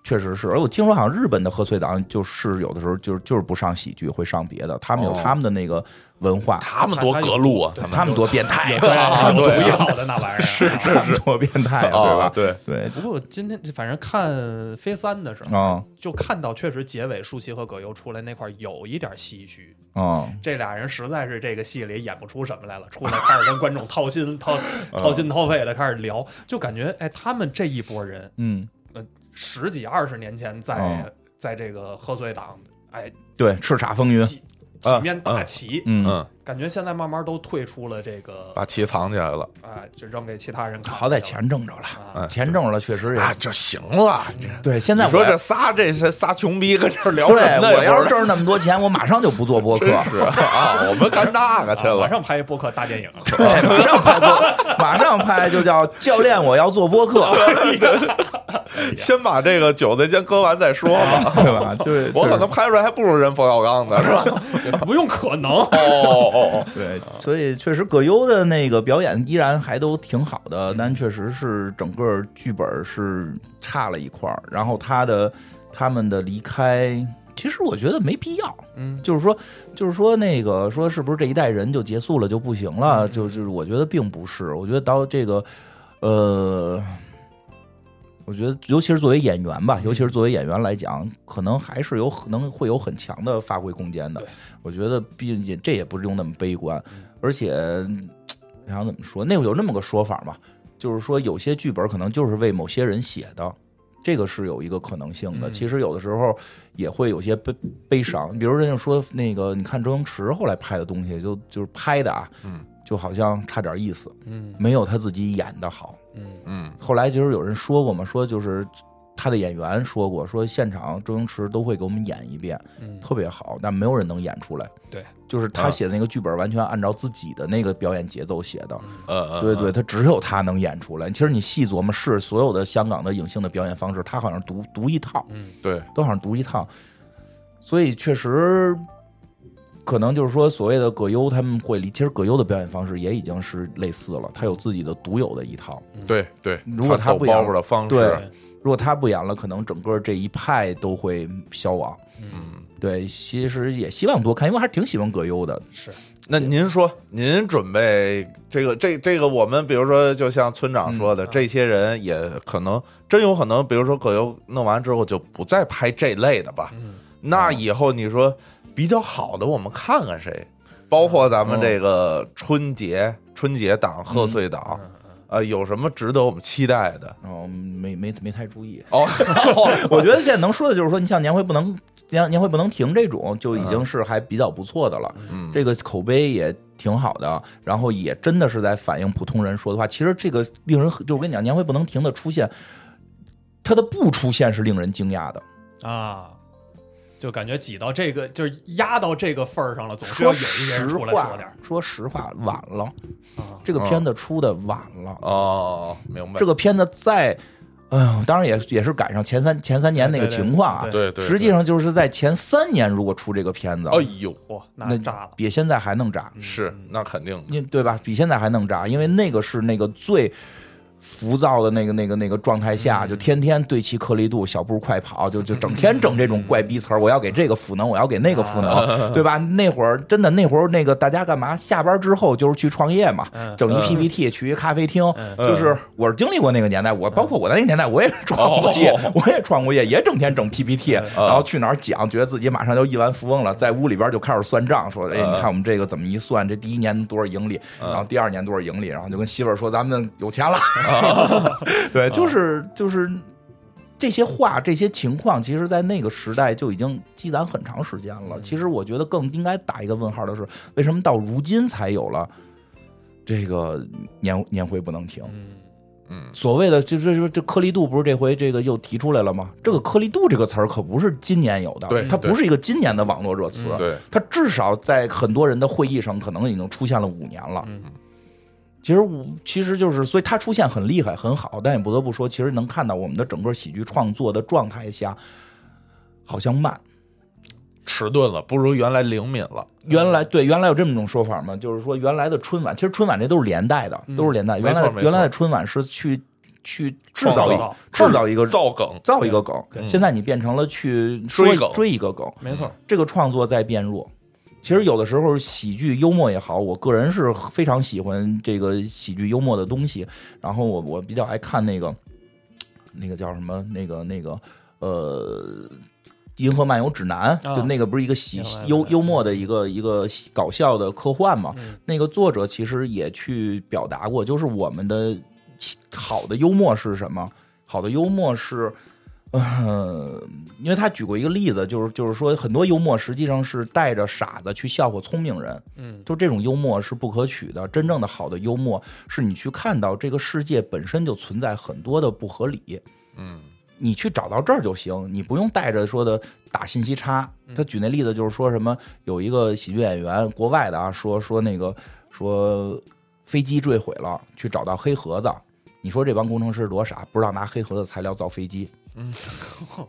S3: 确实是，而我听说好像日本的贺岁档就是有的时候就是就是不上喜剧，会上别的，他们有
S1: 哦
S3: 他们的那个文化，
S1: 他们多隔路啊，他
S3: 他
S1: 们
S3: 们多变态
S2: 也
S3: 啊，
S2: 对，他们
S1: 对啊
S2: 不要的那玩意儿是
S3: 他们多变态啊，对吧？
S1: 对，
S3: 对，
S2: 不过今天反正看飞三的时候，
S3: 啊
S2: 就看到确实结尾舒淇和葛优出来那块儿有一点唏嘘，
S3: 啊，
S2: 这俩人实在是这个戏里演不出什么来了，出来开始跟观众掏心掏
S3: 嗯
S2: 掏心掏肺的开始聊，就感觉哎，他们这一波人，
S3: 嗯，
S2: 呃，十几二十年前在、
S3: 哦
S2: 在这个贺岁档，哎，
S3: 对，叱咤风云，
S2: 几几面大旗，
S3: 啊嗯，
S1: 嗯，
S2: 感觉现在慢慢都退出了这个，
S1: 把旗藏起来了
S2: 啊，就扔给其他人看。
S3: 好歹钱挣着了，
S1: 哎
S3: 钱挣着了，确实
S1: 啊
S3: 也，
S1: 这行了，这
S3: 对。现在
S1: 你说
S3: 嗯我
S1: 这仨这仨仨穷逼跟这儿聊
S3: 对
S1: 什么呢？
S3: 我要是
S1: 这
S3: 挣那么多钱，我马上就不做播客，
S1: 是啊，我们干那个去
S2: 啊马
S1: 了，
S2: 上拍一播客大电 影，
S3: 对， 马上拍播，马上拍就叫教练，我要做 播客，啊
S1: 先把这个韭菜先割完再说吧。
S3: 对吧？对，
S1: 我可能拍出来还不如人冯小刚呢，是 吧？
S2: 不用可能。
S1: 哦哦哦，
S3: 对，所以确实葛优的那个表演依然还都挺好的，但确实是整个剧本是差了一块儿。然后他的他们的离开，其实我觉得没必要。
S2: 嗯，
S3: 就是说，就是说那个说是不是这一代人就结束了就不行了？就就是我觉得并不是，我觉得到这个，呃。我觉得，尤其是作为演员吧，尤其是作为演员来讲，可能还是有可能会有很强的发挥空间的。我觉得，毕竟这也不用那么悲观，而且嗯我想怎么说，那个有那么个说法嘛，就是说有些剧本可能就是为某些人写的，这个是有一个可能性的。
S2: 嗯
S3: 其实有的时候也会有些悲悲伤，比如人家说那个，你看周星驰后来拍的东西，就就是拍的啊，
S1: 嗯，
S3: 就好像差点意思，
S2: 嗯
S3: 没有他自己演的好。
S2: 嗯
S1: 嗯
S3: 后来其实有人说过嘛，说就是他的演员说过，说现场周星驰都会给我们演一遍，
S2: 嗯，
S3: 特别好，但没有人能演出来。
S2: 对，
S3: 就是
S1: 啊
S3: 他写的那个剧本完全按照自己的那个表演节奏写的。
S2: 嗯
S1: 呃，
S3: 对对，他只有他能演出来。其实你细琢磨，是所有的香港的影星的表演方式，他好像独独一套，
S2: 嗯
S1: 对，
S3: 都好像独一套。所以确实，可能就是说，所谓的葛优他们会离，其实葛优的表演方式也已经是类似了，他有自己的独有的一套。
S1: 对对，
S3: 如果
S1: 他
S3: 他
S1: 抖
S3: 不演
S1: 包袱的方式
S3: 对，如果他不演了，可能整个这一派都会消亡。
S1: 嗯，
S3: 对，其实也希望多看，因为还是挺喜欢葛优的。
S2: 是
S1: 那您说，您准备这个这这个，我们比如说，就像村长
S3: 嗯
S1: 说
S3: 啊
S1: 的，这些人也可能真有可能，比如说葛优弄完之后就不再拍这类的吧。
S2: 嗯
S1: 那以后你说比较好的，我们看看谁，包括咱们这个春节、春节档、贺岁档，
S2: 嗯
S1: 呃，有什么值得我们期待的？
S3: 哦，没没没太 注意。
S1: 哦，
S3: 我觉得现在能说的就是说，你像年会不能年年会不能停这种，就已经是还比较不错的了。
S1: 嗯
S3: 这个口碑也挺好的，然后也真的是在反映普通人说的话。其实这个令人就是我跟你讲，年会不能停的出现，它的不出现是令人惊讶的。
S2: 嗯啊，就感觉挤到这个，就是压到这个份儿上了，总是要
S3: 说
S2: 有一个
S3: 实
S2: 人出来
S3: 话
S2: 说点儿，
S3: 说实话，晚了，
S2: 啊。
S3: 这个
S1: 嗯
S3: 片子出的晚了。
S1: 哦，明白
S3: 这。个片子在，哎呦，当然也也是赶上前三前三年那个
S2: 对对
S3: 情况啊
S2: 对。
S1: 对对，
S3: 实际
S1: 对，
S3: 上就是在前三年，如果出这个片子，
S1: 哎呦，
S2: 嚯，那
S3: 那
S2: 炸了！嗯
S3: 比现在还能炸，
S1: 嗯是那肯定的，
S3: 因对吧？比现在还能炸，因为那个是那个最浮躁的那个那个那个状态下，
S2: 嗯
S3: 就天天对齐颗粒度，小步快跑，就就整天整这种怪逼词儿，我要给这个赋能，我要给那个赋
S2: 嗯
S3: 能，对吧？那会儿真的那会儿那个大家干嘛？下班之后就是去创业嘛
S2: 嗯，
S3: 整一
S1: 嗯
S3: PPT 去一咖啡厅，
S2: 嗯
S3: 就是我是经历过那个年代，我包括我在那个年代，我也创过
S2: 哦
S3: 业， 我也创过业，也整天整 PPT，然
S2: 嗯
S3: 后去哪儿讲，觉得自己马上就亿万富翁了，在屋里边就开始算账，说哎，
S1: 嗯
S3: 你看我们这个怎么一算，这第一年多少盈利，
S2: 嗯
S3: 然后第二年多少盈利，然后就跟媳妇儿说咱们有钱了，
S1: 啊
S3: 对，就是就是。这些话，这些情况，其实，在那个时代就已经积攒很长时间
S1: 嗯
S3: 了。其实，我觉得更应该打一个问号的是，为什么到如今才有了这个年年会不能停？
S2: 嗯，
S1: 嗯，
S3: 所谓的这这这这颗粒度不是这回这个又提出来了吗？这个颗粒度这个词儿可不是今年有的，
S1: 嗯对
S3: 它
S1: 对嗯
S3: 不是一个今年的网络热词，
S1: 对，
S3: 它至少在很多人的会议上可能已经出现了五年了。
S2: 嗯
S3: 其实我其实就是，所以它出现很厉害很好，但也不得不说，其实能看到我们的整个喜剧创作的状态下，好像慢。
S1: 迟钝了，不如原来灵敏了，
S3: 原来对，原来有这么一种说法嘛，就是说原来的春晚，其实春晚这都是连带的，都是连带。
S1: 没
S3: 原
S1: 错
S3: 来
S1: 没错
S3: 原来的春晚是去去制造一
S2: 创
S3: 制造一个
S1: 造梗，
S3: 造一个梗，
S2: 对
S3: 现在你变成了去
S1: 追
S3: 说
S1: 梗
S3: 追一个梗，
S2: 没错，
S3: 这个创作在变弱。其实有的时候喜剧幽默也好，我个人是非常喜欢这个喜剧幽默的东西。然后我我比较爱看那个那个叫什么那个那个呃。《银河漫游指南》
S2: 啊
S3: 就那个不是一个喜
S2: 明白明
S3: 幽
S2: 白
S3: 幽默的一个一个喜搞笑的科幻嘛？
S2: 嗯
S3: 那个作者其实也去表达过，就是我们的喜好的幽默是什么？好的幽默是，呃，因为他举过一个例子，就是就是说很多幽默实际上是带着傻子去笑话聪明人，
S2: 嗯，
S3: 就这种幽默是不可取的。真正的好的幽默是你去看到这个世界本身就存在很多的不合理，
S1: 嗯
S3: 你去找到这儿就行，你不用带着说的打信息差。他举那例子就是说什么，有一个喜剧演员，国外的啊，说说那个说飞机坠毁了，去找到黑盒子。你说这帮工程师多傻，不知道拿黑盒子材料造飞机。嗯，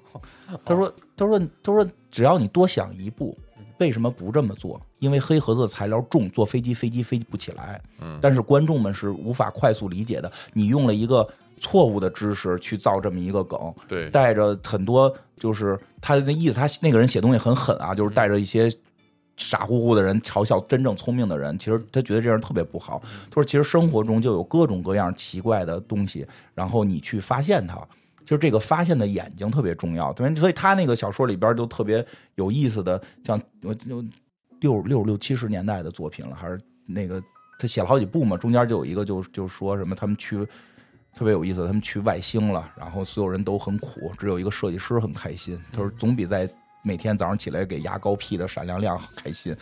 S3: 他说他说他说只要你多想一步，为什么不这么做？因为黑盒子的材料重，坐飞机飞机飞不起来。嗯，但是观众们是无法快速理解的。你用了一个错误的知识去造这么一个梗，
S1: 对，
S3: 带着很多就是他的那意思，他那个人写东西很狠啊，就是带着一些傻乎乎的人嘲笑真正聪明的人。其实他觉得这样特别不好。他说，其实生活中就有各种各样奇怪的东西，然后你去发现它。就是这个发现的眼睛特别重要，对，所以他那个小说里边就特别有意思的，像我就六六六七十年代的作品了，还是那个他写了好几部嘛，中间就有一个就就说什么他们去特别有意思，他们去外星了，然后所有人都很苦，只有一个设计师很开心。他说总比在每天早上起来给牙膏 P 的闪亮亮开心。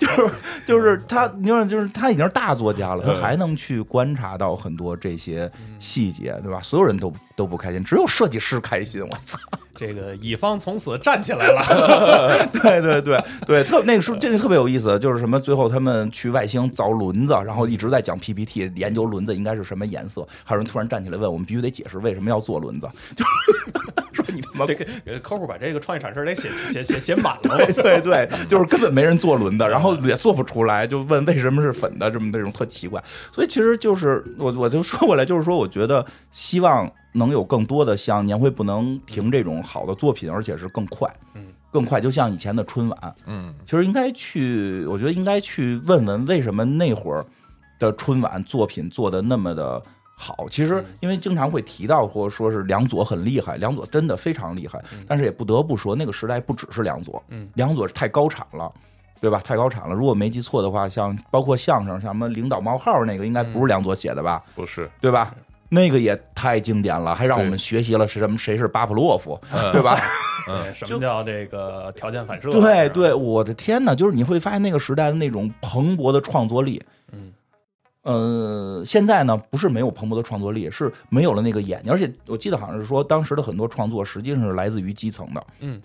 S3: 就是就是他，你说就是他已经是大作家了，他还能去观察到很多这些细节，对吧？所有人都都不开心，只有设计师开心。我操！
S2: 这个乙方从此站起来 了，
S3: 对对对对，特那个时候真是特别有意思，就是什么最后他们去外星造轮子，然后一直在讲 PPT，研究轮子应该是什么颜色，还有人突然站起来问我们必须得解释为什么要做轮子， 就是说你他妈
S2: 这个呃客户把这个创意产生得写写写写满了，
S3: 对对对，就是根本没人做轮的，然后也做不出来，就问为什么是粉的，这么这种特奇怪。所以其实就是我我就说过来，就是说我觉得希望能有更多的像年会不能停这种好的作品，而且是更快，
S2: 嗯，
S3: 更快，就像以前的春晚，
S1: 嗯
S3: 其实应该去，我觉得应该去问问为什么那会儿的春晚作品做的那么的好。其实因为经常会提到或说是梁左很厉害，梁左真的非常厉害，但是也不得不说那个时代不只是梁左，
S2: 嗯
S3: 梁左太高产了。对吧？太高产了。如果没记错的话，像包括相声，像什么领导冒号那个，应该不是梁左写的吧？
S1: 不是，
S3: 对吧？那个也太经典了，还让我们学习了是什么？谁是巴甫洛夫，对吧？
S2: 对嗯什么叫这个条件反射？啊
S3: 对
S2: 是吧，
S3: 对，我的天呐，就是你会发现那个时代的那种蓬勃的创作力，
S2: 嗯，
S3: 呃，现在呢不是没有蓬勃的创作力，是没有了那个眼睛，而且我记得好像是说当时的很多创作实际上是来自于基层的，
S2: 嗯，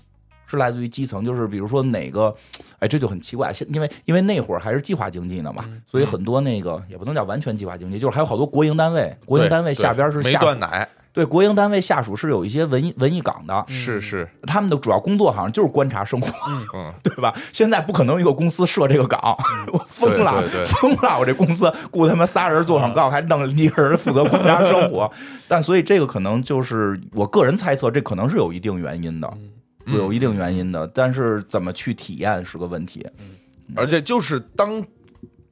S3: 是来自于基层，就是比如说哪个，哎，这就很奇怪，现因为因为那会儿还是计划经济呢嘛，
S1: 嗯
S3: 所以很多那个也不能叫完全计划经济，就是还有好多国营单位，国营
S1: 对
S3: 单位下
S1: 对
S3: 边是
S1: 没
S3: 下属
S1: 断奶，
S3: 对国营单位下属是有一些文艺文艺岗的，
S1: 是是，
S3: 他们的主要工作好像就是观察生活，
S1: 嗯，
S3: 对吧？现在不可能一个公司设这个岗，我疯了，
S1: 对对对
S3: 疯了！我这公司雇他妈仨人做广告，还弄一个人负责观察生 活。但所以这个可能就是我个人猜测，这可能是有一定原因的，
S1: 嗯
S3: 有一定原因的。但是怎么去体验是个问题。嗯
S1: 而且就是当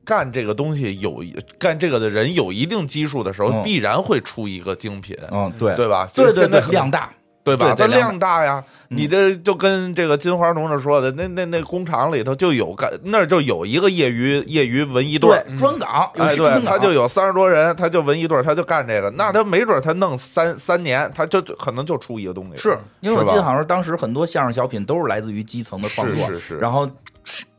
S1: 干这个东西有干这个的人有一定基数的时候，
S3: 嗯
S1: 必然会出一个精品，
S3: 嗯，对，
S1: 对吧？
S3: 对
S1: 所以
S3: 对
S1: 现在
S3: 对，
S1: 很
S3: 量大，
S1: 对吧？
S3: 对嗯
S1: 它
S3: 对量
S1: 量大呀，你这就跟这个金花同志说的，那那那工厂里头就有干，那儿就有一个业余业余文艺队儿。
S3: 对专岗，有
S1: 哎，
S3: 些专
S1: 对，
S3: 岗
S1: 他就有三十多人，他就文艺队儿，他就干这个，那他没准儿他弄三三年，他就可能就出一个东西。
S3: 是因为我
S1: 是吧
S3: 记得好像是当时很多相声小品都是来自于基层的创作，
S1: 是是是
S3: 然后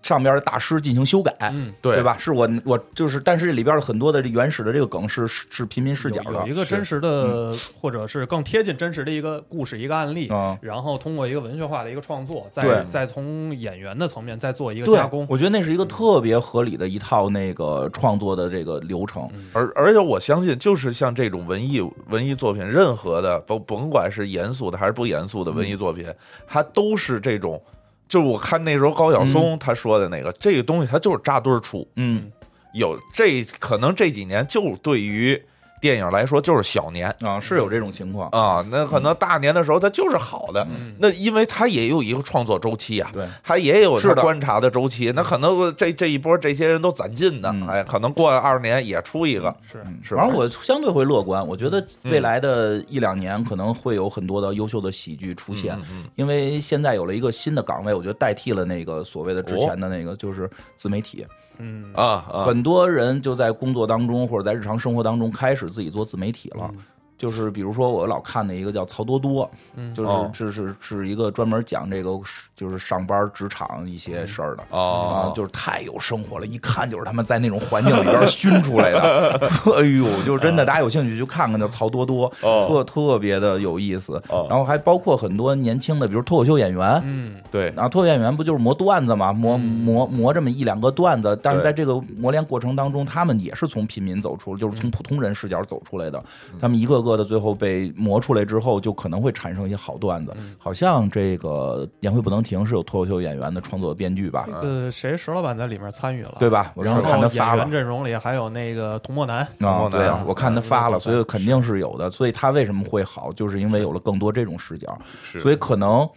S3: 上边的大师进行修改，
S2: 嗯
S1: 对
S3: 吧？是我我就是，但是里边的很多的这原始的这个梗是是是嗯平民视角
S2: 有有
S3: 的
S2: 一，个真实的，或者是更贴近真实的一个故事、一个案例
S3: 嗯，
S2: 然后通过一个文学化的一个创作，再
S3: 对
S2: 再从演员的层面再做一个
S3: 对
S2: 加工，。嗯
S3: 我觉得那是一个特别合理的一套那个创作的这个流程，
S2: 嗯
S1: 而而且我相信，就是像这种文艺文艺作品，任何的甭甭管是严肃的还是不严肃的
S3: 嗯
S1: 文艺作品，它都是这种。就是我看那时候高晓松他说的那个，这个东西它就是扎堆儿出，
S3: 嗯
S1: 有这可能这几年就对于电影来说就是小年
S2: 嗯
S3: 啊，是有这种情况，
S1: 啊，那
S3: 嗯
S1: 可能大年的时候它就是好的，那因为它也有一个创作周期啊，
S3: 对
S1: 它也有
S3: 是
S1: 它
S3: 的
S1: 观察的周期，那可能这这一波这些人都攒劲呢
S3: 嗯，
S1: 哎，可能过二十年也出一个，
S2: 是
S1: 是吧
S3: 反正我相对会乐观，我觉得
S2: 嗯
S3: 未来的一两年可能会有很多的优秀的喜剧
S1: 嗯
S3: 出现，
S2: 嗯
S3: 因为现在有了一个新的岗位，我觉得代替了那个所谓
S2: 哦
S3: 的之前的那个就是自媒体，
S2: 嗯，
S1: 啊啊，
S3: 很多人就在工作当中或者在日常生活当中开始自己做自媒体
S1: 嗯
S3: 了。就是比如说，我老看的一个叫曹多多，就是
S1: 哦
S3: 这是是一个专门讲这个就是上班职场一些事儿的，啊
S1: 嗯哦，，
S3: 就是太有生活了，一看就是他们在那种环境里边熏出来的。 哎呦，就是真的，大家有兴趣去看看，叫曹多多，
S1: 嗯哦
S3: 特特别的有意思。
S1: 哦
S3: 然后还包括很多年轻的，比如脱口秀演员。
S2: 嗯，
S1: 对，
S3: 啊，脱口秀演员不就是磨段子嘛，磨磨磨这么一两个段子，但是
S1: 对
S3: 在这个磨练过程当中，他们也是从平民走出，就是从
S2: 嗯
S3: 普通人视角走出来的。他们一个个的最后被磨出来之后，就可能会产生一些好段子。
S2: 嗯
S3: 好像这个年会不能停是有脱口秀演员的创作编剧吧？
S2: 那个谁石老板在里面参与了，
S3: 对？吧？我
S2: 然
S3: 上次看
S2: 后
S3: 他
S2: 演
S3: 发了
S2: 员。阵容里还有那个童漠男，
S1: 然
S3: 啊、
S1: 后呢
S3: 对啊，我看他发了，
S2: 嗯
S3: 所以肯定是有的。所以他为什么会好，就是因为有了更多这种视角。
S1: 是
S3: 所以可能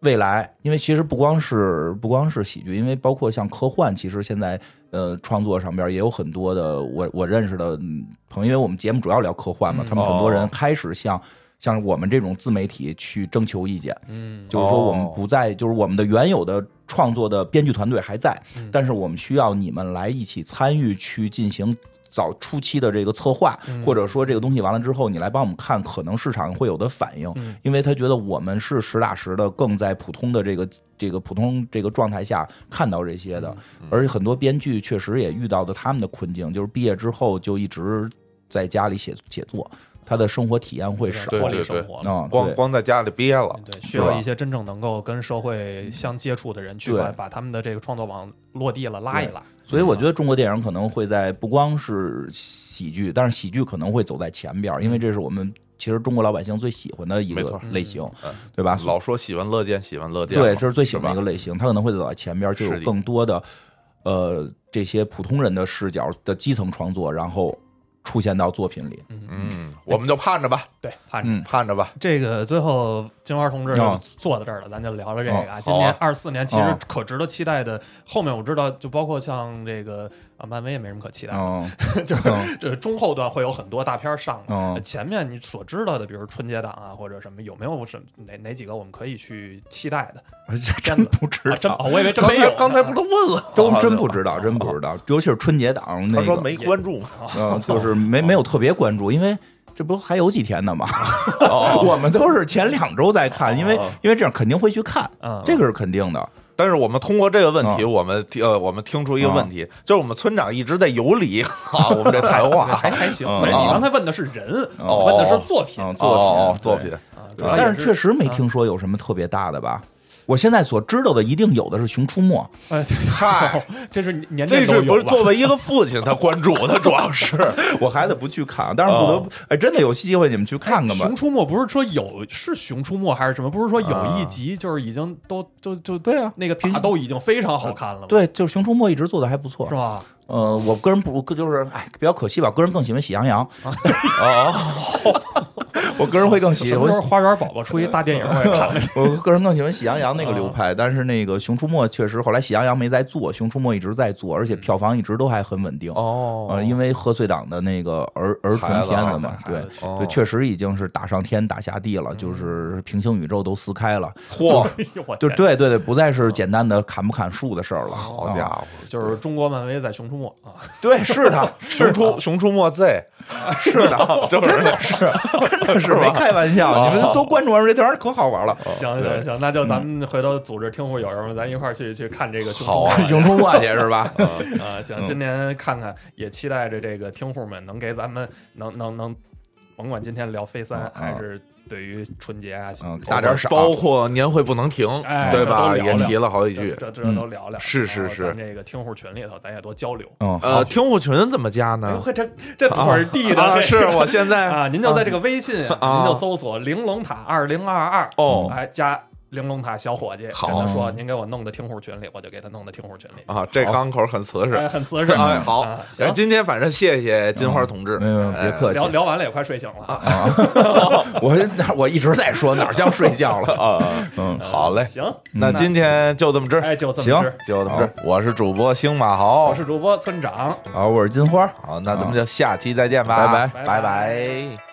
S3: 未来，因为其实不光是不光是喜剧，因为包括像科幻，其实现在呃创作上边也有很多的我我认识的嗯朋友，因为我们节目主要聊科幻嘛，他们很多人开始像。像我们这种自媒体去征求意见，
S2: 嗯，
S3: 就是说我们
S1: 哦
S3: 不再，就是我们的原有的创作的编剧团队还在，
S1: 嗯
S3: 但是我们需要你们来一起参与去进行早初期的这个策划，
S1: 嗯
S3: 或者说这个东西完了之后，你来帮我们看可能市场会有的反应，
S1: 嗯
S3: 因为他觉得我们是实打实的，更在普通的这个这个普通这个状态下看到这些的，
S1: 嗯
S3: 而且很多编剧确实也遇到的他们的困境，就是毕业之后就一直在家里写写作，他的生活体验会
S2: 有
S3: 少
S2: 点脱
S1: 对对
S2: 离生活了。
S3: 啊，
S1: 光
S3: 对
S1: 光在家里憋了，
S2: 嗯对，需
S3: 是
S2: 要
S3: 吧
S2: 一些真正能够跟社会相接触的人去
S3: 对
S2: 把把他们的这个创作网落地了拉一嗯拉。
S1: 嗯
S3: 所以我觉得中国电影可能会在不光是喜剧，但是喜剧可能会走在前边儿，因为这是我们其实中国老百姓最喜欢的一
S1: 嗯没
S3: 个
S1: 错
S3: 类型
S1: 嗯，
S3: 对吧？
S1: 老说喜闻乐见，喜闻乐见嘛，
S3: 对，这是最喜欢的
S1: 吧
S3: 一个类型，它可能会走在前边儿，就是有
S1: 的
S3: 更多的呃这些普通人的视角的基层创作，然后出现到作品里。
S1: 嗯，我们就盼着吧，
S2: 对，盼着。
S3: 嗯
S1: 盼着吧，
S2: 这个最后金花同志
S3: 啊
S2: 坐到这儿了，咱就聊聊这个啊。
S1: 哦
S2: 今年
S1: 好
S2: 二四年其实
S3: 啊
S2: 可值得期待的，后面我知道就包括像这个啊，漫威也没什么可期待的，
S3: 嗯，
S2: 就是这中后段会有很多大片儿上的。
S3: 嗯
S2: 前面你所知道的，比如春节档啊或者什么，有没有什么哪哪几个我们可以去期待的？
S3: 我这真不知
S2: 啊，真
S3: 道，
S2: 哦我以为真
S1: 刚
S2: 没
S1: 才
S2: 有呢，
S1: 刚才不都问 了，
S3: 真真不知道，真不知道，
S1: 啊
S3: 尤其是春节档那
S1: 他说
S3: 个，
S1: 没关注嘛，
S3: 嗯，就是没没有特别关注，因为这不还有几 天呢吗？
S2: 哦
S3: 我们都是前两周在看，因为因为这样肯定会去看
S2: 嗯，
S3: 这个是肯定的。
S1: 但是我们通过这个问题，
S3: 啊
S1: 我们呃，我们听出
S3: 嗯
S1: 一个问题，就是我们村长一直在有理啊，我们这谈 话
S2: 还还行。
S3: 嗯
S2: 不是你
S1: 哦
S2: 刚才问的是人，
S1: 哦
S2: 我问的是作品
S3: 嗯，
S1: 哦
S3: 作
S1: 作
S3: 品
S1: 品
S2: 啊主
S3: 对
S2: 要也啊
S3: 但是确
S2: 实，
S3: 实没听说有什么特别大的吧。我现在所知道的一定有的是《熊出没
S2: 哎
S1: 嗨，
S2: 这是年
S1: 这
S2: 年都
S1: 是不
S2: 有
S1: 是
S2: 吧？
S1: 作为一个父亲他关注的，主要 是》，
S3: 我孩子不去看，但是不得不哎，真的有机会你们去看看
S2: 哦
S3: 吧
S2: 哎熊。出没不是说有是熊出没还是什么？不是说有一集就是已经都就就
S3: 嗯对啊嗯
S2: 那个塔都已经非常好看了吗，
S3: 对，就是《熊出没》一直做的还不错
S2: 是。吧？
S3: 呃，我个人不就是哎，比较可惜吧，我个人更喜欢《喜羊
S2: 哦
S3: 羊》哦，我个人会更喜
S2: 什么
S3: 欢。
S2: 时候。花园宝宝出一大电影我也看了
S3: 我个人更喜欢《喜羊羊》那个流派，但是那个《熊出没》确实后来《喜羊羊》没在做，《熊出没》一直在做，而且票房一直都还很稳定。
S1: 哦
S3: 呃，因为贺岁档的那个儿儿童
S1: 孩子
S3: 片
S1: 啊
S3: 子嘛，
S2: 孩
S3: 对
S2: 子
S1: 哦嗯
S3: 对，确实已经是打上天打下地了，就是平行宇宙都撕开了，
S1: 嚯，
S2: 哎呦我
S3: 就
S2: 天，
S3: 对对对，不再是简单的砍不砍树的事儿了。
S1: 好 家伙，
S2: 就是中国漫威在熊出没啊，
S3: 伙，对，是 的，
S1: 熊出熊出没 Z
S3: 是的，
S1: 就是
S3: 真哦的是没开玩 笑，
S1: 哦
S3: 你们多关注关注这地方可好玩了。
S2: 行行行，那就咱
S3: 嗯
S2: 们回头组织听户友什么，咱一块儿去去看这个熊出
S1: 好
S2: 没
S1: 啊
S2: 去。
S3: 熊出没去是吧？
S2: 啊，
S1: 嗯
S2: 行，今年看看，也期待着这个听户们能给咱们能能能，甭管今天聊飞三、
S1: 啊
S3: 嗯嗯
S2: 还是对于春节啊，
S3: 嗯
S2: 头
S3: 大点赏
S1: 包括年会不能停
S2: 哎，
S1: 对
S2: 这都
S1: 吧？
S2: 聊
S1: 也
S2: 聊
S1: 提了好几
S2: 这
S1: 句。
S2: 这这
S3: 嗯
S2: 都聊聊，
S1: 是是
S2: 然后
S1: 是
S2: 咱这个听户群里头咱也多交流。
S3: 嗯，
S1: 呃，
S3: 好，
S1: 听户群怎么加
S2: 哎呦
S1: 呢？
S2: 呵，这这腿儿地的、
S1: 啊
S2: 这
S1: 是我现在
S2: 啊，您就在这个微信啊，
S1: 啊
S2: 您就搜索“玲珑塔二零二二”，
S1: 哦
S2: 哎，加玲珑塔小伙计，
S1: 好
S2: 跟他说您给我弄到听户群里，我就给他弄到听户群里，
S1: 啊，这钢口很瓷实。
S2: 哎，很瓷实。
S1: 哎，
S3: 嗯
S1: 好
S2: 啊，
S1: 哎
S2: 行，
S1: 今天反正谢谢金花同志，哎
S3: 没有别客气
S2: 聊聊完了也快睡醒了啊。
S3: 我哪我一直在说哪儿像睡觉 了。
S1: 啊。
S3: 嗯，
S1: 好嘞，
S2: 行，
S1: 那今天就这么着，
S2: 哎就这
S3: 行
S2: 么吃。
S1: 就这么着。我是主播星马豪，
S2: 我是主播村长，
S3: 嗯好，我是金花。
S1: 好，那咱们就下期再见吧，
S3: 拜
S1: 拜
S2: 拜
S1: 拜。